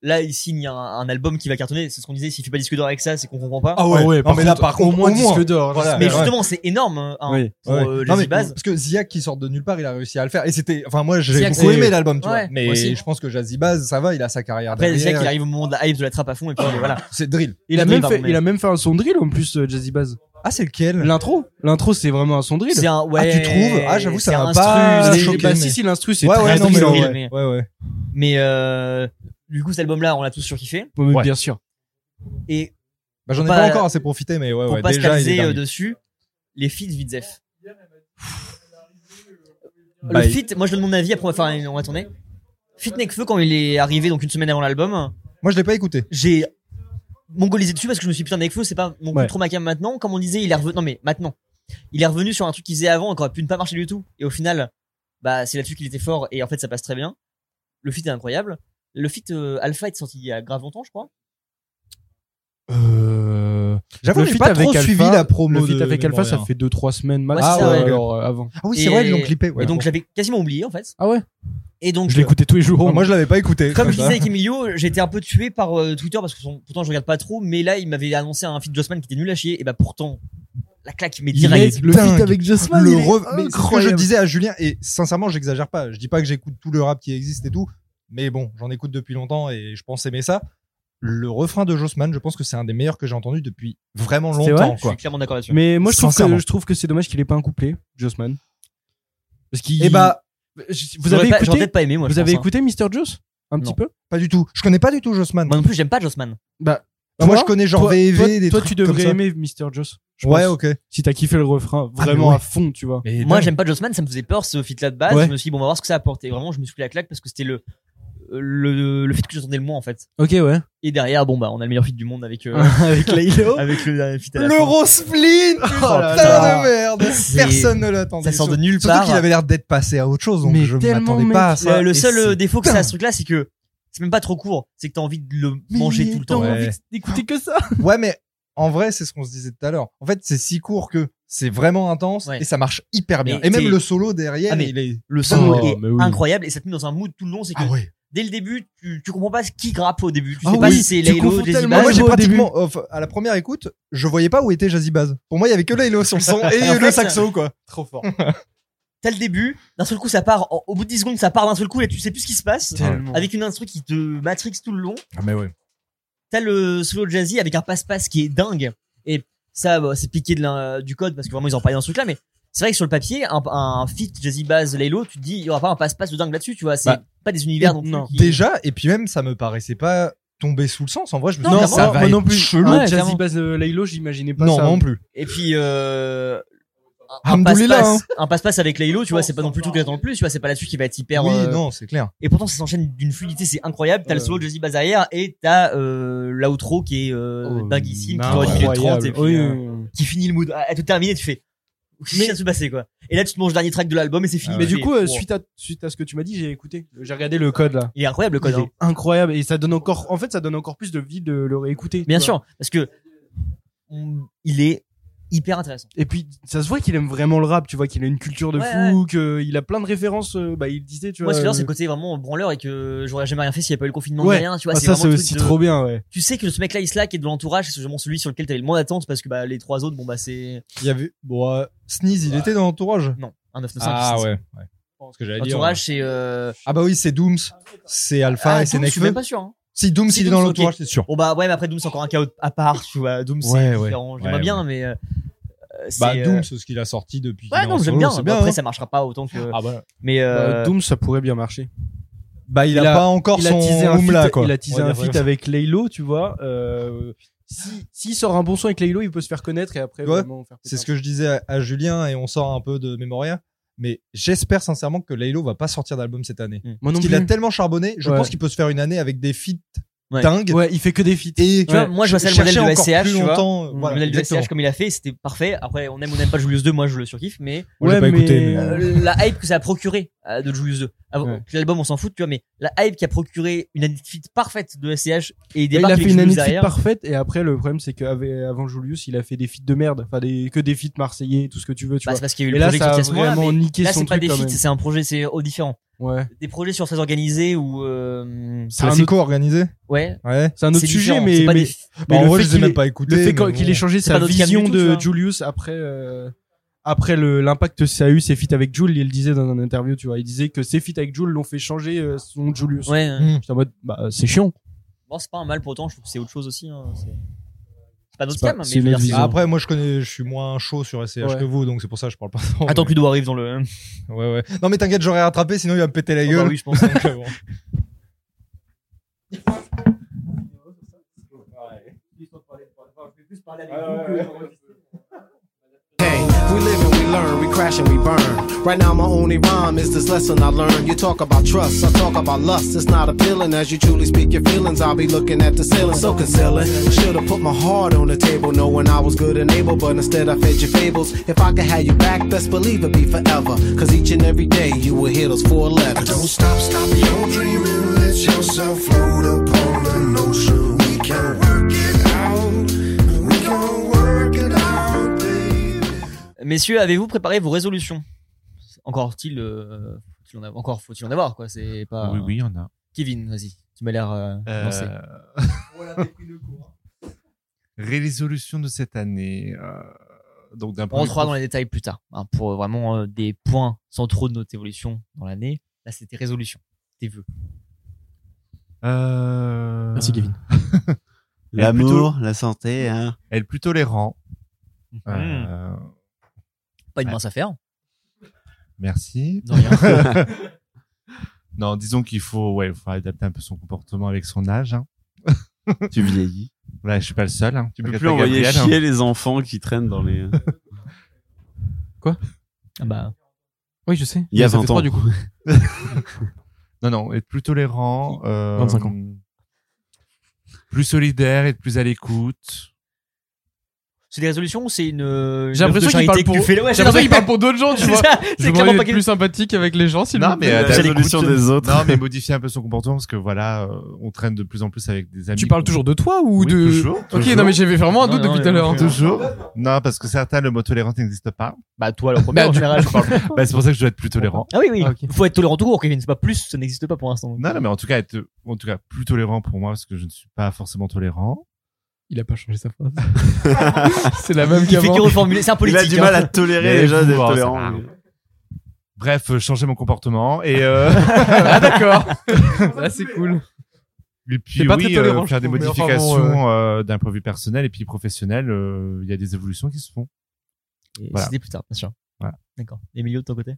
Speaker 1: Là, il signe un, un album qui va cartonner. C'est ce qu'on disait, s'il fait pas disque d'or avec ça, c'est qu'on comprend pas.
Speaker 8: Ah ouais,
Speaker 7: Ah ouais,
Speaker 8: non,
Speaker 7: par
Speaker 8: mais là
Speaker 7: contre,
Speaker 8: par
Speaker 7: au
Speaker 8: contre,
Speaker 7: moins disque d'or,
Speaker 8: Voilà,
Speaker 1: mais
Speaker 8: ouais.
Speaker 1: justement, c'est énorme hein,
Speaker 7: Oui.
Speaker 1: pour
Speaker 8: Ouais.
Speaker 1: euh,
Speaker 8: Non,
Speaker 1: Jazzy
Speaker 8: mais
Speaker 1: Bass.
Speaker 8: Parce que Ziak qui sort de nulle part, il a réussi à le faire. Et c'était, enfin, moi, j'ai
Speaker 1: Ziak,
Speaker 8: beaucoup
Speaker 1: c'est-
Speaker 8: aimé l'album, tu
Speaker 1: Ouais,
Speaker 8: vois. Mais
Speaker 1: moi aussi.
Speaker 8: je pense que Jazzy Baz, ça va, il a sa carrière
Speaker 1: Après, c'est
Speaker 8: derrière.
Speaker 1: là qu'il arrive au moment de la hype, de la trappe à fond, et puis voilà.
Speaker 8: Ah, C'est drill.
Speaker 7: Il a,
Speaker 1: Drill,
Speaker 7: même
Speaker 1: pardon,
Speaker 7: fait,
Speaker 1: mais-
Speaker 7: il a même fait un son drill en plus, euh, Jazzy Bass.
Speaker 8: Ah, c'est lequel?
Speaker 7: L'intro, l'intro, c'est vraiment un son drill.
Speaker 1: C'est un, ouais.
Speaker 8: Ah, tu trouves? Ah, j'avoue, ça
Speaker 1: c'est
Speaker 8: m'a
Speaker 1: un
Speaker 8: pas
Speaker 1: instru,
Speaker 7: Ah,
Speaker 8: c'est
Speaker 7: et
Speaker 1: c'est-
Speaker 8: choqué.
Speaker 7: bah,
Speaker 8: mais-
Speaker 7: si, si, l'instru, c'est
Speaker 8: Ouais,
Speaker 7: très
Speaker 8: ouais, non,
Speaker 7: drill,
Speaker 8: mais
Speaker 7: en
Speaker 1: drill,
Speaker 7: vrai.
Speaker 1: mais-
Speaker 8: Ouais, ouais.
Speaker 1: Mais euh, du coup, cet album-là, on l'a tous surkiffé.
Speaker 7: Ouais, mais
Speaker 8: Ouais.
Speaker 7: Bien sûr.
Speaker 1: Et
Speaker 8: Bah, j'en ai
Speaker 1: Pas-
Speaker 8: pas encore assez profité, mais ouais,
Speaker 1: pour
Speaker 8: ouais.
Speaker 1: pas se
Speaker 8: Déjà, il est
Speaker 1: caser euh,
Speaker 8: dingue.
Speaker 1: dessus, les feats Vidzef. Le
Speaker 8: Bah, il-
Speaker 1: feat, moi je donne mon avis, après on va faire- on va tourner. Feat Nekfeu, quand il est arrivé, donc une semaine avant l'album,
Speaker 8: Moi, je l'ai pas écouté.
Speaker 1: j'ai mongolisé dessus parce que je me suis dit, putain, Nekfeu, c'est pas mon
Speaker 7: Ouais.
Speaker 1: coup trop ma cam maintenant. Comme on disait, il est revenu, non mais maintenant, il est revenu sur un truc qu'il faisait avant et qui aurait pu ne pas marcher du tout. Et au final, bah c'est là-dessus qu'il était fort et en fait ça passe très bien. Le feat est incroyable. Le feat euh, Alpha est sorti il y a grave longtemps, je crois.
Speaker 7: Euh...
Speaker 8: J'avoue,
Speaker 7: le
Speaker 8: j'ai
Speaker 7: feat
Speaker 8: pas trop
Speaker 7: avec
Speaker 8: suivi
Speaker 7: Alpha,
Speaker 8: la promo
Speaker 7: Le feat
Speaker 8: de
Speaker 7: avec Alpha,
Speaker 8: Mémoire.
Speaker 7: ça fait 2-3 semaines max.
Speaker 1: Hein. Ouais, c'est
Speaker 7: ou
Speaker 1: ça, ouais.
Speaker 7: alors, euh, avant.
Speaker 8: Ah oui,
Speaker 1: Et-
Speaker 8: c'est vrai, ils l'ont clippé.
Speaker 1: et
Speaker 8: ouais.
Speaker 1: donc j'avais quasiment oublié en fait.
Speaker 7: Ah ouais
Speaker 1: Et donc
Speaker 7: Je l'écoutais tous les jours.
Speaker 8: Ah, moi, je l'avais pas écouté.
Speaker 1: Comme je
Speaker 8: ça.
Speaker 1: disais avec Emilio, j'étais un peu tué par euh, Twitter parce que son- pourtant je regarde pas trop, mais là il m'avait annoncé un feat Jossman qui était nul à chier, et bah pourtant la claque mais
Speaker 6: Il
Speaker 1: direct.
Speaker 6: est- le
Speaker 8: dingue.
Speaker 6: feat avec Jossman,
Speaker 8: le
Speaker 6: il est
Speaker 8: re- mais ce que je
Speaker 6: incroyable.
Speaker 8: disais à Julien et sincèrement j'exagère pas je dis pas que j'écoute tout le rap qui existe et tout mais bon j'en écoute depuis longtemps et je pense aimer ça le refrain de Jossman je pense que c'est un des meilleurs que j'ai entendu depuis vraiment
Speaker 7: C'est
Speaker 8: longtemps
Speaker 7: vrai
Speaker 1: Je
Speaker 8: quoi
Speaker 1: suis clairement d'accord là-dessus.
Speaker 7: Mais moi, je trouve que,
Speaker 8: Sincèrement.
Speaker 7: je trouve que c'est dommage qu'il ait pas un couplet, Jossman. Parce qu'il.
Speaker 8: et bah
Speaker 7: vous avez
Speaker 1: J'aurais pas- j'aurais
Speaker 7: écouté,
Speaker 1: peut-être pas aimé moi. je
Speaker 7: vous avez
Speaker 1: pense, hein.
Speaker 7: écouté Mr. Joss? Un
Speaker 1: Non.
Speaker 7: petit peu?
Speaker 8: pas du tout je connais pas du tout Jossman
Speaker 1: Moi non plus j'aime pas Jossman.
Speaker 7: Bah,
Speaker 8: Bah, moi, je connais genre
Speaker 7: toi-
Speaker 8: VEV,
Speaker 7: toi-
Speaker 8: des
Speaker 7: Toi,
Speaker 8: trucs
Speaker 7: tu
Speaker 8: comme
Speaker 7: devrais
Speaker 8: ça.
Speaker 7: aimer Mr. Joss. je
Speaker 8: ouais
Speaker 7: pense.
Speaker 8: ok Ah,
Speaker 7: Si t'as kiffé le refrain
Speaker 8: mais
Speaker 7: vraiment
Speaker 8: ouais.
Speaker 7: à fond, tu vois.
Speaker 1: Ah, Moi j'aime pas Jossman, ça me faisait peur ce feat là de base.
Speaker 7: Ouais.
Speaker 1: Je me suis dit bon on va voir ce que ça apporte. Et vraiment je me suis pris la claque parce que c'était le le, le feat que j'entendais le moins en fait.
Speaker 7: Ok, ouais.
Speaker 1: Et derrière bon bah on a le meilleur feat du monde avec euh,
Speaker 7: Avec Laylo.
Speaker 1: avec le dernier feat à la fin.
Speaker 8: l'Eurospleen
Speaker 1: Oh là
Speaker 8: putain
Speaker 1: là.
Speaker 8: de merde
Speaker 1: C'est-
Speaker 8: personne ne l'attendait
Speaker 1: Ça sort de
Speaker 8: surtout
Speaker 1: nulle part.
Speaker 8: surtout qu'il avait l'air d'être passé à autre chose donc
Speaker 7: Mais
Speaker 8: je
Speaker 7: tellement,
Speaker 8: m'attendais
Speaker 7: mec.
Speaker 8: pas à ça
Speaker 1: Le, le
Speaker 8: Et
Speaker 1: seul
Speaker 8: c'est-
Speaker 1: euh, défaut que ça a ce truc là c'est que c'est même pas trop court, c'est que t'as envie de le manger tout le temps.
Speaker 8: t'as envie
Speaker 7: d'écouter que ça.
Speaker 8: Ouais, mais en vrai, c'est ce qu'on se disait tout à l'heure. En fait, c'est si court que c'est vraiment intense
Speaker 1: Ouais.
Speaker 8: et ça marche hyper bien.
Speaker 1: Mais
Speaker 8: et même
Speaker 1: t'es-
Speaker 8: le solo derrière,
Speaker 1: Ah, mais-
Speaker 8: il est.
Speaker 1: Le solo
Speaker 7: Oh,
Speaker 1: est
Speaker 7: mais oui.
Speaker 1: incroyable et ça te met dans un mood tout le long. C'est que
Speaker 8: Ah ouais.
Speaker 1: dès le début, tu, tu comprends pas ce qui grappe au début. Tu
Speaker 7: Ah
Speaker 1: sais pas
Speaker 7: oui,
Speaker 1: si c'est
Speaker 7: tu
Speaker 1: Laylo,
Speaker 7: confonds
Speaker 1: Jazzy
Speaker 7: tellement.
Speaker 1: Bass.
Speaker 8: moi, j'ai
Speaker 7: au début.
Speaker 8: pratiquement, euh, enfin, à la première écoute, je voyais pas où était Jazzy Baz. Pour moi, il y avait que Laylo sur le son et
Speaker 1: En
Speaker 8: le
Speaker 1: fait,
Speaker 8: saxo, quoi.
Speaker 7: Trop
Speaker 1: Bah,
Speaker 7: fort.
Speaker 1: T'as le début, d'un seul coup ça part, en- au bout de 10 secondes ça part d'un seul coup et tu sais plus ce qui se passe.
Speaker 7: Tellement.
Speaker 1: Avec une instru qui te matrix tout le long.
Speaker 8: Ah, mais ouais.
Speaker 1: T'as le solo de Jazzy avec un passe-passe qui est dingue. Et ça, bah, c'est piqué de l'in- du code parce que vraiment ils ont pas dans ce truc là. Mais c'est vrai que sur le papier, un, un feat Jazzy Bass Laylo, tu te dis il y aura pas un passe-passe de dingue là-dessus, tu vois. C'est
Speaker 8: Bah,
Speaker 1: pas des univers donc.
Speaker 7: non.
Speaker 8: Déjà, et puis même, ça me paraissait pas tomber sous le sens. En vrai, je me suis
Speaker 1: Non,
Speaker 8: dit, ah,
Speaker 1: ça
Speaker 8: ça
Speaker 1: va,
Speaker 8: va
Speaker 7: moi
Speaker 8: être
Speaker 7: non plus.
Speaker 8: chelou.
Speaker 7: Un Jazzy
Speaker 1: clairement.
Speaker 7: Bass de Laylo, j'imaginais pas
Speaker 8: Non,
Speaker 7: ça.
Speaker 8: non plus.
Speaker 1: Et puis euh, un
Speaker 8: Hamdoulillah,
Speaker 1: passe-passe,
Speaker 8: hein.
Speaker 1: un passe-passe avec Laylo, tu vois, c'est pas non plus tout que t'attends le plus, tu vois, c'est pas là-dessus qui va être hyper.
Speaker 8: Oui,
Speaker 1: euh,
Speaker 8: non, c'est clair.
Speaker 1: Et pourtant, ça s'enchaîne d'une fluidité, c'est incroyable. T'as le
Speaker 8: Ouais.
Speaker 1: solo de Jazzy Bass derrière et t'as euh, l'outro qui est euh,
Speaker 7: Oh,
Speaker 1: dinguissime, qui dure une minute trente et
Speaker 7: Incroyable.
Speaker 1: puis,
Speaker 7: Oui,
Speaker 1: euh,
Speaker 7: oui, oui.
Speaker 1: qui finit le mood. À, à tout terminer, tu fais. Qu'est-ce qui vient de se passer quoi Et là, tu te manges le dernier track de l'album et c'est fini.
Speaker 7: Mais
Speaker 1: Tu
Speaker 7: du
Speaker 1: fais,
Speaker 7: coup, euh,
Speaker 1: wow.
Speaker 7: suite à suite à ce que tu m'as dit, j'ai écouté. J'ai regardé le code là.
Speaker 1: il est incroyable le code.
Speaker 7: Il
Speaker 1: hein.
Speaker 7: est incroyable et ça donne encore. En fait, ça donne encore plus de vie de le réécouter. tu
Speaker 1: Bien
Speaker 7: vois.
Speaker 1: sûr, parce que on- il est hyper intéressant.
Speaker 7: Et puis, ça se voit qu'il aime vraiment le rap. Tu vois qu'il a une culture de
Speaker 1: Ouais,
Speaker 7: fou, qu'il a plein de références. euh, Bah, il disait, tu
Speaker 1: Moi,
Speaker 7: vois.
Speaker 1: Thriller,
Speaker 7: euh,
Speaker 1: c'est le côté vraiment branleur et que j'aurais jamais rien fait s'il n'y avait pas eu le confinement
Speaker 7: Ouais.
Speaker 1: ni rien. Tu vois,
Speaker 7: ah,
Speaker 1: c'est
Speaker 7: ça,
Speaker 1: vraiment
Speaker 7: c'est
Speaker 1: le truc
Speaker 7: aussi
Speaker 1: de-
Speaker 7: trop bien, ouais.
Speaker 1: tu sais que ce mec là il slack est de l'entourage c'est sûrement celui sur lequel t'avais le moins d'attente parce que bah les trois autres bon bah c'est
Speaker 8: Il y avait, bon, euh, Sneeze, il était dans l'entourage.
Speaker 1: non un 995
Speaker 8: Ah,
Speaker 1: c'est-
Speaker 8: ouais. ouais. Ce que j'allais dire.
Speaker 1: l'entourage c'est euh...
Speaker 8: Ah, bah oui, c'est Dooms, c'est Alpha
Speaker 1: ah,
Speaker 8: et c'est
Speaker 1: Doom, je suis même
Speaker 8: Nekfeu.
Speaker 1: pas sûr hein.
Speaker 8: Si Dooms,
Speaker 1: Si
Speaker 8: il est
Speaker 1: Dooms,
Speaker 8: dans
Speaker 1: ok.
Speaker 8: l'entourage, c'est sûr.
Speaker 1: bon bah ouais mais après Doom c'est encore un chaos à part tu vois Doom
Speaker 8: Ouais,
Speaker 1: c'est
Speaker 8: ouais.
Speaker 1: différent je
Speaker 8: Ouais,
Speaker 1: l'aime bien mais euh, euh,
Speaker 8: Bah,
Speaker 1: c'est, euh,
Speaker 8: Doom, c'est ce qu'il a sorti depuis. qu'il
Speaker 1: ouais
Speaker 8: est
Speaker 1: non
Speaker 8: en
Speaker 1: j'aime
Speaker 8: solo,
Speaker 1: bien
Speaker 8: c'est
Speaker 1: Bon, après
Speaker 8: hein.
Speaker 1: ça marchera pas autant que
Speaker 8: Ah bah.
Speaker 1: mais euh,
Speaker 7: Bah, Doom, ça pourrait bien marcher.
Speaker 8: Bah, il a pas encore
Speaker 7: il a
Speaker 8: son
Speaker 7: teasé un feat-
Speaker 8: Oumla, quoi.
Speaker 7: Il a teasé
Speaker 8: On va
Speaker 7: un
Speaker 8: dire
Speaker 7: feat
Speaker 8: vraiment.
Speaker 7: avec Laylo, tu vois. Euh, si- S'il sort un bon son avec Laylo, il peut se faire connaître et après,
Speaker 8: Ouais,
Speaker 7: vraiment faire
Speaker 8: c'est ce que je disais à, à Julien et on sort un peu de Memoria. Mais j'espère sincèrement que Laylo va pas sortir d'album cette
Speaker 1: Mmh.
Speaker 8: année.
Speaker 7: Moi non
Speaker 8: Parce qu'il a
Speaker 7: plus.
Speaker 8: tellement charbonné, je
Speaker 7: Ouais.
Speaker 8: pense qu'il peut se faire une année avec des feats
Speaker 1: Ouais.
Speaker 8: dingues.
Speaker 7: Ouais, il fait que des feats.
Speaker 8: Et
Speaker 1: Tu vois, moi, je vois ça le modèle
Speaker 8: chercher
Speaker 1: de
Speaker 8: encore
Speaker 1: SCH,
Speaker 8: plus
Speaker 1: tu vois.
Speaker 8: longtemps,
Speaker 1: Le
Speaker 8: voilà,
Speaker 1: modèle de
Speaker 8: exactement.
Speaker 1: SCH comme il a fait, c'était parfait. Après, on aime ou on n'aime pas Julius 2, moi je le surkiffe, mais
Speaker 8: Moi, je l'ai Ouais, pas écouté, mais- mais-
Speaker 1: Euh, la hype que ça a procuré euh, de Julius 2. Avant- L'album, on s'en fout, tu vois, mais la hype qui a procuré une année de feat parfaite de SCH et des
Speaker 7: il a fait une année de feat
Speaker 1: derrière.
Speaker 7: parfaite et après le problème c'est qu'avant Julius il a fait des feats de merde enfin des, que des feats marseillais tout ce que tu veux tu
Speaker 1: Bah,
Speaker 7: vois
Speaker 1: c'est parce qu'il y a eu
Speaker 7: et
Speaker 1: le
Speaker 7: là
Speaker 1: projet qui
Speaker 7: ça
Speaker 1: sortait
Speaker 7: a
Speaker 1: à ce moment-là,
Speaker 7: vraiment
Speaker 1: mais
Speaker 7: niqué
Speaker 1: là,
Speaker 7: son
Speaker 1: c'est pas
Speaker 7: truc
Speaker 1: des
Speaker 7: quand
Speaker 1: feats,
Speaker 7: même.
Speaker 1: c'est un projet, c'est au différent.
Speaker 7: Ouais.
Speaker 1: Des projets sur très organisés ou. Euh,
Speaker 8: C'est un co-organisé
Speaker 1: Ouais.
Speaker 7: c'est un autre sujet
Speaker 1: différent,
Speaker 7: mais
Speaker 1: c'est pas
Speaker 7: mais,
Speaker 1: des-
Speaker 7: mais
Speaker 8: Bah, en
Speaker 7: le
Speaker 8: vrai, je les
Speaker 7: fait
Speaker 8: ai
Speaker 7: qu'il
Speaker 8: même
Speaker 7: ait-
Speaker 8: pas écoutés,
Speaker 7: le fait
Speaker 8: mais
Speaker 7: qu'il- qu'il
Speaker 8: bon.
Speaker 7: ait changé
Speaker 8: C'est
Speaker 7: sa
Speaker 8: pas notre cam du
Speaker 7: vision
Speaker 8: tout, tu
Speaker 7: de
Speaker 8: vois.
Speaker 7: Julius après euh, après le l'impact que ça a eu ses feats avec Jules il le disait dans un interview tu vois il disait que ses feats avec Jules l'ont fait changer euh, son Julius
Speaker 1: Ouais, ouais.
Speaker 7: J'étais en mode bah c'est chiant
Speaker 1: Bon, c'est pas un mal pour autant, je trouve que c'est autre chose aussi. hein, c'est- C'est pas notre
Speaker 8: C'est pas-
Speaker 1: cam, mais
Speaker 8: c'est
Speaker 1: je veux
Speaker 8: une
Speaker 1: dire,
Speaker 8: autre
Speaker 1: c'est-
Speaker 8: vision. Après, moi, je connais, je suis moins chaud sur SCH
Speaker 1: Ouais.
Speaker 8: que vous, donc c'est pour ça que je parle pas.
Speaker 1: Attends que Ludo arrive dans le. hein.
Speaker 8: Ouais, ouais. Non, mais t'inquiète, j'aurais rattrapé, sinon il va me péter la
Speaker 1: Ah bah
Speaker 8: gueule.
Speaker 1: oui, je pense,
Speaker 8: Donc, euh, bon.
Speaker 13: Hey, we live and we learn, we crash and we burn. Right now, my only rhyme is this lesson I learned. You talk about trust, I talk about lust. It's not appealing as you truly speak your feelings. I'll be looking at the ceiling, so concealing. Should've put my heart on the table, knowing I was good and able, but instead I fed your fables. If I could have you back, best believe it'd be forever. Cause each and every day, you will hear those four letters.
Speaker 12: Don't stop, stop your dreaming. Let yourself float upon an ocean. We can work it out. We can work it out.
Speaker 1: Messieurs, avez-vous préparé vos résolutions Encore faut-il euh, faut-il en avoir Encore faut-il en avoir quoi C'est pas.
Speaker 5: Oui, oui, on a.
Speaker 1: Kevin, vas-y, tu m'as l'air euh,
Speaker 5: Euh,
Speaker 1: lancé.
Speaker 5: Résolution de cette année. euh, donc d'un
Speaker 1: On
Speaker 5: point de vue
Speaker 1: rentrera dans les détails plus tard hein, pour vraiment euh, des points centraux de notre évolution dans l'année. Là, c'était résolution, tes vœux.
Speaker 8: Euh,
Speaker 5: Merci Kevin.
Speaker 10: L'amour, la santé, hein.
Speaker 5: Elle plus tolérant.
Speaker 1: Mm-hmm.
Speaker 5: Euh, bah,
Speaker 1: Pas une mince affaire.
Speaker 5: Merci.
Speaker 1: De rien.
Speaker 5: non, disons qu'il faut, ouais, faut adapter un peu son comportement avec son âge. hein.
Speaker 10: Tu vieillis.
Speaker 5: Ouais, je suis pas le seul. hein.
Speaker 10: Tu peux
Speaker 5: T'inquiète
Speaker 10: plus
Speaker 5: pas,
Speaker 10: envoyer
Speaker 5: Gabriel, hein.
Speaker 10: chier les enfants qui traînent dans les.
Speaker 7: Quoi
Speaker 1: Ah bah.
Speaker 7: oui je sais
Speaker 10: Il y a
Speaker 7: Ça fait
Speaker 10: 20
Speaker 7: trois,
Speaker 10: ans.
Speaker 7: du coup
Speaker 5: non, non, être plus tolérant. euh,
Speaker 7: 25 ans.
Speaker 5: Plus solidaire, être plus à l'écoute.
Speaker 1: C'est des résolutions ou c'est une. euh,
Speaker 5: J'ai
Speaker 1: une œuvre
Speaker 5: l'impression
Speaker 1: de charité
Speaker 5: qu'il parle
Speaker 1: que tu
Speaker 5: pour-
Speaker 1: fais là, ouais, j'ai
Speaker 5: j'ai
Speaker 1: l'impression
Speaker 5: l'impression qu'il parle pour d'autres gens, tu
Speaker 1: C'est
Speaker 5: vois.
Speaker 1: ça,
Speaker 5: Je
Speaker 1: C'est
Speaker 5: voudrais
Speaker 1: clairement
Speaker 5: être
Speaker 1: pas
Speaker 5: plus
Speaker 7: sympathique avec les gens, si
Speaker 5: Non, mais euh,
Speaker 7: la
Speaker 5: l'écoute,
Speaker 7: solution
Speaker 5: euh,
Speaker 7: des autres.
Speaker 5: Non, mais modifier un peu son comportement parce que voilà, euh, on traîne de plus en plus avec des amis.
Speaker 7: Tu parles toujours de toi ou
Speaker 5: Oui,
Speaker 7: de.
Speaker 5: toujours,
Speaker 7: ok,
Speaker 5: toujours.
Speaker 7: non, mais j'avais vraiment un
Speaker 5: Non,
Speaker 7: doute
Speaker 5: non, mais
Speaker 7: depuis tout à l'heure. hein.
Speaker 5: Toujours. Non, parce que certains, le mot tolérance n'existe pas.
Speaker 1: Bah, toi, le premier, en général, je parle.
Speaker 5: bah, c'est pour ça que je dois être plus tolérant.
Speaker 1: Ah oui, oui. Faut être tolérant tout court, Kevin. C'est pas plus, ça n'existe pas pour l'instant.
Speaker 5: Non, non, mais en tout cas, être, en tout cas, plus tolérant pour moi parce que je ne suis pas forcément tolérant.
Speaker 7: Il a pas changé sa phrase. C'est la même
Speaker 5: Il fait
Speaker 7: qu'avant.
Speaker 5: que reformuler, c'est un politique, Il a du mal hein. à tolérer
Speaker 7: Mais
Speaker 5: les gens
Speaker 7: vous,
Speaker 5: d'être
Speaker 7: hein, ça
Speaker 5: tolérants,
Speaker 7: va.
Speaker 5: lui. Bref, euh, changer mon comportement et euh...
Speaker 7: ah, d'accord. Là, c'est cool.
Speaker 5: Et
Speaker 7: C'est
Speaker 5: puis
Speaker 7: pas
Speaker 5: oui,
Speaker 7: très tolérant,
Speaker 5: euh,
Speaker 7: je
Speaker 5: faire des
Speaker 7: trouve, mais enfin,
Speaker 5: modifications
Speaker 7: bon,
Speaker 5: euh, d'un point de vue personnel et puis professionnel, euh, il y a des évolutions qui se font.
Speaker 1: Et c'était plus tard, bien sûr.
Speaker 5: Voilà.
Speaker 1: D'accord. Emilio, de ton côté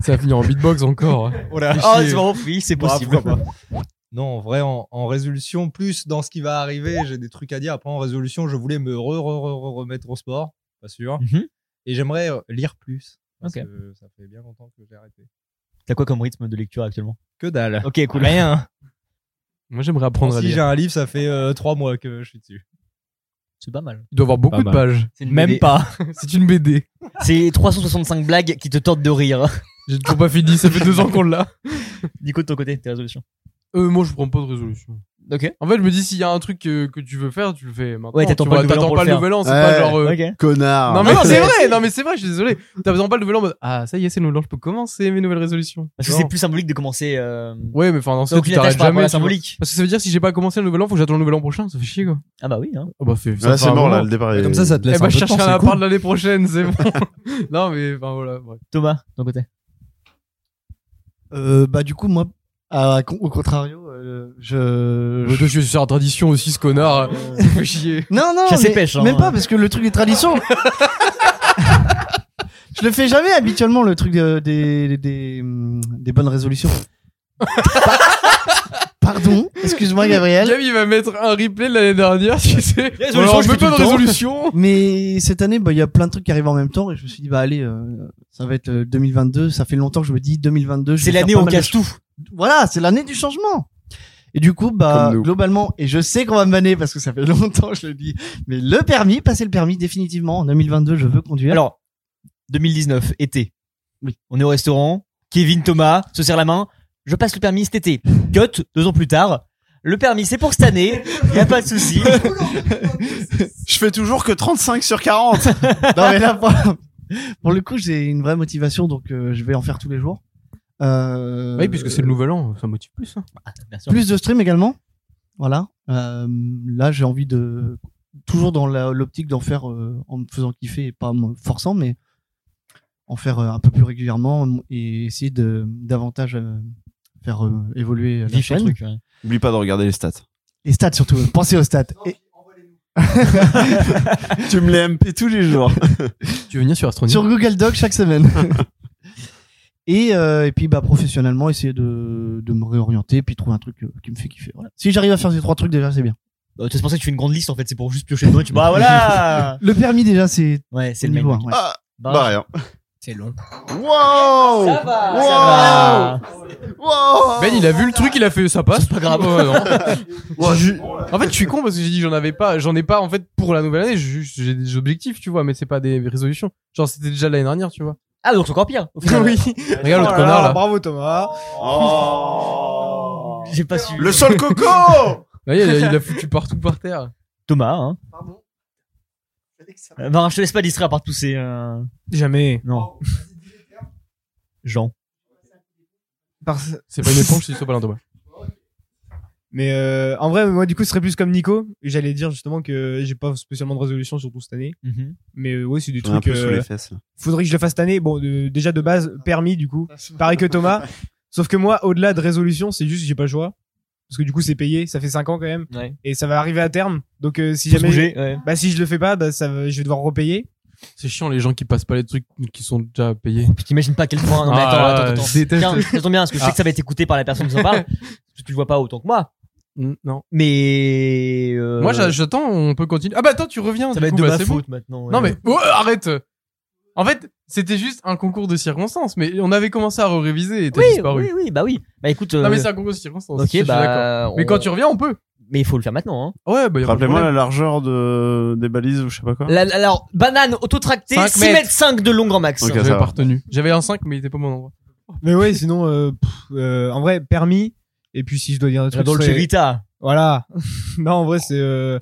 Speaker 7: Ça va finir en beatbox encore.
Speaker 8: Oh là.
Speaker 7: Fait
Speaker 8: Ah,
Speaker 7: chier.
Speaker 8: c'est marrant, oui, c'est possible.
Speaker 7: pourquoi pas.
Speaker 8: Non, en vrai, en, en résolution, plus dans ce qui va arriver, j'ai des trucs à dire. Après, en résolution, je voulais me re, re- re- re- remettre au sport, pas sûr. Et j'aimerais euh, lire plus. Parce
Speaker 1: Ok.
Speaker 8: que ça fait bien longtemps que j'ai arrêté.
Speaker 1: T'as quoi comme rythme de lecture actuellement
Speaker 8: Que dalle.
Speaker 1: Ok, cool.
Speaker 5: hein.
Speaker 8: Rien. hein.
Speaker 7: Moi, j'aimerais apprendre à
Speaker 8: si
Speaker 7: lire.
Speaker 8: j'ai un livre, ça fait euh, trois mois que je suis dessus.
Speaker 1: C'est pas mal.
Speaker 7: Il doit avoir
Speaker 5: Ah
Speaker 7: beaucoup
Speaker 8: Pas
Speaker 5: bah.
Speaker 7: de
Speaker 8: mal.
Speaker 7: pages.
Speaker 1: C'est une BD.
Speaker 7: Même pas. C'est une BD.
Speaker 1: C'est 365 blagues qui te tordent de rire.
Speaker 7: J'ai toujours pas fini, ça fait deux ans qu'on l'a.
Speaker 1: Nico, de ton côté, tes résolutions
Speaker 7: Euh, moi, je prends pas de résolution.
Speaker 1: Ok.
Speaker 7: En fait, je me dis, s'il y a un truc que, que tu veux faire, tu le fais maintenant.
Speaker 1: Ouais, t'attends
Speaker 7: tu
Speaker 1: pas
Speaker 7: vois,
Speaker 1: le nouvel an
Speaker 7: t'attends
Speaker 1: pour
Speaker 7: pas
Speaker 1: le
Speaker 7: le
Speaker 1: faire.
Speaker 7: nouvel an, c'est
Speaker 1: Ouais.
Speaker 7: pas genre. euh,
Speaker 1: Ok.
Speaker 10: Connard.
Speaker 7: Non, mais non, c'est vrai, non, mais c'est vrai, je suis désolé. T'as besoin pas le nouvel an en mode, ah, ça y est, c'est le nouvel an, je peux commencer mes nouvelles résolutions.
Speaker 1: Parce que
Speaker 7: Genre.
Speaker 1: c'est plus symbolique de commencer. euh,
Speaker 7: Ouais, mais enfin, dans ce
Speaker 1: T'as
Speaker 7: cas,
Speaker 1: aucune
Speaker 7: tu
Speaker 1: attache
Speaker 7: t'arrêtes
Speaker 1: par rapport à
Speaker 7: jamais.
Speaker 1: la
Speaker 7: tu vois.
Speaker 1: symbolique.
Speaker 7: Parce que ça veut dire si j'ai pas commencé le nouvel an, faut que j'attende le nouvel an prochain, ça fait chier quoi.
Speaker 1: Ah bah oui. Hein.
Speaker 7: Ah bah fait,
Speaker 1: Ah, c'est mort, là, le départ est- Comme ça, ça te laisse
Speaker 7: Eh bah,
Speaker 1: un
Speaker 7: je
Speaker 1: peu de temps,
Speaker 7: chercherai
Speaker 1: c'est
Speaker 7: un
Speaker 1: cool.
Speaker 7: appart l'année prochaine, c'est bon. non, mais enfin voilà. bref.
Speaker 1: Thomas, de ton côté
Speaker 6: Euh, bah du coup moi, à- au contrario, euh, je.
Speaker 7: Mais toi, tu es sur la tradition aussi, ce connard.
Speaker 1: Euh,
Speaker 7: Ça fait chier.
Speaker 6: Non non, mais,
Speaker 7: Chasse et pêche, hein.
Speaker 6: même pas parce que le truc des traditions. je Je le fais jamais habituellement, le truc de- des, des, des, hum, des bonnes résolutions. Pardon, excuse-moi Gabriel.
Speaker 4: Gabi, il va mettre un replay de l'année dernière, tu sais.
Speaker 6: Résolution,
Speaker 4: Alors,
Speaker 6: je
Speaker 4: je mets
Speaker 6: fais tout
Speaker 4: pas de
Speaker 6: le temps.
Speaker 4: résolution.
Speaker 6: Mais cette année, bah, il y a plein de trucs qui arrivent en même temps et je me suis dit, bah, allez, euh, ça va être euh, 2022. Ça fait longtemps que je me dis 2022. je
Speaker 1: C'est
Speaker 6: vais
Speaker 1: l'année
Speaker 6: faire
Speaker 1: où
Speaker 6: pas
Speaker 1: on
Speaker 6: mal de
Speaker 1: cache tout.
Speaker 6: Voilà, c'est l'année du changement. Et du coup, bah,
Speaker 1: Comme nous.
Speaker 6: globalement, et je sais qu'on va me vanner parce que ça fait longtemps, je le dis, mais le permis, passer le permis définitivement. En 2022, je veux conduire.
Speaker 1: Alors, 2019, été. On est au restaurant. Kevin Thomas se serre la main. Je passe le permis cet été. Cut, deux ans plus tard. Le permis, c'est pour cette année. Y a pas de souci.
Speaker 2: Je fais toujours que 35 sur 40.
Speaker 6: non, mais là, pour, pour le coup, j'ai une vraie motivation, donc euh, je vais en faire tous les jours. Euh,
Speaker 4: Oui, puisque c'est le nouvel an, ça motive plus.
Speaker 7: hein.
Speaker 1: Bah,
Speaker 6: Plus de stream également. Voilà. Euh, là, j'ai envie de toujours dans la- l'optique d'en faire euh, en me faisant kiffer et pas en me forçant, mais en faire euh, un peu plus régulièrement et essayer de davantage euh, faire euh, évoluer la
Speaker 1: Vivre le
Speaker 6: chaîne.
Speaker 1: truc, ouais.
Speaker 10: Oublie pas de regarder les stats.
Speaker 6: Les stats surtout. Pensez aux stats. Et-
Speaker 10: tu me les MP tous les jours.
Speaker 4: tu veux venir sur Astronie
Speaker 6: sur Google Doc chaque semaine. et, euh, et puis bah professionnellement essayer de, de me réorienter puis trouver un truc euh, qui me fait kiffer. Voilà. Si j'arrive à faire ces trois trucs déjà, c'est bien.
Speaker 1: Euh, C'est pour ça que tu fais une grande liste, en fait. C'est pour juste piocher dedans. et Tu bah voilà.
Speaker 6: Le permis déjà c'est
Speaker 1: Ouais, c'est
Speaker 6: au
Speaker 1: le
Speaker 6: niveau
Speaker 1: même.
Speaker 6: un, ouais.
Speaker 2: Ah,
Speaker 1: Bah,
Speaker 2: bah, rien.
Speaker 1: C'est long.
Speaker 2: Wow!
Speaker 1: Ça va,
Speaker 2: Wow
Speaker 1: ça
Speaker 2: Wow
Speaker 4: Ben, il a vu le truc, il a fait ça passe.
Speaker 1: pas grave.
Speaker 4: Ouais, non. En fait, je suis con parce que j'ai dit j'en avais pas, j'en ai pas en fait pour la nouvelle année. j'ai juste- J'ai des objectifs, tu vois, mais c'est pas des résolutions. Genre c'était déjà l'année dernière, tu vois.
Speaker 1: Ah, donc c'est encore pire. au final.
Speaker 4: oui. Regarde l'autre
Speaker 1: Oh là
Speaker 4: connard là.
Speaker 11: Bravo Thomas.
Speaker 1: J'ai pas su.
Speaker 2: Le sol coco!
Speaker 4: Ouais, il, a, il a foutu partout par terre.
Speaker 1: Thomas, hein. Euh, Bah, je te laisse pas distraire par tous ces. euh,
Speaker 11: Jamais.
Speaker 4: Oh,
Speaker 1: Non. Jean.
Speaker 11: Parce-
Speaker 4: C'est pas une éponge, c'est sur Palin Thomas.
Speaker 11: Mais euh, en vrai, moi, du coup, ce serait plus comme Nico. J'allais dire justement que j'ai pas spécialement de résolution, surtout cette année.
Speaker 1: Mhm.
Speaker 11: Mais euh, ouais, c'est des
Speaker 10: On est un
Speaker 11: trucs.
Speaker 10: peu sous
Speaker 11: euh,
Speaker 10: les fesses. là.
Speaker 11: faudrait que je le fasse cette année. Bon, de- déjà de base, permis du
Speaker 4: Ah,
Speaker 11: coup. Pareil que Thomas. Sauf que moi, au-delà de résolution, c'est juste que j'ai pas le choix. Parce que du coup, c'est payé. Ça fait 5 ans quand même.
Speaker 1: Ouais.
Speaker 11: Et ça va arriver à terme. Donc euh, si
Speaker 1: Faut se
Speaker 11: jamais.
Speaker 1: bouger, ouais.
Speaker 11: Bah, si je le fais pas, bah, ça, va- je vais devoir repayer.
Speaker 4: C'est chiant les gens qui passent pas les trucs qui sont déjà payés.
Speaker 1: Oh, Puis t'imagines pas à quel point. Non, mais
Speaker 4: Ah,
Speaker 1: attends, attends,
Speaker 4: je
Speaker 1: attends.
Speaker 4: déteste.
Speaker 1: Tiens, ça tombe bien, parce que je sais que ça va être écouté par la personne qui s'en parle. parce que tu le vois pas autant que moi.
Speaker 4: Mm, Non.
Speaker 1: Mais. euh,
Speaker 4: Moi j'a- j'attends, on peut continuer. Ah bah attends, tu reviens.
Speaker 1: Ça
Speaker 4: du
Speaker 1: va être
Speaker 4: coup,
Speaker 1: de
Speaker 4: bah,
Speaker 1: ma
Speaker 4: c'est bon.
Speaker 1: faute maintenant. ouais.
Speaker 4: Non mais oh, arrête. En fait, c'était juste un concours de circonstances, mais on avait commencé à réviser et t'as
Speaker 1: Oui,
Speaker 4: disparu.
Speaker 1: oui, oui, bah oui. Bah écoute. euh,
Speaker 4: Non mais c'est un concours de circonstances. hein,
Speaker 1: Ok,
Speaker 4: je suis d'accord.
Speaker 1: bah.
Speaker 4: Mais
Speaker 1: on-
Speaker 4: quand tu reviens, on peut.
Speaker 1: Mais il faut le faire maintenant, hein.
Speaker 4: Ouais, bah y a pas de
Speaker 10: Rappelez-moi
Speaker 4: problème.
Speaker 10: la largeur de... des balises ou je sais pas quoi.
Speaker 1: La- la- alors, banane autotractée,
Speaker 4: Cinq
Speaker 1: 6
Speaker 4: mètres.
Speaker 1: mètres 5 de long grand max.
Speaker 10: Ok. ça
Speaker 4: J'avais
Speaker 10: va.
Speaker 4: pas retenu. J'avais un 5 mais il était pas au bon endroit.
Speaker 11: Mais ouais, sinon, euh, pff, euh, en vrai, permis. Et puis si je dois dire des
Speaker 1: La
Speaker 11: trucs.
Speaker 1: Dolce
Speaker 11: ce serait-
Speaker 1: Vita.
Speaker 11: Voilà. non, en vrai, c'est euh,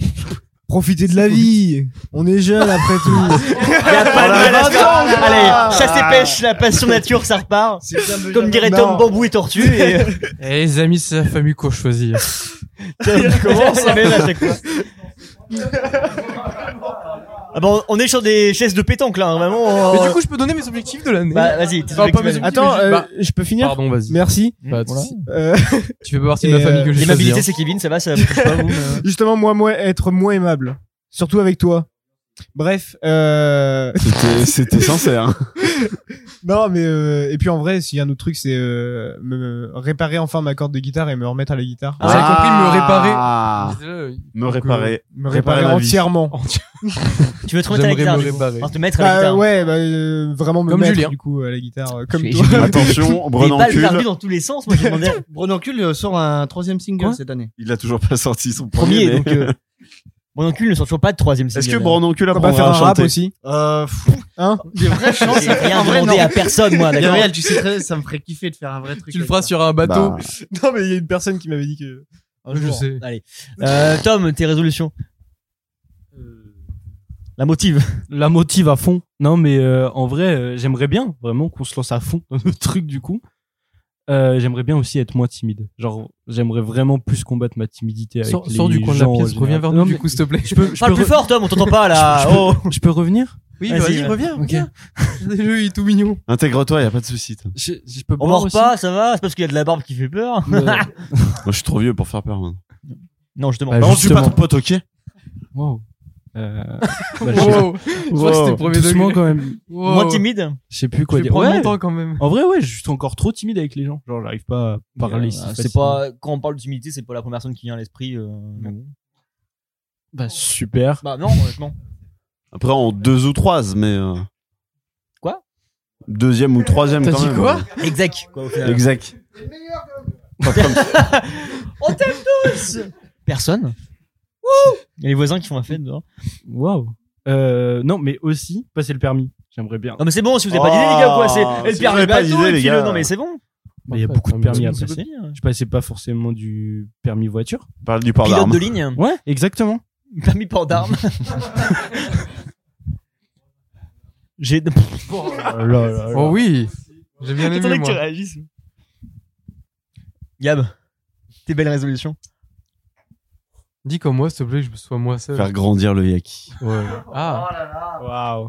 Speaker 11: profiter de la vie. On est jeune après tout.
Speaker 1: Y a pas
Speaker 4: Ah,
Speaker 1: de
Speaker 11: là
Speaker 1: mal à
Speaker 11: là,
Speaker 1: faire.
Speaker 11: non, là là.
Speaker 1: Allez, chasse et pêche, la passion nature, ça
Speaker 4: Ah,
Speaker 1: repart. Comme dirait Tom
Speaker 11: Non.
Speaker 1: Bambou et Tortue. Et... euh,
Speaker 4: Eh les amis, c'est la famille qu'on choisit.
Speaker 1: Comment ça mène à chaque fois ah bah, on- on est sur des chaises de pétanque là, hein, vraiment. on-
Speaker 4: Mais du coup, je peux donner mes objectifs de l'année.
Speaker 1: bah vas-y, tes
Speaker 4: Enfin, pas mes
Speaker 1: objectifs, vas-y.
Speaker 4: objectifs.
Speaker 11: Attends, euh,
Speaker 4: Bah,
Speaker 11: je peux finir
Speaker 4: Pardon, vas-y.
Speaker 11: Merci.
Speaker 4: Bah,
Speaker 1: Voilà.
Speaker 4: tu-
Speaker 11: Euh,
Speaker 4: Tu fais pas partie de
Speaker 11: Et,
Speaker 4: la famille
Speaker 11: euh,
Speaker 4: que j'ai choisie.
Speaker 1: L'aimabilité
Speaker 4: hein.
Speaker 1: c'est Kevin, ça va, Bah, ça bouge pas vous. mais-
Speaker 11: justement, moi, moi, être moins aimable. Surtout avec toi. Bref, euh...
Speaker 10: C'était- C'était sincère. hein.
Speaker 11: non mais euh, et puis en vrai, s'il y a un autre truc, c'est euh, me, me réparer enfin ma corde de guitare et me remettre à la guitare.
Speaker 1: Ah,
Speaker 4: Vous avez compris, me réparer.
Speaker 10: Ah.
Speaker 4: J'étais là, euh,
Speaker 10: Me réparer.
Speaker 11: Me
Speaker 10: Réparer
Speaker 11: réparer,
Speaker 10: ma vie.
Speaker 11: entièrement.
Speaker 1: Tu veux te remettre à la
Speaker 4: J'aimerais
Speaker 1: guitare
Speaker 4: me
Speaker 1: du coup.
Speaker 4: réparer.
Speaker 1: Enfin, te mettre à la
Speaker 11: Bah,
Speaker 1: guitare.
Speaker 11: ouais, bah, euh, vraiment me
Speaker 4: Comme
Speaker 11: mettre
Speaker 4: Julien.
Speaker 11: du coup à la guitare euh, comme
Speaker 1: J'ai-
Speaker 11: toi.
Speaker 10: Attention,
Speaker 1: Des balles
Speaker 10: Brenancule.
Speaker 1: perdues dans tous les sens, moi j'ai demandé. à-
Speaker 6: Bronancule euh, sort un troisième single
Speaker 4: Quoi
Speaker 6: cette année.
Speaker 10: Il a toujours pas sorti son premier.
Speaker 1: Premier,
Speaker 10: mais-
Speaker 1: donc. euh, Brenancule ne sort toujours pas de troisième single.
Speaker 10: Est-ce que
Speaker 1: là.
Speaker 10: Brandoncu
Speaker 11: On va
Speaker 10: apprendra
Speaker 11: faire un
Speaker 10: à
Speaker 11: rap
Speaker 10: chanter
Speaker 11: aussi.
Speaker 6: Euh,
Speaker 11: Hein
Speaker 6: des vraies
Speaker 1: J'ai
Speaker 6: chances.
Speaker 1: rien demandé à personne, moi, d'accord
Speaker 6: Gabriel, tu sais très, ça me ferait kiffer de faire un vrai truc.
Speaker 4: Tu le
Speaker 6: avec
Speaker 4: feras
Speaker 6: ça.
Speaker 4: sur un bateau.
Speaker 10: Bah,
Speaker 11: Non, mais il y a une personne qui m'avait dit que. un
Speaker 4: Je
Speaker 11: jour.
Speaker 4: sais.
Speaker 1: Allez. Euh, Tom, tes résolutions La motive.
Speaker 7: Euh. la motive à fond. Non, mais euh, en vrai, euh, j'aimerais bien vraiment qu'on se lance à fond dans le truc du coup. Euh, j'aimerais bien aussi être moins timide. Genre, j'aimerais vraiment plus combattre ma timidité avec
Speaker 4: Sors
Speaker 7: les
Speaker 4: sors du coin de la
Speaker 7: gens en
Speaker 4: pièce,
Speaker 7: général.
Speaker 4: reviens vers
Speaker 7: Non,
Speaker 4: nous du
Speaker 7: mais
Speaker 4: coup, s'il te plaît.
Speaker 7: Je peux, je
Speaker 1: Parle
Speaker 7: peux
Speaker 1: plus
Speaker 7: re-
Speaker 1: fort, Tom, on t'entend pas là.
Speaker 7: Je peux-
Speaker 1: Oh.
Speaker 7: Je peux revenir
Speaker 4: Oui,
Speaker 1: Vas-y,
Speaker 4: vas-y,
Speaker 1: ouais.
Speaker 4: reviens,
Speaker 1: Ok.
Speaker 4: reviens. Le jeu, il est tout mignon.
Speaker 10: Intègre-toi, y a pas de souci. toi.
Speaker 4: Je, je peux
Speaker 1: On
Speaker 4: boire
Speaker 1: mord
Speaker 4: aussi.
Speaker 1: pas, ça va C'est parce qu'il y a de la barbe qui fait peur
Speaker 4: Mais-
Speaker 10: Moi, je suis trop vieux pour faire peur. maintenant.
Speaker 1: Non, justement.
Speaker 4: Bah,
Speaker 10: Par contre, je suis pas
Speaker 4: justement.
Speaker 10: ton pote, ok
Speaker 4: Wow.
Speaker 7: Euh,
Speaker 4: Wow.
Speaker 7: je sais pas.
Speaker 4: Je crois que c'était le premier
Speaker 7: Doucement,
Speaker 4: degré.
Speaker 7: quand même.
Speaker 4: Wow. Moins timide.
Speaker 7: Je sais plus quoi
Speaker 4: Je vais
Speaker 7: dire.
Speaker 4: prendre mon temps, quand même.
Speaker 7: En vrai, ouais, je suis encore trop timide avec les gens. Genre, j'arrive pas à parler. si
Speaker 1: Euh, c'est
Speaker 7: facilement.
Speaker 1: pas quand on parle d'humilité, c'est pas la première personne qui vient à l'esprit. euh, mais bon.
Speaker 7: Bah super.
Speaker 1: Bah non, honnêtement.
Speaker 2: Après, en deux ou trois, mais. euh,
Speaker 1: Quoi
Speaker 2: Deuxième ou troisième quand même.
Speaker 1: Exact. Quoi, au final.
Speaker 2: Exact. Pas
Speaker 1: On t'aime tous. Personne. Il y a les voisins qui font la fête dehors.
Speaker 7: Waouh. Euh, non, mais aussi passer le permis. J'aimerais bien. Oh
Speaker 1: Non mais c'est bon, si vous avez pas d'idée les gars ou quoi, c'est Eh, et le permis bateau et puis le- non mais c'est bon.
Speaker 7: Mais Il y a beaucoup de permis à
Speaker 1: c'est
Speaker 7: passer.
Speaker 1: possible.
Speaker 4: hein.
Speaker 7: Je passais pas forcément du permis voiture.
Speaker 2: Parle du
Speaker 1: Pilote de ligne.
Speaker 7: Ouais, exactement.
Speaker 1: Permis port d'armes. J'ai.
Speaker 7: Oh là là là.
Speaker 4: Oh oui. J'ai bien
Speaker 1: Attendez
Speaker 4: aimé,
Speaker 1: que tu
Speaker 4: moi.
Speaker 1: réagisses. Gab, tes belles résolutions.
Speaker 4: Dis comme moi, s'il te plaît, que je sois moi seul.
Speaker 2: Faire grandir le yaki.
Speaker 4: Ouais. Ah. Waouh.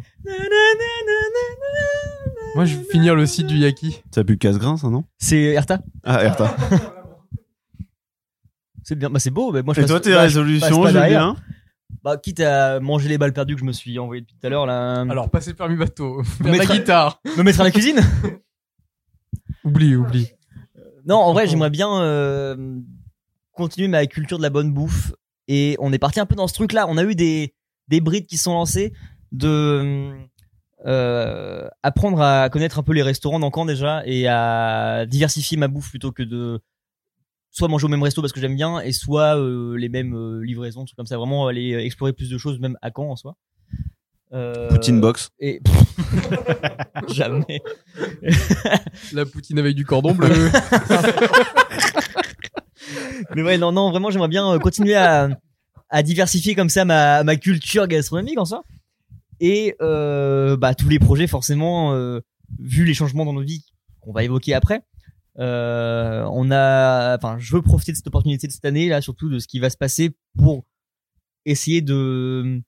Speaker 4: Moi, je vais finir le site du Yaki.
Speaker 2: T'as plus casse-grain, ça, non
Speaker 1: C'est Erta.
Speaker 2: Ah, Erta.
Speaker 1: C'est bien, bah c'est beau. mais moi, je
Speaker 2: Et
Speaker 1: passe-
Speaker 2: toi, tes
Speaker 1: bah, je
Speaker 2: résolutions,
Speaker 1: passe pas derrière.
Speaker 2: Julien
Speaker 1: Bah, quitte à manger les balles perdues que je me suis envoyé depuis tout à l'heure, là.
Speaker 4: Alors, passer le permis bateau.
Speaker 1: Me
Speaker 4: Faire de la
Speaker 1: mettre à-
Speaker 4: guitare.
Speaker 1: Me mettre à la cuisine
Speaker 4: Oublie, oublie.
Speaker 1: Non, en vrai, j'aimerais bien euh, continuer ma culture de la bonne bouffe. Et on est parti un peu dans ce truc-là. On a eu des, des brides qui sont lancées de euh, apprendre à connaître un peu les restaurants dans Caen déjà et à diversifier ma bouffe plutôt que de soit manger au même resto parce que j'aime bien et soit euh, les mêmes euh, livraisons, trucs comme ça. Vraiment aller explorer plus de choses, même à Caen en soi. Euh,
Speaker 2: Poutine box.
Speaker 1: Et jamais.
Speaker 4: La poutine avec du cordon bleu.
Speaker 1: Mais ouais, non, non, vraiment, j'aimerais bien euh, continuer à, à diversifier comme ça ma, ma culture gastronomique en soi. Et euh, bah, tous les projets, forcément, euh, vu les changements dans nos vies qu'on va évoquer après, euh, on a, enfin, je veux profiter de cette opportunité de cette année, là, surtout de ce qui va se passer pour essayer de euh,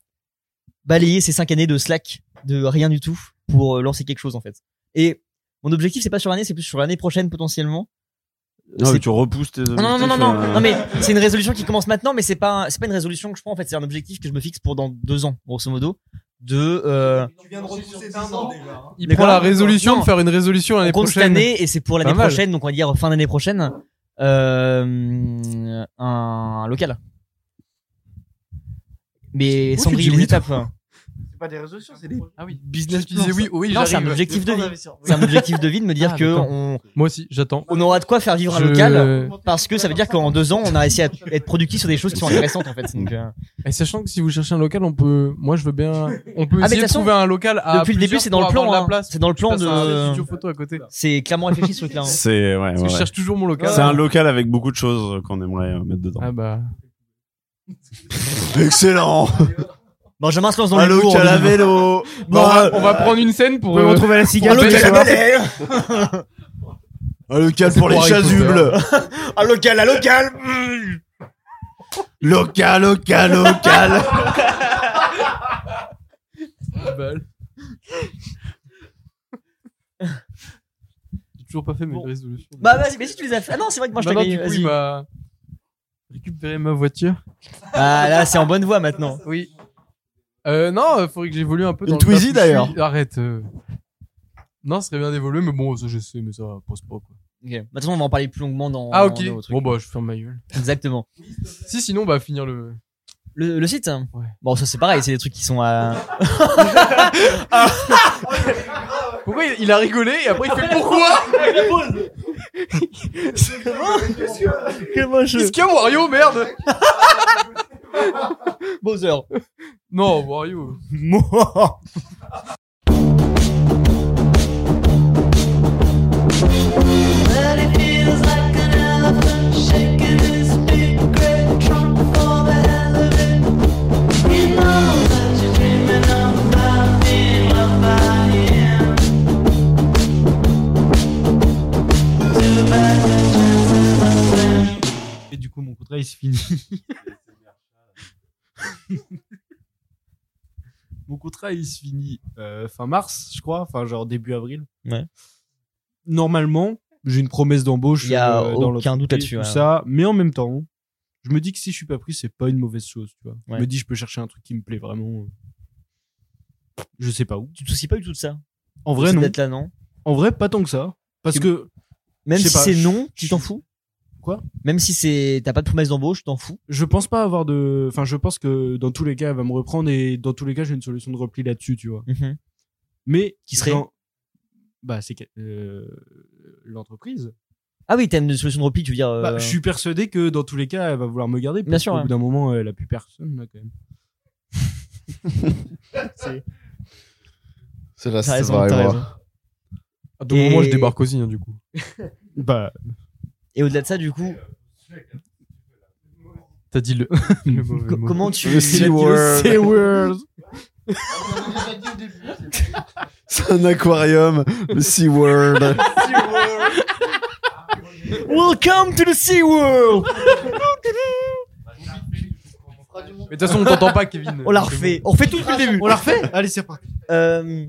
Speaker 1: balayer ces cinq années de slack, de rien du tout, pour euh, lancer quelque chose, en fait. Et mon objectif, c'est pas sur l'année, c'est plus sur l'année prochaine, potentiellement.
Speaker 2: Non, Ah, mais
Speaker 1: C'est-
Speaker 2: tu repousses tes
Speaker 1: non, non, non, non,
Speaker 2: objectifs,
Speaker 1: non.
Speaker 2: euh,
Speaker 1: Non, mais c'est une résolution qui commence maintenant, mais c'est pas, c'est pas une résolution que je prends, en fait. C'est un objectif que je me fixe pour dans deux ans, grosso modo. De, euh,
Speaker 3: Tu viens de repousser d'un an déjà. hein.
Speaker 4: Il
Speaker 1: Les
Speaker 4: prend
Speaker 1: gars,
Speaker 4: la résolution
Speaker 1: non.
Speaker 4: de faire une résolution l'année
Speaker 1: on compte
Speaker 4: prochaine.
Speaker 1: cette année, et c'est pour l'année
Speaker 4: Pas mal.
Speaker 1: prochaine, donc on va dire fin d'année prochaine, euh, un local. Mais
Speaker 4: Oh,
Speaker 1: sans
Speaker 4: tu
Speaker 1: griller
Speaker 4: dis
Speaker 1: les
Speaker 4: oui, toi.
Speaker 1: étapes. hein.
Speaker 6: C'est pas des réseaux sociaux, c'est des.
Speaker 7: Ah oui.
Speaker 4: Business, disait oui, oui,
Speaker 1: non, c'est un
Speaker 4: j'arrive.
Speaker 1: objectif de
Speaker 6: Le plan
Speaker 1: vie.
Speaker 6: d'investisseur, oui.
Speaker 1: C'est un objectif de vie de me dire
Speaker 4: Ah,
Speaker 1: que
Speaker 4: d'accord.
Speaker 1: on,
Speaker 4: Moi aussi, j'attends.
Speaker 1: on aura de quoi faire vivre un
Speaker 4: Je-
Speaker 1: local, parce que ça veut dire qu'en deux ans, on a réussi à être productif sur des choses qui sont intéressantes, en fait. Donc, euh,
Speaker 4: Et sachant que si vous cherchez un local, on peut, moi je veux bien, on peut
Speaker 1: Ah, mais de
Speaker 4: essayer
Speaker 1: toute
Speaker 4: de
Speaker 1: façon,
Speaker 4: trouver un local à
Speaker 1: depuis le début,
Speaker 4: plusieurs
Speaker 1: c'est dans
Speaker 4: pour
Speaker 1: le plan,
Speaker 4: avoir de
Speaker 1: hein.
Speaker 4: la place.
Speaker 1: C'est dans le plan
Speaker 4: Je passe
Speaker 1: de-
Speaker 4: un studio photo à côté.
Speaker 1: c'est clairement réfléchi, ce truc-là. hein.
Speaker 2: C'est, ouais,
Speaker 4: Parce que
Speaker 2: ouais,
Speaker 4: je
Speaker 2: ouais.
Speaker 4: cherche toujours mon local.
Speaker 2: C'est un local avec beaucoup de choses euh, qu'on aimerait euh, mettre dedans.
Speaker 4: Ah bah.
Speaker 2: Excellent
Speaker 1: Benjamin se lance dans
Speaker 2: Un
Speaker 1: le
Speaker 2: local à vélo
Speaker 1: euh,
Speaker 4: Bah, on, va, on
Speaker 2: Bah,
Speaker 4: va prendre une scène pour.
Speaker 6: Vous pouvez
Speaker 4: euh,
Speaker 6: retrouver la
Speaker 4: pour
Speaker 6: cigale.
Speaker 4: payer
Speaker 6: ce
Speaker 4: la-
Speaker 6: soir.
Speaker 2: Un local
Speaker 4: C'est
Speaker 2: Ah, pour les
Speaker 4: pour Harry
Speaker 2: chasubles
Speaker 8: Ah,
Speaker 1: Un local, un local
Speaker 2: Local, local, local
Speaker 4: balle. J'ai toujours pas fait mes
Speaker 1: Bon.
Speaker 4: résolutions.
Speaker 1: Bah vas-y, mais si tu les as fait. Ah non, c'est vrai que moi je
Speaker 4: Bah Non, non,
Speaker 1: t'ai
Speaker 4: du coup, il
Speaker 1: vas
Speaker 4: m'a récupéré ma voiture.
Speaker 1: Ah là, c'est en bonne voie maintenant.
Speaker 4: Oui. Euh, non, il faudrait que j'évolue un peu.
Speaker 2: Une
Speaker 4: dans le taf
Speaker 2: Twizy,
Speaker 4: où je
Speaker 2: d'ailleurs.
Speaker 4: suis. Arrête. euh. Non, ce serait bien d'évoluer, mais bon, ça je sais, mais ça pose pas quoi.
Speaker 1: Ok. Maintenant, on va en parler plus longuement dans.
Speaker 4: ah ok.
Speaker 1: dans nos trucs.
Speaker 4: Bon bah je ferme ma gueule.
Speaker 1: Exactement.
Speaker 4: Si sinon on va finir le.
Speaker 1: Le, le site. hein.
Speaker 4: Ouais.
Speaker 1: Bon, ça c'est pareil, c'est des trucs qui sont à.
Speaker 4: Pourquoi il, il a rigolé et après il fait pourquoi
Speaker 1: Comment je
Speaker 4: Qu'est-ce qu'il y a Wario merde
Speaker 1: Bowser.
Speaker 4: Non Wario.
Speaker 12: But it feels like an elephant shaking his big great trunk for the hell of it. You know that you're dreaming about being loved by him. Too bad the chances are slim.
Speaker 7: Et du coup, mon contrat il se finit. mon contrat il se finit euh, fin mars, je crois, enfin genre début avril.
Speaker 1: Ouais.
Speaker 7: Normalement, j'ai une promesse d'embauche
Speaker 1: Il y a
Speaker 7: euh, dans
Speaker 1: aucun
Speaker 7: l'entreprise,
Speaker 1: doute là-dessus, hein.
Speaker 7: tout
Speaker 1: ouais.
Speaker 7: ça, mais en même temps, je me dis que si je suis pas pris, c'est pas une mauvaise chose, tu vois.
Speaker 1: Ouais.
Speaker 7: Je me dis, je peux chercher un truc qui me plaît vraiment. Je sais pas où.
Speaker 1: Tu te soucies pas du tout de ça
Speaker 7: En vrai,
Speaker 1: C'est
Speaker 7: non.
Speaker 1: d'être là, non
Speaker 7: En vrai, pas tant que ça. Parce
Speaker 1: Tu-
Speaker 7: que.
Speaker 1: Même
Speaker 7: je sais
Speaker 1: si
Speaker 7: pas,
Speaker 1: c'est
Speaker 7: je-
Speaker 1: non, tu t'en fous
Speaker 7: Quoi
Speaker 1: Même si c'est t'as pas de promesse d'embauche, tu t'en fous
Speaker 7: Je pense pas avoir de. Enfin, je pense que dans tous les cas, elle va me reprendre et dans tous les cas, j'ai une solution de repli là-dessus, tu vois.
Speaker 1: Mhm.
Speaker 7: Mais.
Speaker 1: Qui serait
Speaker 7: dans- Bah, c'est que- euh, l'entreprise.
Speaker 1: Ah oui, t'aimes une solution de repli, tu veux dire.
Speaker 7: Bah,
Speaker 1: euh,
Speaker 7: je suis persuadé que dans tous les cas, elle va vouloir me garder.
Speaker 1: Bien sûr,
Speaker 7: Au
Speaker 1: ouais.
Speaker 7: bout d'un moment, elle a plus personne, là, quand même.
Speaker 2: C'est la
Speaker 7: T'as raison,
Speaker 2: vraie
Speaker 7: t'as
Speaker 2: voie.
Speaker 7: raison.
Speaker 4: À tout moment, Ah, je débarque aussi, hein, du coup.
Speaker 7: bah.
Speaker 1: Et au-delà de ça, du coup.
Speaker 4: T'as dit le. le mauvais
Speaker 1: Co-
Speaker 4: mot.
Speaker 1: comment tu-
Speaker 4: Le
Speaker 1: tu l'as dit au
Speaker 4: C-word.
Speaker 1: C-word.
Speaker 2: C'est un aquarium, le Sea World.
Speaker 1: Welcome to the Sea World
Speaker 4: Mais de toute façon, on t'entend pas, Kevin.
Speaker 1: On la refait. On refait tout depuis le début.
Speaker 6: On la refait Allez, c'est reparti.
Speaker 1: Euh,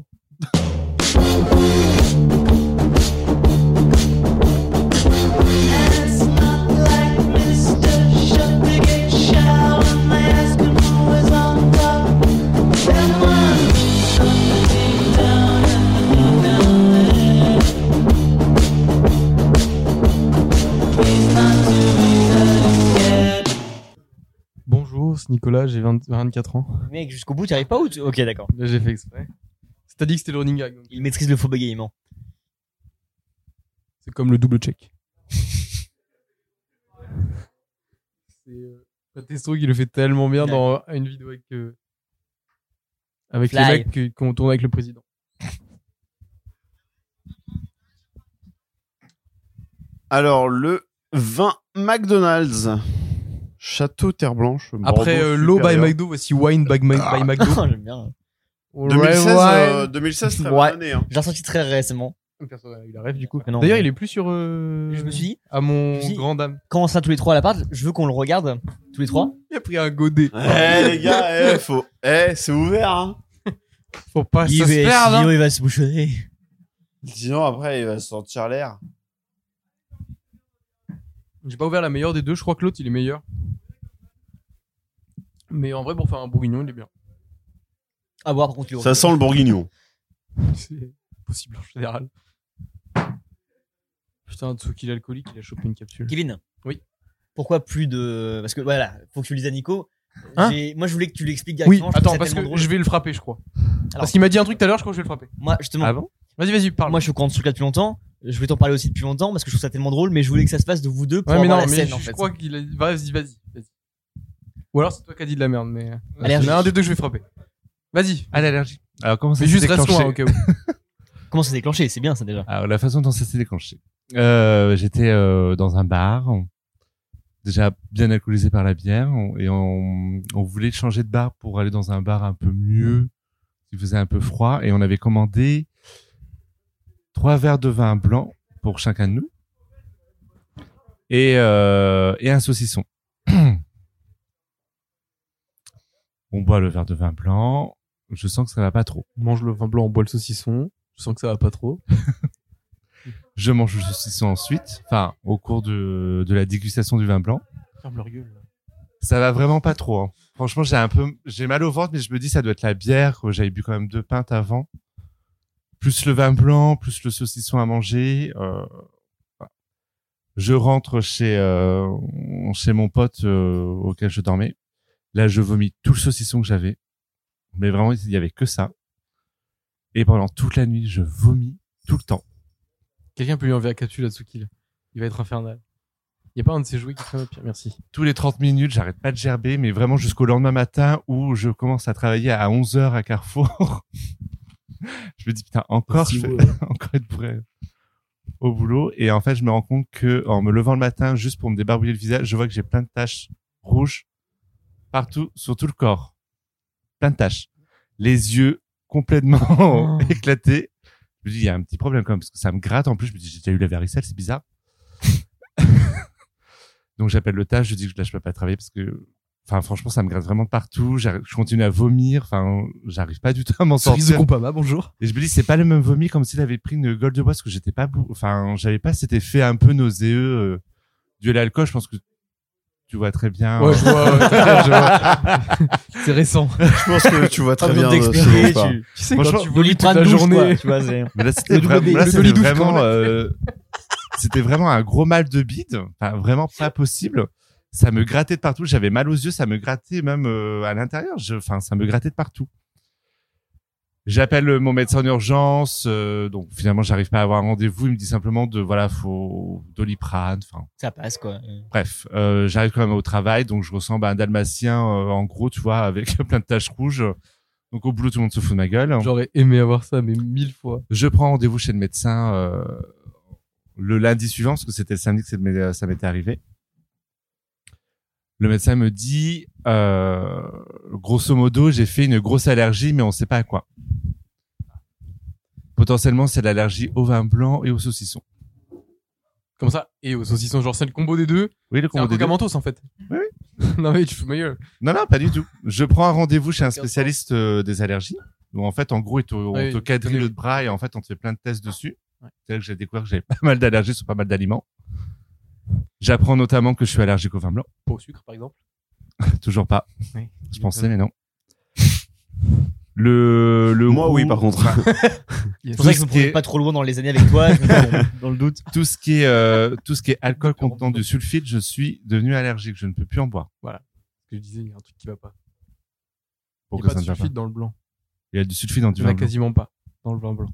Speaker 4: Bonjour, c'est Nicolas, j'ai 20 24 ans.
Speaker 1: mec, jusqu'au bout, tu arrives pas ou tu- Ok, d'accord.
Speaker 4: Là, j'ai fait exprès. T'as dit que c'était le running gag. donc
Speaker 1: Il maîtrise le faux bégayement.
Speaker 4: C'est comme le double check. c'est euh, Pat Testo qui le fait tellement bien dans euh, une vidéo avec, euh, avec les
Speaker 1: Fly.
Speaker 4: mecs que- qu'on tourne avec le président.
Speaker 2: Alors, le vin McDonald's. Château Terre Blanche.
Speaker 4: Après
Speaker 2: Bordeaux
Speaker 4: euh, Low by
Speaker 2: supérieur. Ah.
Speaker 4: McDo, voici Wine by, Ma- by McDo.
Speaker 1: J'aime bien.
Speaker 2: 2016, euh, 2016, très bonne
Speaker 1: Ouais.
Speaker 2: année, hein.
Speaker 1: J'ai ressenti très récemment. Ah
Speaker 4: Il a rêve du coup.
Speaker 1: non,
Speaker 4: D'ailleurs,
Speaker 1: mais-
Speaker 4: il est plus sur. euh,
Speaker 1: Je me suis dit-
Speaker 4: À mon
Speaker 1: je me suis dit-
Speaker 4: grand dame.
Speaker 1: Quand on sera tous les trois à l'appart, je veux qu'on le regarde, tous les trois.
Speaker 4: Il a pris un godet.
Speaker 2: Eh les gars, eh, faut... eh, c'est ouvert. Hein.
Speaker 4: Faut pas
Speaker 1: Il
Speaker 4: ça se
Speaker 1: va-
Speaker 4: perdre, hein.
Speaker 1: sinon, il va se bouchonner.
Speaker 2: Sinon, après, il va sortir l'air.
Speaker 4: J'ai pas ouvert la meilleure des deux, je crois que l'autre il est meilleur. Mais en vrai, pour faire un bourguignon, il est bien.
Speaker 1: À voir, par contre, le
Speaker 2: Ça sent le bourguignon.
Speaker 4: C'est possible en général. Putain, Tsuki l'alcoolique, il a chopé une capsule.
Speaker 1: Kevin.
Speaker 4: Oui.
Speaker 1: Pourquoi plus de. Parce que voilà, faut que tu le dises à Nico.
Speaker 4: Hein
Speaker 1: J'ai- Moi, je voulais que tu l'expliques
Speaker 4: Oui,
Speaker 1: directement. je trouve
Speaker 4: attends,
Speaker 1: ça
Speaker 4: parce que
Speaker 1: tellement drôle.
Speaker 4: je vais le frapper, je crois.
Speaker 1: Alors.
Speaker 4: Parce qu'il m'a dit un truc tout à l'heure, je crois que je vais le frapper.
Speaker 1: Moi, justement.
Speaker 4: Ah bon Vas-y, vas-y, parle.
Speaker 1: Moi, je suis au courant de ce truc-là depuis longtemps. Je voulais t'en parler aussi depuis longtemps parce que je trouve ça tellement drôle, mais je voulais que ça se passe de vous deux pour
Speaker 4: Ouais, mais
Speaker 1: avoir
Speaker 4: non,
Speaker 1: la
Speaker 4: mais
Speaker 1: scène,
Speaker 4: je,
Speaker 1: en
Speaker 4: je
Speaker 1: fait.
Speaker 4: crois qu'il a dit. Vas-y, vas-y, vas-y. Ou alors c'est toi qui as dit de la merde, mais. Il y en
Speaker 1: Allergique.
Speaker 4: a un des deux que je vais frapper. Vas-y.
Speaker 5: À l'allergie. Alors, comment ça
Speaker 4: Mais
Speaker 5: s'est
Speaker 4: juste reste loin,
Speaker 5: déclenché
Speaker 4: au cas où.
Speaker 1: Comment ça s'est déclenché C'est bien, ça, déjà.
Speaker 5: Alors, Ah, la façon dont ça s'est déclenché. Euh, j'étais euh, dans un bar, déjà bien alcoolisé par la bière, on- et on, on voulait changer de bar pour aller dans un bar un peu mieux, qui faisait un peu froid, et on avait commandé trois verres de vin blanc pour chacun de nous, et, euh, et un saucisson. on boit le verre de vin blanc, je sens que ça va pas trop.
Speaker 4: Mange le vin blanc, on boit le saucisson. Je sens que ça va pas trop.
Speaker 5: Je mange le saucisson ensuite, enfin, au cours de, de la dégustation du vin blanc.
Speaker 4: Ferme leur gueule.
Speaker 5: Ça va vraiment pas trop. hein. Franchement, j'ai un peu, j'ai mal au ventre, mais je me dis ça doit être la bière. que J'avais bu quand même deux pintes avant, plus le vin blanc, plus le saucisson à manger. euh, voilà. Je rentre chez euh, chez mon pote euh, auquel je dormais. Là, je vomis tout le saucisson que j'avais, mais vraiment il y avait que ça. Et pendant toute la nuit, je vomis tout le temps.
Speaker 4: Quelqu'un peut lui enlever la capsule à Tsuki là. Il va être infernal. Il y a pas un de ses jouets qui traîne au pire. Merci.
Speaker 5: tous les 30 minutes, j'arrête pas de gerber, mais vraiment jusqu'au lendemain matin où je commence à travailler à 11h à Carrefour. je me dis, putain, encore, je fais- encore être bourré au boulot. Et en fait, je me rends compte que en me levant le matin, juste pour me débarbouiller le visage, je vois que j'ai plein de taches rouges partout, sur tout le corps. Plein de taches. Les yeux complètement éclatés. Je me dis, il y a un petit problème quand même, parce que ça me gratte. En plus, je me dis, j'ai déjà eu la varicelle, c'est bizarre. Donc j'appelle le taf, je dis que je lâche pas pas travailler parce que, enfin franchement, ça me gratte vraiment de partout. J'arrive- Je continue à vomir. Enfin, j'arrive pas du tout à m'en
Speaker 4: Cerise de
Speaker 5: sortir.
Speaker 4: Groupama, bonjour.
Speaker 5: Et je me dis, c'est pas le même vomi comme s'il avait pris une gueule de bois parce que j'étais pas, bou- enfin, j'avais pas cet effet un peu nauséeux euh, dû à l'alcool. Je pense que tu vois très bien.
Speaker 4: Ouais, je vois, ouais, je vois. C'est récent.
Speaker 2: Je pense que tu vois très
Speaker 4: Pas besoin
Speaker 2: bien,
Speaker 4: d'expliquer,
Speaker 2: euh, ce qu'on
Speaker 4: tu-
Speaker 2: parle.
Speaker 4: tu sais, Franchement, quand tu vomis toute la journée, tu vois, c'est-
Speaker 5: Mais là,
Speaker 4: Le
Speaker 5: c'était
Speaker 4: double
Speaker 5: vraiment,
Speaker 4: dé-
Speaker 5: là,
Speaker 4: le
Speaker 5: c'était
Speaker 4: double douche,
Speaker 5: vraiment,
Speaker 4: quand même.
Speaker 5: euh, c'était vraiment un gros mal de bide. Enfin, vraiment pas possible. Ça me grattait de partout. J'avais mal aux yeux. Ça me grattait même euh, à l'intérieur. Je- Enfin, ça me grattait de partout. J'appelle euh, mon médecin d'urgence. euh, donc finalement, j'arrive pas à avoir un rendez-vous. Il me dit simplement de voilà, faut doliprane. Enfin,
Speaker 1: Ça passe, quoi.
Speaker 5: Bref, euh, j'arrive quand même au travail, donc je ressemble à un dalmatien, euh, en gros, tu vois, avec plein de taches rouges. Donc au boulot, tout le monde se fout de ma gueule.
Speaker 4: J'aurais aimé avoir ça, mais mille fois.
Speaker 5: Je prends rendez-vous chez le médecin euh, le lundi suivant, parce que c'était le samedi que ça m'est- ça m'était arrivé. Le médecin me dit, euh, grosso modo, j'ai fait une grosse allergie, mais on ne sait pas à quoi. Potentiellement, c'est l'allergie au vin blanc et au saucisson.
Speaker 4: Comme ça, et aux saucissons, genre c'est le combo des deux.
Speaker 5: Oui, le combo des
Speaker 4: C'est
Speaker 5: deux.
Speaker 4: un Coca-Mentos, en fait.
Speaker 5: Oui,
Speaker 4: non, mais tu fous ma gueule.
Speaker 5: Non, non, pas du tout. Je prends un rendez-vous chez un spécialiste euh, des allergies. Où en fait, en gros, ils te- on
Speaker 4: Ah Oui,
Speaker 5: te
Speaker 4: ils
Speaker 5: quadrille le bras et en fait, on te fait plein de tests dessus. C'est là que j'ai découvert que j'avais pas mal d'allergies sur pas mal d'aliments. J'apprends notamment que je suis allergique au vin blanc.
Speaker 4: Pas au sucre, par exemple.
Speaker 5: Toujours pas.
Speaker 4: Oui.
Speaker 5: Je pensais, mais non. Le, le
Speaker 2: Moi,
Speaker 5: roux-
Speaker 2: oui, par contre.
Speaker 5: Enfin,
Speaker 1: C'est
Speaker 5: tout
Speaker 1: pour ça
Speaker 5: ce
Speaker 1: qu'ils sont
Speaker 5: qui est-
Speaker 1: pas trop loin dans les années avec toi. je me dis, bon, dans le doute.
Speaker 5: Tout ce qui est, euh, tout ce qui est alcool contenant du sulfite, je suis devenu allergique. Je ne peux plus en boire.
Speaker 4: Voilà. Ce que je disais, il y a un truc qui va pas.
Speaker 5: Pourquoi
Speaker 4: il y a
Speaker 5: ça ne va
Speaker 4: pas de
Speaker 5: pas
Speaker 4: sulfite dans le blanc.
Speaker 5: Il y a du sulfite dans
Speaker 4: Il
Speaker 5: du
Speaker 4: y en
Speaker 5: vin
Speaker 4: a
Speaker 5: blanc.
Speaker 4: quasiment pas dans le vin blanc.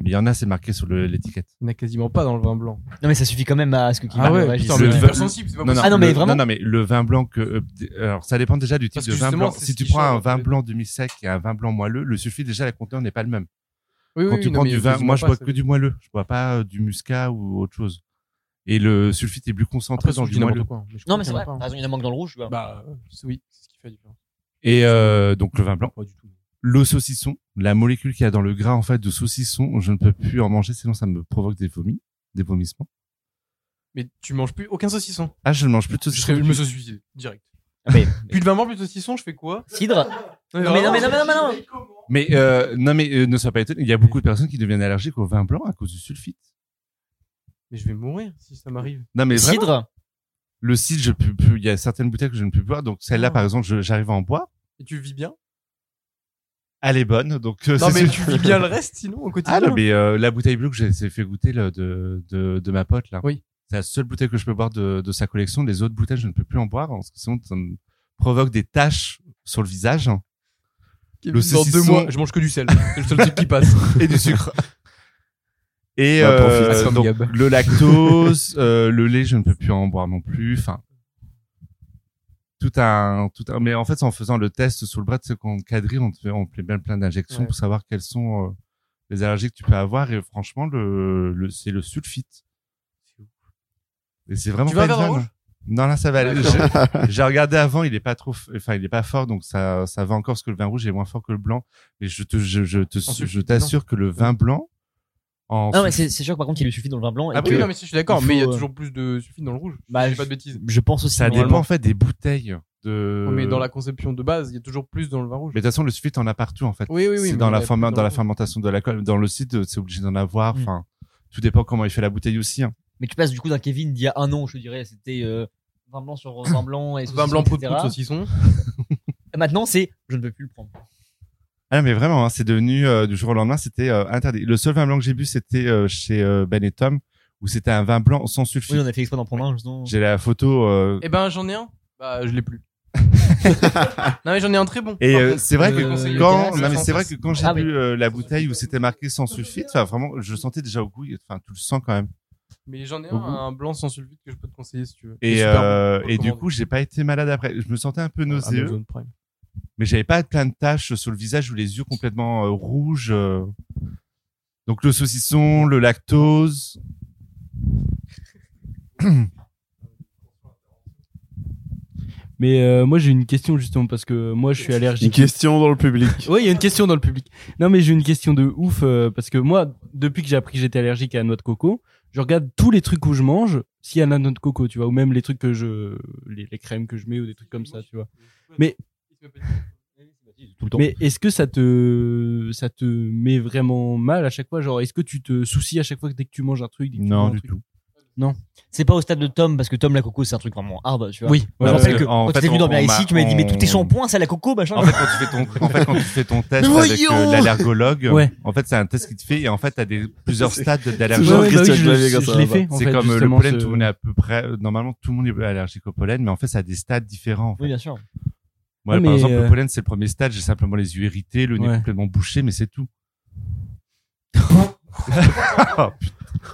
Speaker 5: Mais il y en a, c'est marqué sur le- l'étiquette.
Speaker 4: Il n'y en a quasiment pas dans le vin blanc.
Speaker 1: Non, mais ça suffit quand même à ce que
Speaker 4: Ah ouais, putain, mais
Speaker 5: Le
Speaker 4: t'es
Speaker 5: vin-
Speaker 4: hypersensible, c'est pas
Speaker 5: non, non,
Speaker 4: possible. Ah non,
Speaker 5: le-
Speaker 4: mais vraiment
Speaker 5: Non, non, mais le vin blanc que. euh, d- Alors, ça dépend déjà du type
Speaker 4: Parce
Speaker 5: de
Speaker 4: que
Speaker 5: vin
Speaker 4: justement,
Speaker 5: blanc.
Speaker 4: c'est
Speaker 5: Si
Speaker 4: ce
Speaker 5: tu
Speaker 4: qui
Speaker 5: prends un
Speaker 4: change, en
Speaker 5: vin
Speaker 4: fait.
Speaker 5: blanc demi-sec et un vin blanc moelleux, le sulfite, déjà, la conteneur n'est pas le même.
Speaker 4: Oui,
Speaker 5: Quand
Speaker 4: oui,
Speaker 5: tu
Speaker 4: oui,
Speaker 5: prends
Speaker 4: non,
Speaker 5: du
Speaker 4: mais
Speaker 5: vin,
Speaker 4: quasiment
Speaker 5: moi, je
Speaker 4: pas,
Speaker 5: bois
Speaker 4: ça
Speaker 5: que du moelleux. Je bois pas euh, du muscat ou autre chose. Et le sulfite est plus concentré
Speaker 4: Après,
Speaker 5: dans
Speaker 4: je
Speaker 5: du
Speaker 4: dis n'importe
Speaker 5: moelleux.
Speaker 4: quoi, mais je
Speaker 1: Non, mais c'est
Speaker 4: comprends
Speaker 1: vrai.
Speaker 4: pas, hein.
Speaker 1: T'as raison, il y en manque dans le rouge.
Speaker 4: Bah, oui, c'est ce qui fait la différence.
Speaker 5: Et euh, donc, le vin blanc. Le saucisson, la molécule qu'il y a dans le gras, en fait, de saucisson, je ne peux plus en manger, sinon ça me provoque des vomis, des vomissements.
Speaker 4: Mais tu manges plus aucun saucisson.
Speaker 5: Ah, je ne mange plus de
Speaker 4: Je,
Speaker 5: saucisson. Ah,
Speaker 4: serais- je me suis suicidé, direct.
Speaker 1: mais-
Speaker 4: plus de vin blanc, plus de saucisson, je fais quoi
Speaker 1: Cidre Non, mais non, mais non, mais non, mais non.
Speaker 5: Mais euh, non, mais euh, ne sois pas étonné. Il y a beaucoup de personnes qui deviennent allergiques au vin blanc à cause du sulfite.
Speaker 4: Mais je vais mourir si ça m'arrive.
Speaker 5: Non, mais vraiment.
Speaker 1: Cidre
Speaker 5: Le cidre, je peux plus. Il y a certaines bouteilles que je ne peux plus boire. Donc
Speaker 4: Ah.
Speaker 5: celle-là, par exemple, je- j'arrive à en boire.
Speaker 4: Et tu vis bien
Speaker 5: Elle est bonne. Donc euh,
Speaker 4: Non,
Speaker 5: c'est
Speaker 4: mais
Speaker 5: sûr.
Speaker 4: tu vis bien le reste, sinon, au quotidien
Speaker 5: Ah non, mais euh, la bouteille bleue que j'ai j'ai fait goûter là, de, de de ma pote là.
Speaker 4: Oui.
Speaker 5: C'est la seule bouteille que je peux boire de, de sa collection. Les autres bouteilles, je ne peux plus en boire parce que sinon ça me provoque des taches sur le visage.
Speaker 4: Dans deux mois, je mange que du sel. C'est le seul truc qui passe.
Speaker 5: Et du sucre. Et
Speaker 4: Bah,
Speaker 5: euh,
Speaker 4: profite, Sam
Speaker 5: donc,
Speaker 4: Gab.
Speaker 5: le lactose, euh, le lait, je ne peux plus en boire non plus. Enfin, tout un, tout un. Mais en fait, c'est en faisant le test sur le bras, de ce qu'on quadrille, on te fait, on te fait bien plein d'injections
Speaker 4: Ouais.
Speaker 5: pour savoir quelles sont euh, les allergies que tu peux avoir. Et franchement, le, le c'est le sulfite. Et c'est vraiment
Speaker 4: Tu veux
Speaker 5: pas
Speaker 4: un
Speaker 5: une
Speaker 4: verre
Speaker 5: vanne.
Speaker 4: orange
Speaker 5: Non, là, ça va aller.
Speaker 4: D'accord.
Speaker 5: J'ai- J'ai regardé avant, il est pas trop, f- enfin, il est pas fort, donc ça, ça va encore parce que le vin rouge est moins fort que le blanc. Mais je te, je, je te,
Speaker 4: En sulfite,
Speaker 5: je t'assure
Speaker 4: non.
Speaker 5: que le vin blanc, en
Speaker 1: Non, mais c'est c'est sûr que par contre, il lui suffit dans le vin blanc. et
Speaker 4: Ah oui,
Speaker 1: que
Speaker 4: non, mais si, je suis d'accord,
Speaker 1: il
Speaker 4: mais il y a
Speaker 1: faut, euh,
Speaker 4: toujours plus de sulfite dans le rouge.
Speaker 1: Bah,
Speaker 4: je dis pas
Speaker 1: je-
Speaker 4: de bêtises.
Speaker 1: Je pense aussi.
Speaker 5: ça dépend
Speaker 1: normalement.
Speaker 5: en fait des bouteilles de.
Speaker 4: Oh, Mais dans la conception de base, il y a toujours plus dans le vin rouge.
Speaker 5: Mais de toute façon, le sulfite, on a partout, en fait.
Speaker 4: Oui, oui, oui,
Speaker 5: C'est
Speaker 4: mais
Speaker 5: dans,
Speaker 4: on
Speaker 5: la
Speaker 4: l'a
Speaker 5: ferme-
Speaker 4: plus
Speaker 5: dans
Speaker 4: dans
Speaker 5: la
Speaker 4: le-
Speaker 5: fermentation de l'alcool. Dans le site, c'est obligé d'en avoir.
Speaker 1: Mm.
Speaker 5: Enfin, tout dépend comment il fait la bouteille aussi. hein.
Speaker 1: Mais tu passes du coup d'un Kevin d'il y a un an, je te dirais, c'était euh, vin blanc sur vin blanc et
Speaker 4: Vin blanc, prout,
Speaker 1: etc.
Speaker 4: prout, saucisson.
Speaker 1: Et Maintenant, c'est je ne peux plus le prendre.
Speaker 5: Ah non, mais vraiment, hein, c'est devenu euh, du jour au lendemain, c'était euh, interdit. Le seul vin blanc que j'ai bu, c'était euh, chez euh, Ben et Tom, où c'était un vin blanc sans sulfite.
Speaker 1: Oui, on a fait exprès d'en prendre un, justement.
Speaker 5: J'ai la photo. euh,
Speaker 4: Eh ben, j'en ai un. Bah, je l'ai plus. non, mais j'en ai un très bon.
Speaker 5: Et
Speaker 4: Par
Speaker 5: euh,
Speaker 4: contre,
Speaker 5: c'est vrai que
Speaker 4: euh, conseiller
Speaker 5: quand,
Speaker 4: Canal,
Speaker 5: non, mais
Speaker 4: sans
Speaker 5: c'est vrai
Speaker 4: passe.
Speaker 5: que quand j'ai
Speaker 4: Ah oui.
Speaker 5: bu euh, la bouteille où c'était marqué sans sulfite, enfin vraiment, je sentais déjà au goût. Enfin, tu le sens quand même.
Speaker 4: Mais j'en ai un,
Speaker 11: Mhm.
Speaker 5: Au goût.
Speaker 4: un blanc sans sulfite que je peux te conseiller si tu veux.
Speaker 5: Et,
Speaker 4: super bon,
Speaker 5: euh, et du
Speaker 4: recommandé.
Speaker 5: coup, j'ai pas été malade après. Je me sentais un peu nauséeux,
Speaker 4: Amazon Prime.
Speaker 5: mais j'avais pas plein de taches sur le visage ou les yeux complètement euh, rouges. euh. Donc le saucisson, le lactose.
Speaker 7: Mais euh, moi j'ai une question justement parce que moi je suis allergique.
Speaker 2: Une question dans le public.
Speaker 7: Oui, il y a une question dans le public. Non mais j'ai une question de ouf euh, parce que moi depuis que j'ai appris que j'étais allergique à la noix de coco, je regarde tous les trucs où je mange s'il y a de la noix de coco, tu vois, ou même les trucs que je les, les crèmes que je mets ou des trucs comme ça, tu vois. Mais Mais est-ce que ça te ça te met vraiment mal à chaque fois genre est-ce que tu te soucies à chaque fois que dès que tu manges un truc dès que tu
Speaker 5: Non,
Speaker 7: manges un
Speaker 5: du
Speaker 7: truc
Speaker 5: tout.
Speaker 7: Non.
Speaker 1: C'est pas au stade de Tom, parce que Tom la coco, c'est un truc vraiment hard, Ah, bah, tu vois.
Speaker 7: Oui.
Speaker 1: Je
Speaker 7: Ouais,
Speaker 1: me
Speaker 5: Euh,
Speaker 1: rappelle
Speaker 7: parce
Speaker 1: que
Speaker 7: que, en
Speaker 1: quand
Speaker 7: fait,
Speaker 1: t'étais venu
Speaker 7: on-
Speaker 1: dans bien
Speaker 7: on
Speaker 1: ici,
Speaker 7: m'a-
Speaker 1: tu m'avais dit, mais tous tes
Speaker 7: on-
Speaker 1: shampoings, c'est la coco, machin.
Speaker 5: En fait, quand tu fais ton, en fait, quand tu fais ton test
Speaker 1: Mais
Speaker 5: avec euh,
Speaker 1: voyons
Speaker 5: l'allergologue,
Speaker 1: Ouais.
Speaker 5: en fait, c'est un test qui te fait et en fait, t'as des plusieurs
Speaker 1: C'est-
Speaker 5: stades
Speaker 1: c'est
Speaker 5: d'allergie.
Speaker 1: genre Ouais, Christian bah oui, je- Clavier quand je ça l'ai va. fait, en
Speaker 5: C'est
Speaker 1: fait,
Speaker 5: comme euh, le
Speaker 1: justement,
Speaker 5: pollen,
Speaker 1: ce-
Speaker 5: tout le monde est à peu près, euh, normalement, tout le monde est allergique au pollen, mais en fait, ça a des stades différents. en fait.
Speaker 1: Oui, bien sûr.
Speaker 5: Moi,
Speaker 1: Ouais,
Speaker 5: par
Speaker 1: mais,
Speaker 5: exemple,
Speaker 1: euh,
Speaker 5: le pollen, c'est le premier stade, j'ai simplement les yeux irrités, le nez
Speaker 1: Ouais.
Speaker 5: complètement bouché, mais c'est tout. Oh,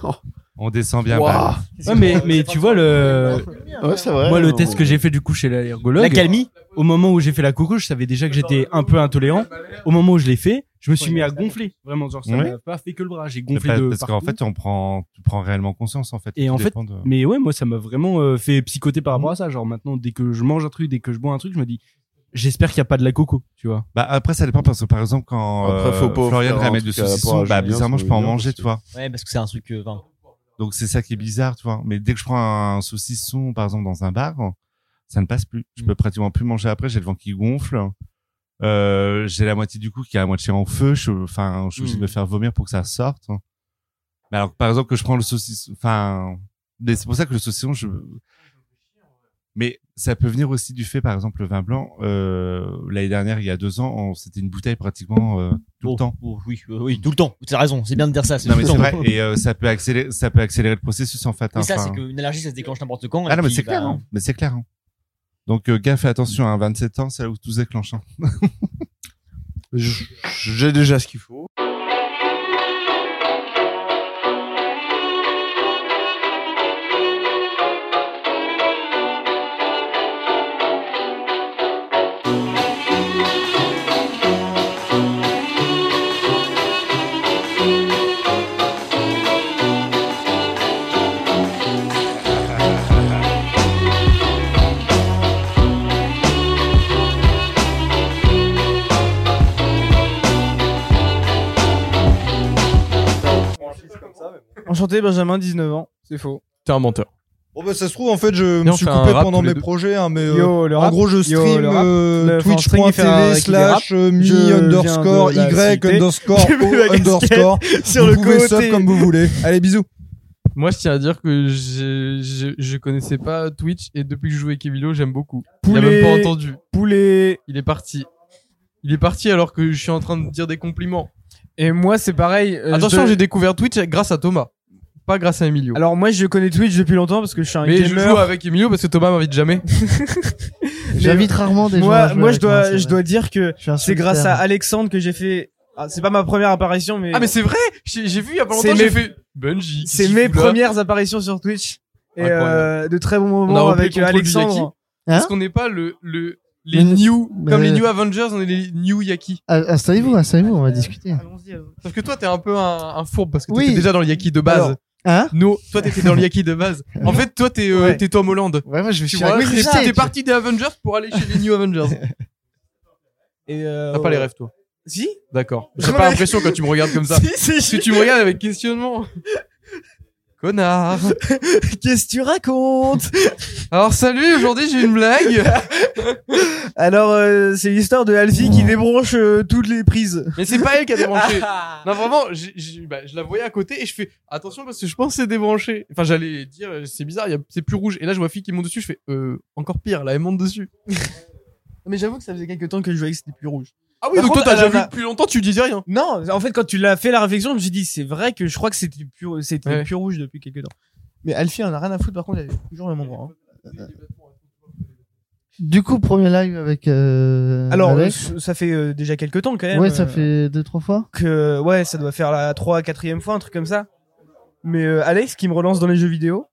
Speaker 1: Oh.
Speaker 5: On descend bien
Speaker 7: Waouh.
Speaker 5: bas.
Speaker 7: Ouais, mais, mais tu vois le.
Speaker 2: Ouais, c'est vrai.
Speaker 7: Moi, le
Speaker 2: Non,
Speaker 7: test
Speaker 2: mais-
Speaker 7: que j'ai fait du coup chez l'allergologue.
Speaker 2: L'accalmie
Speaker 7: Au moment où j'ai fait la coco, je savais déjà que j'étais un peu intolérant. Au moment où je l'ai fait, je me suis mis à gonfler. Vraiment, genre, ça
Speaker 5: Ouais.
Speaker 7: m'a pas fait que le bras. J'ai
Speaker 5: Mais
Speaker 7: gonflé
Speaker 5: pas-
Speaker 7: de.
Speaker 5: Parce qu'en
Speaker 7: partout.
Speaker 5: fait, on prend, tu prends réellement conscience, en fait.
Speaker 7: Et
Speaker 5: Tout
Speaker 7: en fait,
Speaker 5: dépend de-
Speaker 7: mais ouais, moi, ça m'a vraiment euh, fait psychoter par rapport à ça. Genre, maintenant, dès que je mange un truc, dès que je bois un truc, je me dis, j'espère qu'il n'y a pas de la coco, tu vois.
Speaker 5: Bah après ça dépend parce que par exemple quand
Speaker 2: Après,
Speaker 5: euh,
Speaker 2: faut pas
Speaker 5: Florian
Speaker 2: faire un
Speaker 5: ramène de
Speaker 2: truc à la
Speaker 5: saucisson,
Speaker 2: poire à
Speaker 5: bah
Speaker 2: Julien,
Speaker 5: bizarrement
Speaker 2: ça
Speaker 5: je peux en
Speaker 2: veut dire,
Speaker 5: manger,
Speaker 2: parce
Speaker 5: tu vois.
Speaker 1: Ouais, parce que c'est un truc, euh, enfin,
Speaker 5: Donc c'est ça qui est bizarre, tu vois. Mais dès que je prends un saucisson par exemple dans un bar, ça ne passe plus. Je peux pratiquement plus manger après. J'ai le vent qui gonfle. Euh, j'ai la moitié du cou qui est à moitié en feu. Je, enfin, je suis obligé de me faire vomir pour que ça sorte. Mais alors que, par exemple que je prends le saucisson, enfin, mais c'est pour ça que le saucisson, je mais ça peut venir aussi du fait, par exemple, le vin blanc. Euh, L'année dernière, il y a deux ans, on- c'était une bouteille pratiquement euh, tout le temps.
Speaker 1: oui, euh, oui, tout le temps. T'as raison, c'est bien de dire ça.
Speaker 5: Non, mais
Speaker 1: tout
Speaker 5: c'est
Speaker 1: le
Speaker 5: vrai.
Speaker 1: temps.
Speaker 5: Et euh, ça peut accélérer, ça peut accélérer le processus en fait. hein.
Speaker 1: Mais ça,
Speaker 5: Enfin,
Speaker 1: c'est qu'une allergie, ça se déclenche n'importe quand.
Speaker 5: Ah
Speaker 1: et
Speaker 5: non, mais
Speaker 1: puis,
Speaker 5: c'est clair.
Speaker 1: bah,
Speaker 5: hein. Mais c'est clair. hein. Donc euh, gaffe et attention, à 27 ans, c'est là où tout se déclenche. hein.
Speaker 2: J'ai déjà ce qu'il faut.
Speaker 11: Enchanté, Benjamin, 19 ans. C'est faux.
Speaker 4: T'es un menteur.
Speaker 8: Oh bah ça se trouve en fait je
Speaker 4: Et
Speaker 8: me
Speaker 4: on
Speaker 8: suis
Speaker 4: fait un
Speaker 8: coupé
Speaker 4: rap
Speaker 8: pendant
Speaker 4: tous les
Speaker 8: mes
Speaker 4: deux.
Speaker 8: projets hein, mais euh,
Speaker 4: Yo, le
Speaker 8: en
Speaker 4: rap.
Speaker 8: gros je
Speaker 4: Yo,
Speaker 8: stream
Speaker 4: le rap.
Speaker 8: euh,
Speaker 4: Le French String qui fait un-
Speaker 8: twitch.tv
Speaker 4: qui fait des
Speaker 8: slash euh,
Speaker 4: raps.
Speaker 8: mi
Speaker 4: Je viens de
Speaker 8: underscore
Speaker 4: la
Speaker 8: y
Speaker 4: citer.
Speaker 8: underscore
Speaker 4: J'ai vu
Speaker 8: o
Speaker 4: la casquette
Speaker 8: underscore
Speaker 4: sur
Speaker 8: vous
Speaker 4: le
Speaker 8: pouvez sub
Speaker 4: côté.
Speaker 8: comme vous voulez allez bisous
Speaker 4: Moi, je tiens à dire que je, je, je connaissais pas Twitch et depuis que je joue avec Emilio, j'aime beaucoup. Il a
Speaker 11: Poulet.
Speaker 4: même pas entendu.
Speaker 11: Poulet.
Speaker 4: Il est parti. Il est parti alors que je suis en train de dire des compliments.
Speaker 11: Et moi, c'est pareil. euh,
Speaker 4: Attention,
Speaker 11: je-
Speaker 4: j'ai découvert Twitch grâce à Thomas, pas grâce à Emilio.
Speaker 11: Alors moi, je connais Twitch depuis longtemps parce que je suis un
Speaker 4: Mais je
Speaker 11: gamer.
Speaker 4: joue avec Emilio parce que Thomas m'invite jamais.
Speaker 6: J'invite rarement des gens à
Speaker 11: Moi,
Speaker 6: jouer
Speaker 11: moi je
Speaker 6: avec moi,
Speaker 11: dois,
Speaker 6: c'est
Speaker 11: je
Speaker 6: vrai.
Speaker 11: dois dire que
Speaker 6: un
Speaker 11: c'est
Speaker 6: solitaire.
Speaker 11: grâce à Alexandre que j'ai fait. Ah, c'est pas ma première apparition, mais.
Speaker 4: Ah mais c'est vrai, j'ai j'ai vu il y a pas
Speaker 11: C'est
Speaker 4: longtemps, j'ai
Speaker 11: mes-
Speaker 4: fait Bungie. qu'est-ce
Speaker 11: C'est
Speaker 4: qu'il
Speaker 11: mes
Speaker 4: fout là
Speaker 11: premières apparitions sur Twitch. Et
Speaker 4: Incroyable.
Speaker 11: euh, de très bons
Speaker 4: On a
Speaker 11: moments
Speaker 4: repris
Speaker 11: avec euh,
Speaker 4: le contrôle du Yaki.
Speaker 11: Alexandre.
Speaker 4: Parce qu'on n'est pas le le les
Speaker 6: Hein Mais-
Speaker 4: new
Speaker 6: mais-
Speaker 4: comme les new Avengers, on est les new Yaki.
Speaker 6: Ah, Installez-vous, installez-vous, on va discuter.
Speaker 4: Sauf que toi t'es un peu un, un fourbe parce que
Speaker 6: Oui.
Speaker 4: t'étais déjà dans le Yaki de base.
Speaker 6: Alors, hein
Speaker 4: Nous, toi t'étais
Speaker 7: euh,
Speaker 4: dans le Yaki de base. En fait toi t'es euh, t'es Tom Holland.
Speaker 6: Ouais, moi je me
Speaker 4: Tu
Speaker 6: suis
Speaker 4: vois, t'es-
Speaker 6: incrusté.
Speaker 4: t'es parti des Avengers pour aller chez les new Avengers.
Speaker 11: Et euh,
Speaker 4: T'as pas les rêves toi.
Speaker 11: Si.
Speaker 4: D'accord. J'ai pas l'impression quand tu me regardes comme ça.
Speaker 11: Si, si,
Speaker 4: Parce que tu me regardes avec questionnement. Connard.
Speaker 11: Qu'est-ce que tu racontes
Speaker 4: Alors salut, aujourd'hui j'ai une blague.
Speaker 11: Alors euh, c'est l'histoire de Alfie qui débranche euh, toutes les prises. Ah.
Speaker 4: Mais c'est pas elle qui a débranché. non, vraiment, j'ai- j'ai- bah, je la voyais à côté et je fais attention parce que je pense que c'est débranché. Enfin, j'allais dire, euh, c'est bizarre, il y a- c'est plus rouge. Et là, je vois fille qui monte dessus, je fais euh, encore pire, là, elle monte dessus.
Speaker 11: Mais j'avoue que ça faisait quelques temps que je voyais que c'était plus rouge.
Speaker 4: Ah oui, donc toi, t'as déjà vu depuis longtemps, tu disais rien.
Speaker 11: Non, en fait, quand tu l'as fait la réflexion, je me suis dit, c'est vrai que je crois que c'était plus, c'était
Speaker 4: Ouais.
Speaker 11: plus rouge depuis quelques temps. Mais Alfie en a rien à foutre, par contre, elle est toujours au même endroit. hein.
Speaker 6: Du coup, premier live avec. euh,
Speaker 11: Alors,
Speaker 4: bah
Speaker 6: Alex.
Speaker 11: euh, ça fait euh, déjà quelques temps quand même.
Speaker 6: Ouais, ça
Speaker 11: euh,
Speaker 6: fait deux, trois fois.
Speaker 11: que ouais, ça doit faire la 3 4 fois un truc comme ça. Mais euh, Alex qui me relance dans les jeux vidéo.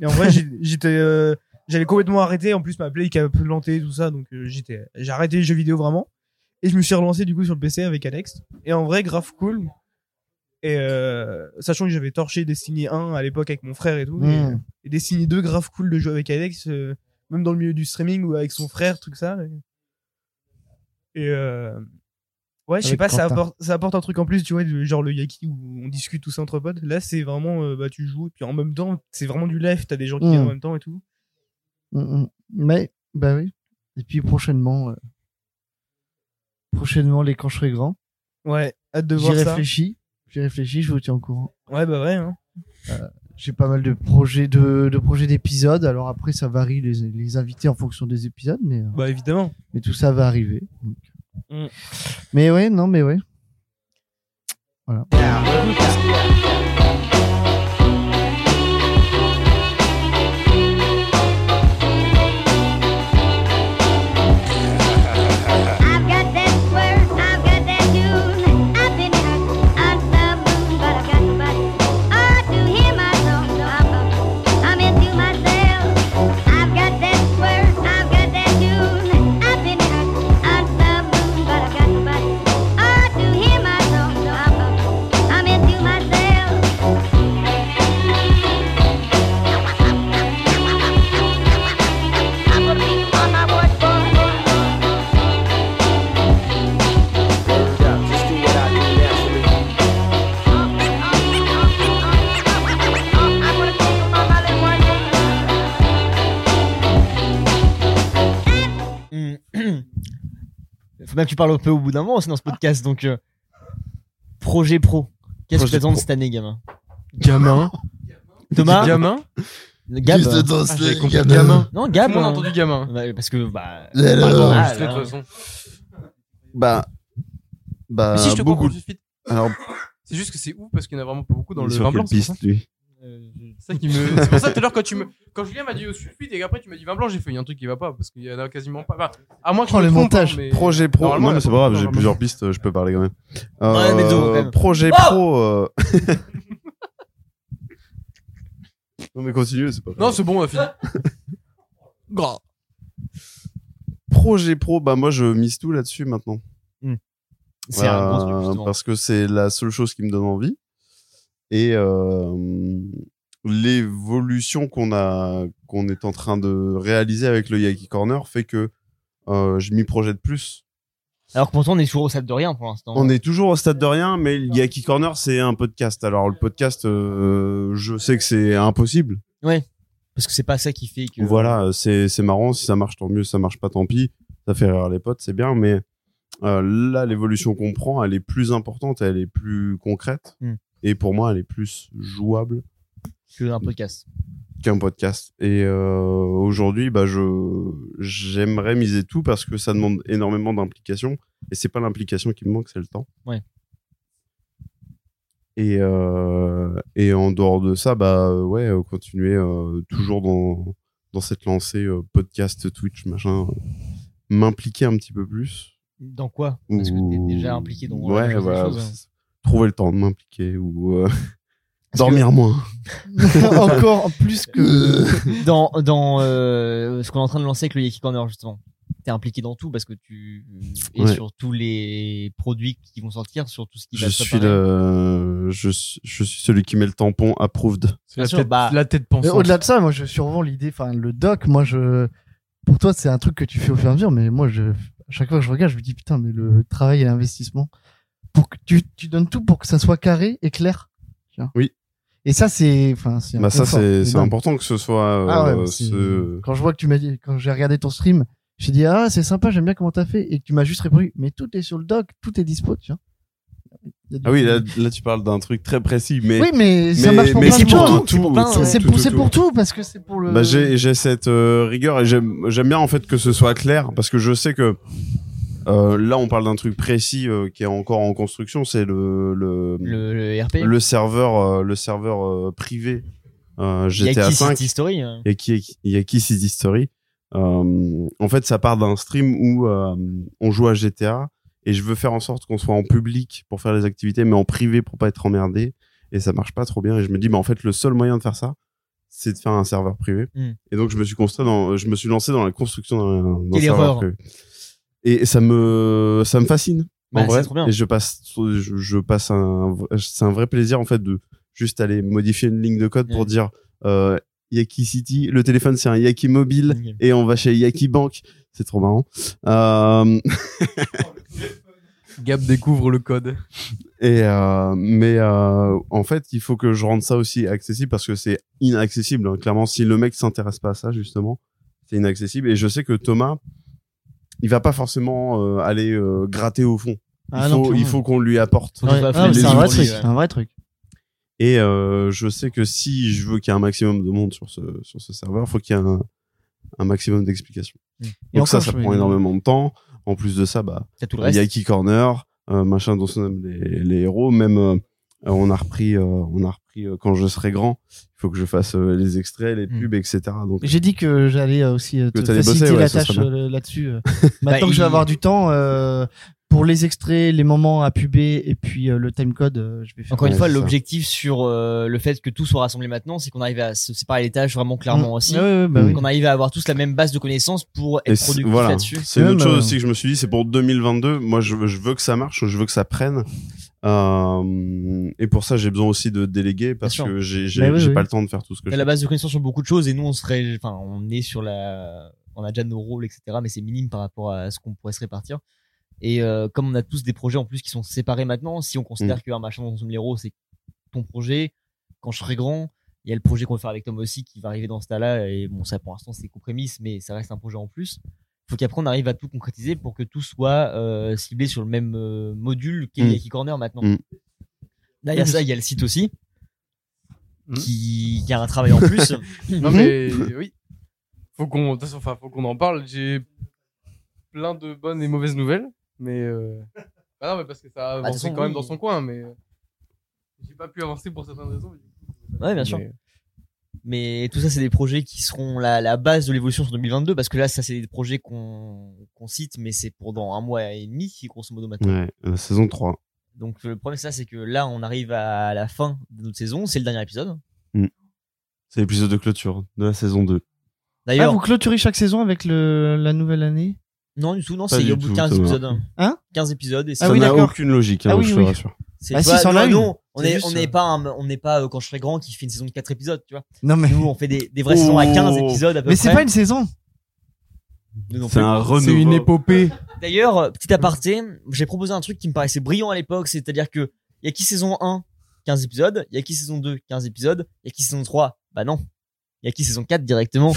Speaker 11: Et en vrai, j'ai- j'étais euh, j'avais complètement arrêté en plus ma play qui a planté tout ça donc euh, j'étais j'ai arrêté les jeux vidéo vraiment et je me suis relancé du coup sur le PC avec Alex et en vrai grave cool. Et euh, sachant que j'avais torché Destiny 1 à l'époque avec mon frère et tout
Speaker 6: Mm.
Speaker 11: et, et Destiny 2 grave cool de jouer avec Alex euh, même dans le milieu du streaming ou avec son frère tout ça. Et, et, euh, Ouais, je sais
Speaker 6: Avec
Speaker 11: pas, ça
Speaker 6: Quentin.
Speaker 11: apporte, ça apporte un truc en plus, tu vois, du- genre le yaki où on discute tous entre potes. Là, c'est vraiment, euh, bah, tu joues, et puis en même temps, c'est vraiment du live, t'as des gens qui
Speaker 6: Mm.
Speaker 11: viennent en même temps et tout.
Speaker 6: Mm, mm. Mais, bah oui. Et puis prochainement. euh, Prochainement, les quand je serai grand.
Speaker 11: Ouais, hâte de
Speaker 6: J'y
Speaker 11: voir ça.
Speaker 6: réfléchis. J'y réfléchis, je vous tiens au courant.
Speaker 11: Ouais, bah ouais, hein.
Speaker 6: Euh, J'ai pas mal de projets de, de projets d'épisodes. Alors après, ça varie les, les invités en fonction des épisodes, mais euh,
Speaker 11: Bah, évidemment.
Speaker 6: mais tout ça va arriver. donc.
Speaker 11: Mm.
Speaker 6: Mais ouais, non, mais ouais. Voilà.
Speaker 4: Mm.
Speaker 14: I've got that square, I've got that tune. I've been out on the moon, but I've got nobody oh, to hear my song. So I'm, I'm into myself. I've got that square, I've got that tune. I've been out on the moon, but I've got nobody oh, to hear my song. So I'm, I'm into myself. I'm gonna be on my watch, boy.
Speaker 12: Just do what I do naturally.
Speaker 5: hein.
Speaker 1: Faut même que tu parles un peu au bout d'un moment, sinon
Speaker 5: Ah.
Speaker 1: ce podcast. Donc, euh, projet pro. Qu'est-ce que tu
Speaker 6: Projet
Speaker 1: attends de
Speaker 6: pro.
Speaker 1: cette année, gamin
Speaker 6: Gamin.
Speaker 1: Thomas
Speaker 4: Gamin
Speaker 1: Gab.
Speaker 4: Juste dans ce- Ah, j'ai compris. gamin.
Speaker 1: Non, Gab.
Speaker 4: Tout le monde a
Speaker 1: hein.
Speaker 4: entendu gamin.
Speaker 1: Bah, parce que, bah.
Speaker 4: Et alors
Speaker 1: bah, bah,
Speaker 4: Enregistré, de
Speaker 1: là.
Speaker 4: toute façon.
Speaker 2: Bah. Bah.
Speaker 4: Mais si je te
Speaker 2: beaucoup.
Speaker 4: comprends tout de suite.
Speaker 2: Alors,
Speaker 4: C'est juste que c'est ouf parce qu'il y en a vraiment pas beaucoup dans
Speaker 2: il est
Speaker 4: le
Speaker 2: sur
Speaker 4: vin
Speaker 2: quelle
Speaker 4: blanc. c'est pour ça.
Speaker 2: piste, lui
Speaker 4: C'est ça qui me- c'est pour ça tout à l'heure quand tu me quand Julien m'a dit au sulfite et après tu m'as dit vin blanc j'ai fait il y a un truc qui va pas parce qu'il y en a quasiment pas Enfin, à moins que je
Speaker 6: Oh,
Speaker 4: me
Speaker 6: le
Speaker 4: trompe,
Speaker 6: montage.
Speaker 4: hein, mais-
Speaker 2: Projet pro.
Speaker 4: Normalement,
Speaker 2: Non, mais c'est pas grave, j'ai
Speaker 4: normalement.
Speaker 2: plusieurs pistes, je peux parler quand même. Euh,
Speaker 4: Ouais, mais donc, quand même.
Speaker 2: projet
Speaker 4: Oh
Speaker 2: pro. euh, non, mais continue, c'est pas grave.
Speaker 4: non c'est bon on a fini Gras.
Speaker 2: Projet pro, bah moi je mise tout là-dessus maintenant.
Speaker 1: Hmm. C'est un gros truc, justement.
Speaker 2: Euh, Parce que c'est la seule chose qui me donne envie. Et euh, l'évolution qu'on a, qu'on est en train de réaliser avec le Yaki Corner fait que euh, je m'y projette plus.
Speaker 1: Alors que pourtant, on est toujours au stade de rien pour l'instant.
Speaker 2: On est toujours au stade de rien, mais le Yaki Corner c'est un podcast. Alors le podcast, euh, je sais que c'est impossible.
Speaker 1: Ouais. Parce que c'est pas ça qui fait que.
Speaker 2: Voilà, euh, c'est c'est marrant. Si ça marche, tant mieux. Si ça marche pas, tant pis. Ça fait rire les potes, c'est bien. Mais euh, là, l'évolution qu'on prend, elle est plus importante, elle est plus concrète.
Speaker 1: Mm.
Speaker 2: Et pour moi, elle est plus jouable
Speaker 1: Que un podcast.
Speaker 2: qu'un podcast. Et euh, aujourd'hui, bah, je j'aimerais miser tout parce que ça demande énormément d'implication. Et c'est pas l'implication qui me manque, c'est le temps.
Speaker 1: Ouais.
Speaker 2: Et, euh, et en dehors de ça, bah euh, ouais, euh, continuer euh, toujours dans, dans cette lancée euh, podcast, Twitch, machin, euh, m'impliquer un petit peu plus.
Speaker 1: Dans quoi Parce que
Speaker 2: Ou-
Speaker 1: t'es déjà impliqué dans la
Speaker 2: ouais,
Speaker 1: chose des
Speaker 2: voilà,
Speaker 1: choses,
Speaker 2: c'est-
Speaker 1: hein.
Speaker 2: trouver le temps de m'impliquer ou euh, dormir moins.
Speaker 6: Encore plus
Speaker 2: Euh,
Speaker 6: que-
Speaker 1: dans dans euh, ce qu'on est en train de lancer avec le Yaki Corner justement. T'es impliqué dans tout parce que tu es
Speaker 2: Ouais.
Speaker 1: sur tous les produits qui vont sortir, sur tout ce qui
Speaker 2: Je
Speaker 1: va se
Speaker 2: suis
Speaker 1: préparer.
Speaker 2: le, je, suis- je suis celui qui met le tampon approved.
Speaker 1: Bien sûr, bah,
Speaker 6: Mais Au-delà de ça, moi, je survends l'idée, enfin, le doc, moi, je, pour toi, c'est un truc que tu fais au fur et à mesure, mais moi, je, à chaque fois que je regarde, je me dis, putain, mais le travail et l'investissement, pour que tu, tu donnes tout pour que ça soit carré et clair. tu vois.
Speaker 2: Oui.
Speaker 6: Et ça, c'est, enfin, c'est un
Speaker 2: Bah ça
Speaker 6: confort,
Speaker 2: c'est c'est
Speaker 6: énorme.
Speaker 2: important que ce soit. euh,
Speaker 6: Ah ouais, mais c'est-
Speaker 2: ce-
Speaker 6: Quand je vois que tu m'as dit, quand j'ai regardé ton stream, j'ai dit, ah, c'est sympa, j'aime bien comment t'as fait, et que tu m'as juste répondu, mais tout est sur le doc, tout est dispo, tu vois. Il y a du-
Speaker 2: Ah oui, là, là, tu parles d'un truc très précis, mais
Speaker 6: Oui, mais ça marche pour plein
Speaker 2: c'est
Speaker 6: de choses.
Speaker 2: un tout, tout,
Speaker 6: C'est
Speaker 2: tout,
Speaker 6: pour,
Speaker 2: tout,
Speaker 6: c'est
Speaker 2: tout.
Speaker 6: pour tout, parce que c'est pour le.
Speaker 2: Bah, j'ai j'ai cette euh, rigueur et j'aime j'aime bien en fait que ce soit clair parce que je sais que euh, là on parle d'un truc précis euh, qui est encore en construction, c'est le le,
Speaker 1: le RP.
Speaker 2: le serveur euh, le serveur euh, privé euh,
Speaker 1: Yaki
Speaker 2: GTA 5
Speaker 1: City Story, hein.
Speaker 2: et qui il y a qui City Story. Euh, en fait, ça part d'un stream où euh, on joue à GTA et je veux faire en sorte qu'on soit en public pour faire les activités, mais en privé pour pas être emmerdé. Et ça marche pas trop bien. Et je me dis, bah en fait, le seul moyen de faire ça, c'est de faire un serveur privé.
Speaker 1: Mm.
Speaker 2: Et donc, je me suis construit dans, je me suis lancé dans la construction d'un d'un
Speaker 1: Quelle
Speaker 2: serveur
Speaker 1: erreur.
Speaker 2: privé. Et ça me, ça me fascine.
Speaker 1: Bah,
Speaker 2: en vrai,
Speaker 1: c'est trop bien.
Speaker 2: et je passe, je, je passe un, vrai- c'est un vrai plaisir en fait de juste aller modifier une ligne de code
Speaker 1: Hmm.
Speaker 2: pour dire euh, Yaki City, le téléphone c'est un Yaki mobile et on va chez Yaki Bank. C'est trop marrant. Euh,
Speaker 4: Gab découvre le code
Speaker 2: Et euh, mais euh, en fait, il faut que je rende ça aussi accessible parce que c'est inaccessible. hein. Clairement, si le mec s'intéresse pas à ça justement, c'est inaccessible. Et je sais que Thomas, il va pas forcément euh, aller euh, gratter au fond. Il
Speaker 6: Ah non,
Speaker 2: faut,
Speaker 6: clairement.
Speaker 2: il faut qu'on lui apporte.
Speaker 6: Ouais. Ah, mais
Speaker 2: les
Speaker 6: c'est un vrai
Speaker 2: outils.
Speaker 6: truc, c'est un vrai truc.
Speaker 2: Et euh, je sais que si je veux qu'il y ait un maximum de monde sur ce, sur ce serveur, faut qu'il y ait un, un maximum d'explications.
Speaker 1: Mm. Et
Speaker 2: Donc ça,
Speaker 1: encore,
Speaker 2: ça
Speaker 1: je
Speaker 2: prend
Speaker 1: me-
Speaker 2: énormément de temps. En plus de ça, bah,
Speaker 1: T'as tout le
Speaker 2: il y a
Speaker 1: reste.
Speaker 2: Key Corner, euh, machin dont sont les, les héros. Même euh, euh, on a repris, euh, on a repris euh, quand je serai grand. Il faut que je fasse euh, les extraits, les
Speaker 1: Mmh.
Speaker 2: pubs, etc. Donc
Speaker 6: J'ai dit que j'allais euh, aussi euh,
Speaker 2: Que
Speaker 6: te
Speaker 2: t'allais
Speaker 6: faciliter
Speaker 2: bosser, ouais,
Speaker 6: la
Speaker 2: ça serait
Speaker 6: tâche
Speaker 2: bien.
Speaker 6: euh, là-dessus. euh.
Speaker 2: Bah,
Speaker 6: Maintenant que je vais
Speaker 2: il-
Speaker 6: avoir du temps euh, pour les extraits, les moments à puber et puis euh, le timecode, euh, je vais faire.
Speaker 1: Encore une
Speaker 6: Ouais,
Speaker 1: fois,
Speaker 6: c'est ça.
Speaker 1: l'objectif sur euh, le fait que tout soit rassemblé maintenant, c'est qu'on arrive à se séparer les tâches vraiment clairement
Speaker 6: Mm.
Speaker 1: aussi.
Speaker 6: Ouais, ouais, bah oui.
Speaker 1: Qu'on arrive à avoir tous la même base de connaissances pour
Speaker 2: Et
Speaker 1: être
Speaker 2: c'est-
Speaker 1: productif
Speaker 2: voilà.
Speaker 1: là-dessus.
Speaker 2: C'est une
Speaker 6: bah
Speaker 2: autre
Speaker 4: euh,
Speaker 2: chose aussi que je me suis dit, c'est pour 2022. Moi, je, veux- je veux que ça marche, je veux que ça prenne. Euh, et pour ça, j'ai besoin aussi de déléguer parce
Speaker 1: sûr.
Speaker 2: que j'ai j'ai-
Speaker 1: Bah oui,
Speaker 2: j'ai
Speaker 1: oui.
Speaker 2: pas le temps de faire tout ce que
Speaker 1: Mais
Speaker 2: je
Speaker 1: la
Speaker 2: fais.
Speaker 1: base de connaissances sur beaucoup de choses et nous on serait enfin on est sur la on a déjà nos rôles etc mais c'est minime par rapport à ce qu'on pourrait se répartir et euh, comme on a tous des projets en plus qui sont séparés maintenant si on considère
Speaker 2: Mm.
Speaker 1: qu'un machin dont on somme les rôles c'est ton projet quand je serai grand il y a le projet qu'on va faire avec Tom aussi qui va arriver dans ce tas là et bon ça pour l'instant c'est compromis mais ça reste un projet en plus faut qu'après on arrive à tout concrétiser pour que tout soit euh, ciblé sur le même euh, module qu'est
Speaker 2: Mm.
Speaker 1: Yaki Corner maintenant
Speaker 2: Mm.
Speaker 1: derrière ça il y a le site aussi qui, qui a un travail en plus.
Speaker 4: non mais oui. Faut qu'on, de toute façon, enfin, faut qu'on en parle. J'ai plein de bonnes et mauvaises nouvelles, mais euh, ah non, mais parce que ça a
Speaker 1: de toute
Speaker 4: avancé
Speaker 1: façon,
Speaker 4: quand même
Speaker 1: oui.
Speaker 4: dans son coin, mais euh, j'ai pas pu avancer pour certaines raisons.
Speaker 1: Ouais, bien sûr.
Speaker 4: euh,
Speaker 1: Ah,
Speaker 4: Mais-
Speaker 1: Mais tout ça, c'est des projets qui seront la, la base de l'évolution sur 2022, parce que là, ça, c'est des projets qu'on qu'on cite, mais c'est pour dans un mois et demi, grosso modo, maintenant.
Speaker 2: Ouais, la saison 3.
Speaker 1: Donc, le problème, c'est ça, c'est que là, on arrive à la fin de notre saison, c'est le dernier épisode.
Speaker 2: Mm. C'est l'épisode de clôture de la saison 2.
Speaker 1: D'ailleurs,
Speaker 6: Ah, vous clôturez chaque saison avec le, la nouvelle année
Speaker 1: non, du tout, non,
Speaker 2: Pas
Speaker 1: c'est
Speaker 2: du
Speaker 1: au bout de
Speaker 2: tout,
Speaker 1: 15
Speaker 2: Thomas.
Speaker 1: épisodes.
Speaker 6: Hein
Speaker 1: 15 épisodes et c'est-
Speaker 6: Ah oui,
Speaker 2: ça n'a
Speaker 6: d'accord.
Speaker 2: aucune logique, hein,
Speaker 6: Ah oui,
Speaker 2: je te
Speaker 6: oui.
Speaker 2: rassure.
Speaker 1: C'est
Speaker 6: Bah,
Speaker 1: tu
Speaker 6: si,
Speaker 1: vois,
Speaker 6: ça en a
Speaker 1: non,
Speaker 6: une.
Speaker 1: non, on
Speaker 6: C'est
Speaker 1: n'est
Speaker 6: juste,
Speaker 1: on n'est
Speaker 6: euh,
Speaker 1: pas, un- on n'est pas euh, quand je serai grand qui fait une saison de 4 épisodes, tu vois.
Speaker 6: Non, mais-
Speaker 1: Nous, on fait des, des vraies saisons à 15
Speaker 6: Oh.
Speaker 1: épisodes à peu
Speaker 6: Mais
Speaker 1: près.
Speaker 6: c'est pas une saison.
Speaker 1: Nous non
Speaker 2: C'est
Speaker 1: plus.
Speaker 2: un renouveau. C'est une
Speaker 4: épopée.
Speaker 1: D'ailleurs, euh, petit aparté, j'ai proposé un truc qui me paraissait brillant à l'époque, c'est-à-dire que y a qui saison 1 15 épisodes, y a qui saison 2 15 épisodes, y a qui saison 3 bah non. Y a qui saison 4 directement.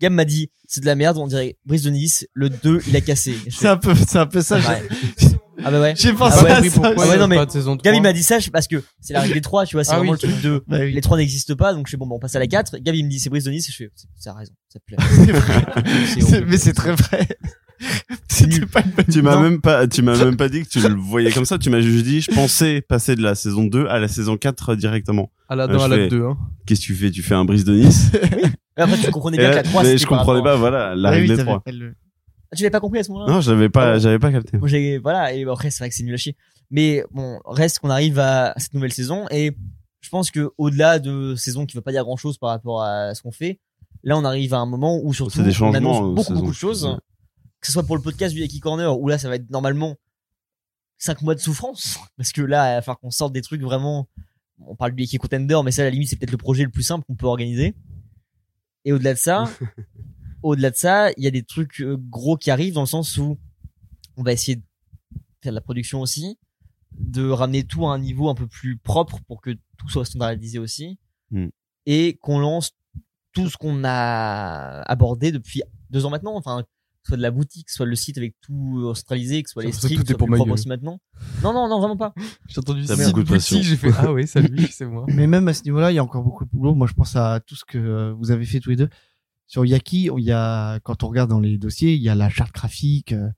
Speaker 1: Gab m'a dit, c'est de la merde, on dirait Brice de Nice, le 2, il a cassé. Je
Speaker 6: C'est un peu, c'est un peu ça.
Speaker 1: Ah
Speaker 6: j'ai-
Speaker 1: ouais. Ah bah ouais.
Speaker 6: J'ai
Speaker 1: ah
Speaker 6: pensé
Speaker 1: ouais,
Speaker 6: à
Speaker 1: oui,
Speaker 6: ça.
Speaker 1: pourquoi
Speaker 6: aussi.
Speaker 1: ouais, non, mais
Speaker 4: pas de saison
Speaker 1: Gabi
Speaker 4: 3.
Speaker 1: m'a dit ça je- parce que c'est la règle des 3, tu vois, c'est
Speaker 4: Ah
Speaker 1: vraiment
Speaker 4: oui.
Speaker 1: le truc de
Speaker 4: Bah oui.
Speaker 1: les 3 n'existent pas, donc je fais bon, bah, on passe à la 4. Gabi me dit c'est Brice de Nice, et je fais c'est- ça a raison, ça te plaît.
Speaker 6: C'est vrai.
Speaker 1: C'est
Speaker 6: C'est-
Speaker 1: horrible.
Speaker 6: Mais c'est très vrai. C'était pas une bonne
Speaker 2: Tu m'as
Speaker 6: Non.
Speaker 2: même pas, tu m'as même pas dit que tu le voyais comme ça. Tu m'as juste dit, je pensais passer de la saison 2 à la saison 4 directement. Euh,
Speaker 4: À la- dans
Speaker 2: je
Speaker 4: la
Speaker 2: fais,
Speaker 4: 2, hein.
Speaker 2: Qu'est-ce que tu fais? Tu fais un brise de Nice?
Speaker 1: Et Après, tu comprenais bien
Speaker 2: Et
Speaker 1: que la
Speaker 2: là,
Speaker 1: 3
Speaker 2: mais
Speaker 1: c'était
Speaker 2: je
Speaker 1: par
Speaker 2: comprenais
Speaker 1: rapport à-
Speaker 2: pas, voilà, la règle des trois.
Speaker 1: Ah, Tu l'avais pas compris à ce moment-là
Speaker 2: Non, j'avais pas, j'avais pas capté.
Speaker 1: Moi, j'ai- voilà, et après, c'est vrai que c'est nul à chier. Mais bon, reste qu'on arrive à cette nouvelle saison et je pense que au-delà de saison qui veut pas dire grand-chose par rapport à ce qu'on fait, là, on arrive à un moment où surtout
Speaker 2: C'est des
Speaker 1: on
Speaker 2: changements, euh,
Speaker 1: annonce beaucoup,
Speaker 2: saison.
Speaker 1: beaucoup de choses.
Speaker 2: Ouais.
Speaker 1: Que ce soit pour le podcast du Yaki Corner où là, ça va être normalement 5 mois de souffrance parce que là, il va falloir qu'on sorte des trucs vraiment. On parle du Yaki Contender, mais ça, à la limite, c'est peut-être le projet le plus simple qu'on peut organiser. Et au-delà de ça, au-delà de ça, il y a des trucs euh, gros qui arrivent dans le sens où on va essayer de faire de la production aussi, de ramener tout à un niveau un peu plus propre pour que tout soit standardisé aussi,
Speaker 2: Mm.
Speaker 1: euh, et qu'on lance tout ce qu'on a abordé depuis deux ans maintenant. Enfin, que ce soit de la boutique, que ce soit le site avec tout centralisé, que ce soit
Speaker 4: Ça,
Speaker 1: les
Speaker 4: ça,
Speaker 1: streams,
Speaker 4: tout
Speaker 1: que ce
Speaker 4: est
Speaker 1: soit
Speaker 4: pour
Speaker 1: plus
Speaker 4: ma
Speaker 1: propre
Speaker 4: gueule.
Speaker 1: aussi maintenant. Non, non, non, vraiment pas.
Speaker 4: J'ai entendu
Speaker 2: T'as
Speaker 4: six
Speaker 2: beaucoup de
Speaker 4: boutiques,
Speaker 2: patience.
Speaker 4: j'ai fait ah oui, salut, c'est moi.
Speaker 6: Mais même à ce niveau-là, il y a encore beaucoup de boulot. Moi, je pense à tout ce que euh, vous avez fait tous les deux. Sur Yaki, on- il y a, quand on regarde dans les dossiers, il y a la charte graphique euh,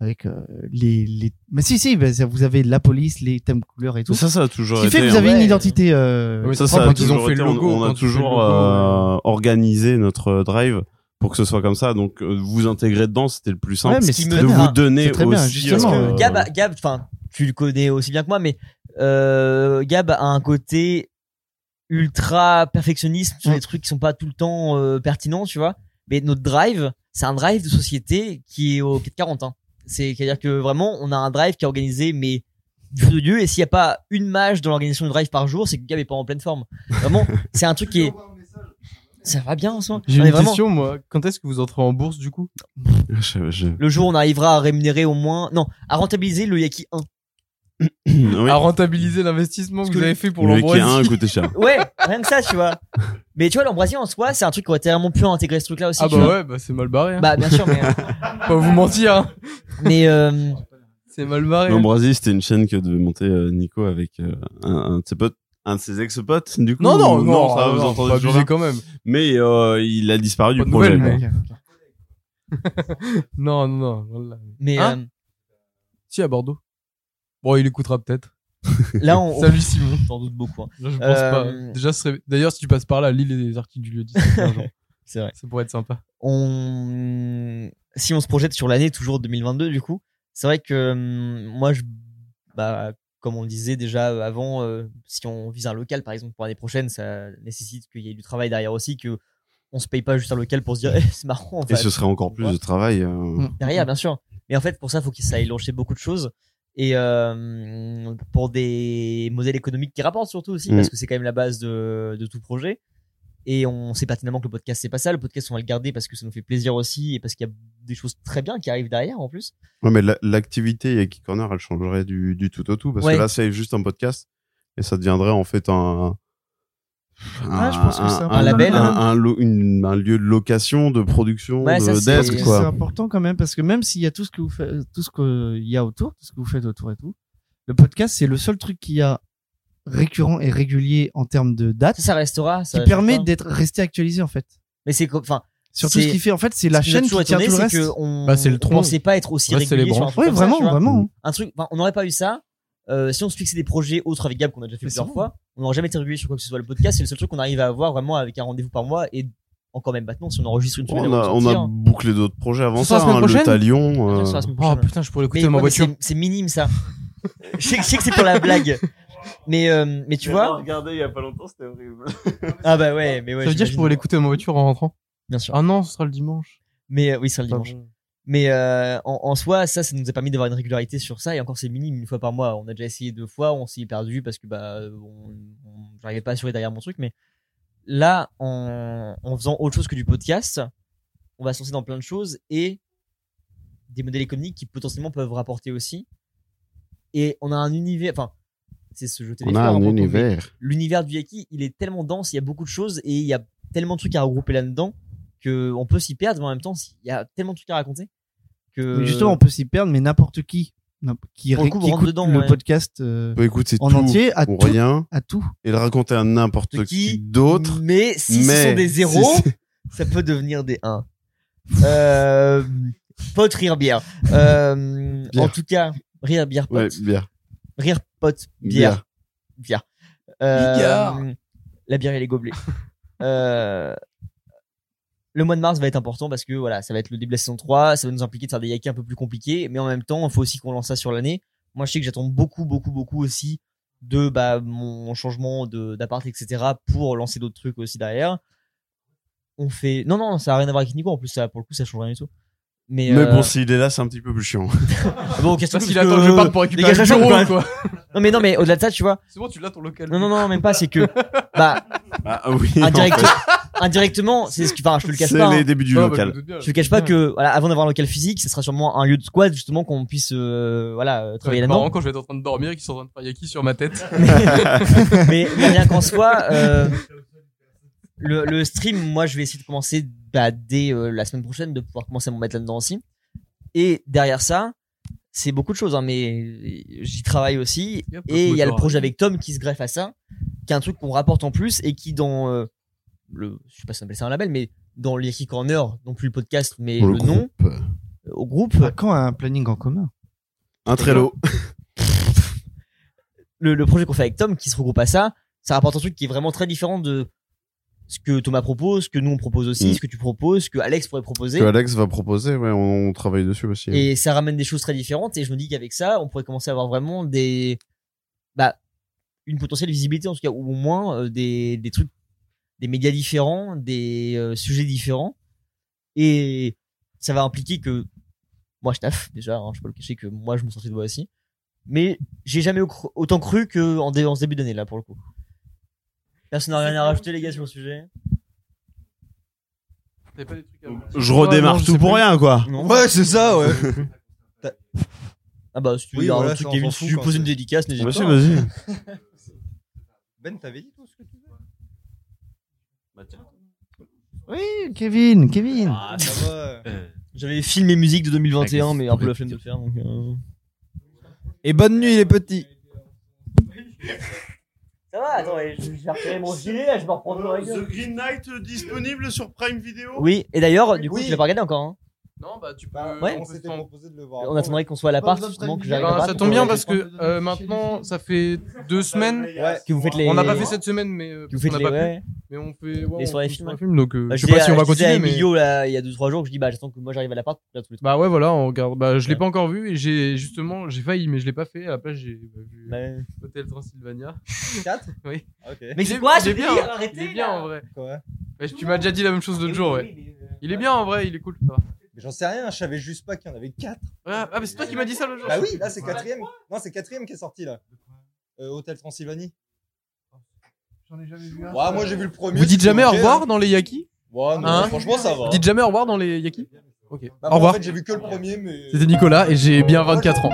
Speaker 6: avec euh, les, les. Mais si, si, bah, ça- vous avez la police, les thèmes couleurs et tout.
Speaker 2: Ça, ça a toujours
Speaker 6: Ce qui fait
Speaker 2: été,
Speaker 6: que vous
Speaker 2: hein.
Speaker 6: avez une
Speaker 2: Ouais.
Speaker 6: identité. euh,
Speaker 2: ça, ça a toujours été, on- On, a toujours euh, organisé notre drive pour que ce soit comme ça. Donc, euh, vous intégrer dedans, c'était le plus simple.
Speaker 1: Ouais, mais
Speaker 2: Ce
Speaker 1: c'est
Speaker 2: qui
Speaker 1: très
Speaker 2: de
Speaker 1: bien.
Speaker 2: vous donner
Speaker 1: C'est très bien,
Speaker 2: aussi.
Speaker 1: justement.
Speaker 2: euh,
Speaker 1: Parce que Gab, a- Gab, enfin, tu le connais aussi bien que moi, mais euh, Gab a un côté ultra perfectionniste sur des trucs qui sont pas tout le temps euh, pertinents, tu vois. Mais notre drive, c'est un drive de société qui est au 440. Hein. C'est- C'est-à-dire que vraiment, on a un drive qui est organisé, mais du feu de Dieu. Et s'il n'y a pas une mage dans l'organisation du drive par jour, c'est que Gab est pas en pleine forme. Vraiment, c'est un truc qui est. Ça va bien en ce moment.
Speaker 4: J'ai
Speaker 1: Non,
Speaker 4: une
Speaker 1: mais vraiment.
Speaker 4: question, moi. Quand est-ce que vous entrez en bourse, du coup
Speaker 2: je- je-
Speaker 1: Le jour où on arrivera à rémunérer au moins, non, à rentabiliser le Yaki 1.
Speaker 2: oui.
Speaker 4: À rentabiliser l'investissement que vous avez fait pour
Speaker 2: Le qui
Speaker 4: l'embroisie.
Speaker 2: a un coûté cher.
Speaker 1: Ouais, rien que ça, tu vois. Mais tu vois, l'embrasier en soi, c'est un truc qui aurait été vraiment pu intégrer ce truc-là aussi.
Speaker 4: Ah
Speaker 1: tu
Speaker 4: bah
Speaker 1: vois.
Speaker 4: ouais, bah c'est mal barré. hein.
Speaker 1: Bah, bien sûr, mais-
Speaker 4: pas vous mentir. hein.
Speaker 1: Mais euh,
Speaker 4: c'est mal barré.
Speaker 2: L'Embrasie, c'était une chaîne que devait monter euh, Nico avec euh, un, un de ses potes un de ses ex-potes, du coup.
Speaker 4: Non, non,
Speaker 2: ou-
Speaker 4: non,
Speaker 2: ça va,
Speaker 4: non,
Speaker 2: vous
Speaker 4: non,
Speaker 2: entendez
Speaker 4: faut pas
Speaker 2: toujours
Speaker 4: abuser
Speaker 2: bien.
Speaker 4: quand même.
Speaker 2: Mais euh, il a disparu
Speaker 4: Pas
Speaker 2: du
Speaker 4: de
Speaker 2: projet.
Speaker 4: nouvelles,
Speaker 2: quoi.
Speaker 4: non, non, non. là.
Speaker 1: Mais,
Speaker 4: Hein
Speaker 1: euh,
Speaker 4: si à Bordeaux. Bon, il écoutera peut-être.
Speaker 1: Là, on-
Speaker 4: Salut Simon.
Speaker 1: J'en doute beaucoup, hein.
Speaker 4: Je pense
Speaker 1: Euh,
Speaker 4: pas. Déjà, ce serait- d'ailleurs, si tu passes par là, lis les articles du lieu dit.
Speaker 1: C'est vrai.
Speaker 4: Ça pourrait être sympa.
Speaker 1: On... Si on se projette sur l'année, toujours 2022, du coup, c'est vrai que hum, moi, je... bah, comme on le disait déjà avant, euh, si on vise un local, par exemple, pour l'année prochaine, ça nécessite qu'il y ait du travail derrière aussi, que on se paye pas juste un local pour se dire, Eh, c'est marrant. on
Speaker 2: Et
Speaker 1: va-
Speaker 2: ce serait encore plus de travail. euh.
Speaker 4: Mm.
Speaker 1: derrière, bien sûr. Mais en fait, pour ça, il faut que ça aille lancer beaucoup de choses. Et euh, pour des modèles économiques qui rapportent surtout aussi,
Speaker 2: Mm.
Speaker 1: parce que c'est quand même la base de, de tout projet. Et on sait pertinemment que le podcast, c'est pas ça. Le podcast, on va le garder parce que ça nous fait plaisir aussi et parce qu'il y a des choses très bien qui arrivent derrière en plus.
Speaker 2: Ouais, mais la- l'activité Yaki Corner, elle changerait du, du tout au tout parce
Speaker 1: Ouais.
Speaker 2: que là, c'est juste un podcast et ça deviendrait en fait un.
Speaker 1: Ah, je pense que c'est important. Un label. hein.
Speaker 2: un, un lo- une- un lieu de location, de production,
Speaker 6: Ouais,
Speaker 1: euh,
Speaker 6: ça,
Speaker 2: de
Speaker 6: c'est-
Speaker 2: desk,
Speaker 6: C'est
Speaker 2: quoi.
Speaker 6: important quand même parce que même s'il y a tout ce que vous faites, tout ce qu'il y a autour, tout ce que vous faites autour et tout, le podcast c'est le seul truc qu'il y a récurrent et régulier en termes de date.
Speaker 1: Ça restera. Ça
Speaker 6: qui permet
Speaker 1: restera.
Speaker 6: d'être resté actualisé en fait.
Speaker 1: Mais c'est comme- enfin.
Speaker 6: Surtout
Speaker 1: c'est-
Speaker 6: ce qui fait, en fait, c'est la
Speaker 1: ce qui nous a
Speaker 6: chaîne
Speaker 1: toujours
Speaker 6: qui tient
Speaker 1: étonné,
Speaker 6: tout le
Speaker 1: c'est
Speaker 6: reste.
Speaker 1: que On,
Speaker 6: Bah, c'est le
Speaker 1: on
Speaker 6: tronc.
Speaker 1: pensait pas être aussi
Speaker 6: Reste, c'est les
Speaker 1: régulier sur un
Speaker 6: branches.
Speaker 1: truc
Speaker 6: Ouais,
Speaker 1: comme
Speaker 6: vraiment,
Speaker 1: ça, tu vois.
Speaker 6: vraiment. hein.
Speaker 1: Un truc, enfin, on n'aurait pas eu ça. Euh, si on se fixait des projets autres avec Gab qu'on a déjà fait plusieurs fois, on n'aurait jamais été régulier sur quoi que ce soit. Le podcast, c'est le seul truc qu'on arrive à avoir vraiment avec un rendez-vous par mois et encore même maintenant, si on enregistre une semaine
Speaker 2: On a,
Speaker 1: avant de
Speaker 2: on a
Speaker 1: sortir.
Speaker 2: bouclé d'autres projets avant
Speaker 1: Ce sera
Speaker 2: ça,
Speaker 1: la semaine
Speaker 2: hein, le
Speaker 1: prochaine
Speaker 2: Talion.
Speaker 1: Ah,
Speaker 2: euh,
Speaker 1: ce sera la semaine
Speaker 6: Oh,
Speaker 1: prochaine.
Speaker 4: putain, je pourrais l'écouter
Speaker 1: Mais
Speaker 4: dans ma
Speaker 1: ouais, mais
Speaker 4: voiture.
Speaker 1: c'est- C'est minime ça. je sais que je sais que c'est pour la blague. Mais, euh, mais tu vois.
Speaker 10: Regardez, il y a pas longtemps, c'était horrible.
Speaker 1: Ah bah ouais, mais ouais.
Speaker 4: ça veut dire que je
Speaker 1: j'imagine.
Speaker 4: pourrais l'écouter dans ma voiture en rentrant.
Speaker 1: Bien sûr.
Speaker 4: Ah non, ce sera le dimanche.
Speaker 1: Mais euh, oui, c'est le
Speaker 7: Ah
Speaker 1: dimanche. Mais euh, en, en soi, ça, ça nous a permis d'avoir une régularité sur ça. Et encore, c'est minime, une fois par mois. On a déjà essayé deux fois, on s'y est perdu parce que bah, on, on- j'arrivais pas à assurer derrière mon truc. Mais là, en, en faisant autre chose que du podcast, on va se lancer dans plein de choses et des modèles économiques qui potentiellement peuvent rapporter aussi. Et on a un univers, enfin, c'est se jeter des
Speaker 2: On a
Speaker 1: fleurs,
Speaker 2: un
Speaker 1: hein, pour le coup,
Speaker 2: univers.
Speaker 1: mais L'univers du Yaki, il est tellement dense, il y a beaucoup de choses et il y a tellement de trucs à regrouper là-dedans que on peut s'y perdre, mais en même temps, il y a tellement de trucs à raconter que.
Speaker 6: Mais justement, on peut s'y perdre, mais n'importe qui n'im- qui,
Speaker 1: Pour le coup,
Speaker 6: qui
Speaker 1: vous rentrez
Speaker 6: écoute
Speaker 1: dedans,
Speaker 6: le
Speaker 1: ouais.
Speaker 6: podcast euh,
Speaker 2: On peut écouter
Speaker 6: en
Speaker 2: Bah, tout
Speaker 6: entier à
Speaker 2: ou
Speaker 6: tout,
Speaker 2: rien
Speaker 6: à tout.
Speaker 2: et le raconter à n'importe qui, d'autre.
Speaker 1: Mais si ce sont des
Speaker 2: si
Speaker 1: zéros,
Speaker 2: c'est-
Speaker 1: ça peut devenir des 1. Euh, pote, rire, bière. Euh,
Speaker 2: Bière.
Speaker 1: En tout cas, rire, bière, pote.
Speaker 2: Ouais, bière.
Speaker 1: Rire, pote, bière. Bière. Euh, la bière et les gobelets. euh, le mois de mars va être important parce que voilà, ça va être le début de la saison 3, ça va nous impliquer de faire des yakis un peu plus compliqués, mais en même temps, il faut aussi qu'on lance ça sur l'année. Moi, je sais que j'attends beaucoup, beaucoup, beaucoup aussi de bah, mon changement de- d'appart, etc., pour lancer d'autres trucs aussi derrière. On fait. Non, non, ça n'a rien à voir avec Nico, en plus, ça, pour le coup, ça change rien du tout. Mais,
Speaker 2: Mais
Speaker 1: euh,
Speaker 2: bon, s'il est là, c'est un petit peu plus chiant.
Speaker 1: ah bon, casse-toi,
Speaker 4: Parce qu'il
Speaker 1: parce
Speaker 4: attend que je parte pour récupérer
Speaker 1: dégage
Speaker 4: le
Speaker 1: la chambre,
Speaker 4: bureau,
Speaker 1: quand même. Non, mais non, mais au-delà de ça, tu vois.
Speaker 4: C'est bon, tu l'as ton local.
Speaker 1: Non, non, non, même pas, c'est que. Bah.
Speaker 2: Bah, oui,
Speaker 1: indirect-
Speaker 2: en fait.
Speaker 1: Indirectement, c'est ce qui. Enfin, je te le cache
Speaker 2: C'est
Speaker 1: pas.
Speaker 2: les
Speaker 1: hein.
Speaker 2: débuts
Speaker 4: Ah,
Speaker 2: du Ouais, bah, local. je me doute bien,
Speaker 1: Je
Speaker 2: je
Speaker 1: te
Speaker 2: me
Speaker 1: cache
Speaker 2: doute
Speaker 1: pas
Speaker 2: bien.
Speaker 1: que, voilà, avant d'avoir un local physique, ce sera sûrement un lieu de squat, justement, qu'on puisse, euh, voilà, euh, travailler
Speaker 4: C'est
Speaker 1: là-dedans.
Speaker 4: marrant quand bah, je vais être en train de dormir et qu'ils sont en train de faire yaki sur ma tête.
Speaker 1: mais, mais rien qu'en soi, euh, le, le stream, moi, je vais essayer de commencer bah, dès euh, la semaine prochaine, de pouvoir commencer à m'en mettre là-dedans aussi. Et derrière ça, c'est beaucoup de choses, hein, mais j'y travaille aussi.
Speaker 4: un peu
Speaker 1: Et il y a le
Speaker 4: moteur.
Speaker 1: projet avec Tom qui se greffe à ça, qui est un truc qu'on rapporte en plus et qui, dans euh, le, je sais pas si on appelle ça un label, mais dans l'Yaki Corner, non plus le podcast, mais le,
Speaker 6: Le
Speaker 1: nom,
Speaker 2: euh,
Speaker 1: au groupe.
Speaker 6: À Ah, quand un planning en commun
Speaker 2: Un Trello.
Speaker 1: le, le projet qu'on fait avec Tom qui se regroupe à ça, ça rapporte un truc qui est vraiment très différent de ce que Thomas propose, ce que nous on propose aussi,
Speaker 2: Mm.
Speaker 1: ce que tu proposes, ce que Alex pourrait proposer.
Speaker 2: Que Alex va proposer, ouais, on, on travaille dessus aussi. hein.
Speaker 1: Et ça ramène des choses très différentes. Et je me dis qu'avec ça, on pourrait commencer à avoir vraiment des, bah, une potentielle visibilité en tout cas, ou au moins euh, des, des trucs, des médias différents, des euh, sujets différents. Et ça va impliquer que moi je taffe déjà, hein, je peux le cacher que moi je me sortais de bois aussi. Mais j'ai jamais au- cru- autant cru que en, dé- en ce début d'année là pour le coup. Personne n'a rien à rajouter les gars sur le sujet.
Speaker 2: Je redémarre tout pour rien, quoi.
Speaker 1: Non.
Speaker 8: Ouais, c'est ça, ouais.
Speaker 1: T'as- Ah bah si tu veux
Speaker 8: Oui,
Speaker 1: dire
Speaker 8: voilà,
Speaker 1: un truc
Speaker 8: ça, on
Speaker 1: qui est
Speaker 8: s'en
Speaker 1: venu,
Speaker 8: fout,
Speaker 1: si tu
Speaker 8: quoi.
Speaker 1: poses une dédicace, n'hésite
Speaker 8: Bah
Speaker 1: pas. hein.
Speaker 8: si, vas-y. Ben, t'avais dit tout ce que tu veux
Speaker 1: Bah,
Speaker 6: Oui, Kevin, Kevin.
Speaker 8: Ah, ça va.
Speaker 1: J'avais filmé musique de 2021, mais un peu la flemme de le faire. Donc, euh,
Speaker 8: Et bonne nuit, les petits.
Speaker 1: Ça va Ah, attends, mais je- j'ai retiré mon gilet, là, je me reprends dans la gueule.
Speaker 2: The Green Knight euh, disponible sur Prime Video
Speaker 1: Oui, et d'ailleurs, du coup,
Speaker 2: Oui.
Speaker 1: tu l'as pas regardé encore, hein.
Speaker 4: Non, bah tu peux.
Speaker 1: Ouais.
Speaker 4: on s'était proposé
Speaker 8: de le
Speaker 4: voir.
Speaker 1: On attendrait qu'on soit à l'appart,
Speaker 4: Pas besoin de
Speaker 1: justement, que
Speaker 4: timing.
Speaker 1: j'arrive
Speaker 4: Ben,
Speaker 1: pas.
Speaker 4: Ça tombe bien parce que euh, maintenant, ça fait deux semaines
Speaker 1: Que vous faites les-
Speaker 4: On n'a pas fait cette semaine, mais euh,
Speaker 1: que vous
Speaker 4: parce
Speaker 1: faites
Speaker 4: qu'on
Speaker 1: les,
Speaker 4: n'a pas pu.
Speaker 1: ouais.
Speaker 4: Mais on fait. ouais,
Speaker 1: les
Speaker 4: on
Speaker 1: soirées
Speaker 4: fait
Speaker 1: films.
Speaker 4: un film, donc euh,
Speaker 1: Bah,
Speaker 4: je sais
Speaker 1: disais
Speaker 4: pas si
Speaker 1: à-
Speaker 4: on va
Speaker 1: je disais à
Speaker 4: continuer. mais-
Speaker 1: Emilio, là, il y a 2-3 jours, je dis, bah, j'attends que moi j'arrive à l'appart. là, tous les trois.
Speaker 4: Bah ouais, voilà, on regarde. Bah, je l'ai pas encore vu et j'ai justement, j'ai failli, mais je l'ai pas fait. À la place, j'ai bah, vu Hôtel Transylvania
Speaker 8: 4
Speaker 4: Oui.
Speaker 1: Mais c'est
Speaker 4: Il est-
Speaker 1: quoi
Speaker 4: il
Speaker 1: ce
Speaker 4: est bien,
Speaker 1: délire
Speaker 4: hein.
Speaker 1: Arrêtez,
Speaker 4: Il est bien
Speaker 1: là.
Speaker 4: en vrai.
Speaker 8: Quoi
Speaker 4: Ouais, Tu m'as déjà dit la même chose l'autre jour, ouais. Il est bien en vrai, il est cool. ça va.
Speaker 8: Mais j'en sais rien, je savais juste pas qu'il y en avait 4.
Speaker 4: Ah, ah, mais c'est toi qui m'as dit ça le jour.
Speaker 8: Bah oui, là c'est quatrième. Non, c'est quatrième qui est sorti là. Euh, Hôtel Transylvanie.
Speaker 15: J'en ai jamais vu
Speaker 8: Ouais, moi j'ai vu le premier.
Speaker 4: Vous dites
Speaker 8: c'était
Speaker 4: jamais au
Speaker 8: ok,
Speaker 4: revoir
Speaker 8: hein.
Speaker 4: dans les Yakis
Speaker 8: Ouais, non,
Speaker 4: Hein
Speaker 8: franchement ça va.
Speaker 4: Vous dites jamais au revoir dans les Yakis Ok.
Speaker 8: Bah,
Speaker 4: au
Speaker 8: moi,
Speaker 4: revoir.
Speaker 8: En fait, j'ai vu que le premier, mais.
Speaker 4: C'était Nicolas et j'ai bien 24 ans.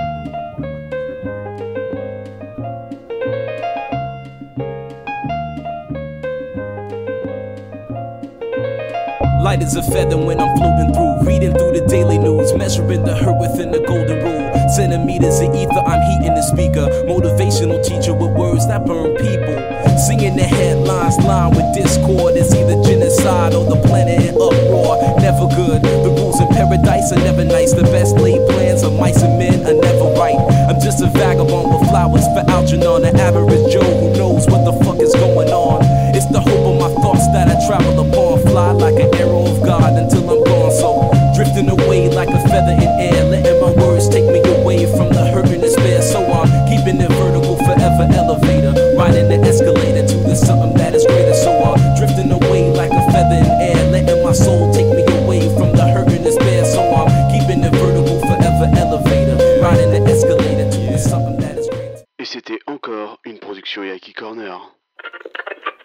Speaker 16: Light as a feather when I'm floating through, reading through the daily news, measuring the hurt within the golden rule. Centimeters of ether, I'm heating the speaker. Motivational teacher with words that burn people. Seeing the headlines lined with discord, it's either genocide or the planet in uproar. Never good. The rules in paradise are never nice. The best laid plans of mice and men are never right. I'm just a vagabond with flowers for Algernon, an average Joe who knows what the fuck is going on. It's the hope of my thoughts that I travel upon, fly like an arrow of God until I'm gone. So drifting away like a feather in air, letting my words take me away from the hurt and despair. So I'm keeping it vertical forever, elevator, riding the escalator to the something that is greater. So I'm drifting away like a feather in air, letting my soul take me away from the hurt and despair. So I'm keeping it vertical forever, elevator, riding the escalator to the something that is greater.
Speaker 17: Et c'était encore une production Yaki Corner.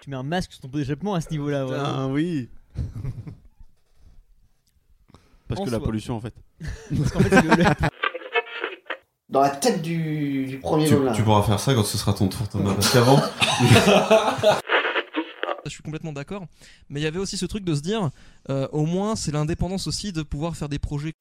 Speaker 1: Tu mets un masque sur ton pot d'échappement à ce niveau-là, ouais.
Speaker 4: Ah,
Speaker 17: Putain,
Speaker 1: oui.
Speaker 10: Parce
Speaker 1: En
Speaker 10: que la
Speaker 1: soi.
Speaker 10: pollution, en fait.
Speaker 1: Parce qu'en fait, c'est le- le-
Speaker 18: Dans la tête du, du premier
Speaker 10: tu,
Speaker 18: homme, là.
Speaker 10: tu pourras faire ça quand ce sera ton tour, Thomas. bah, Parce qu'avant.
Speaker 19: Je suis complètement d'accord. Mais il y avait aussi ce truc de se dire, euh, au moins c'est l'indépendance aussi de pouvoir faire des projets.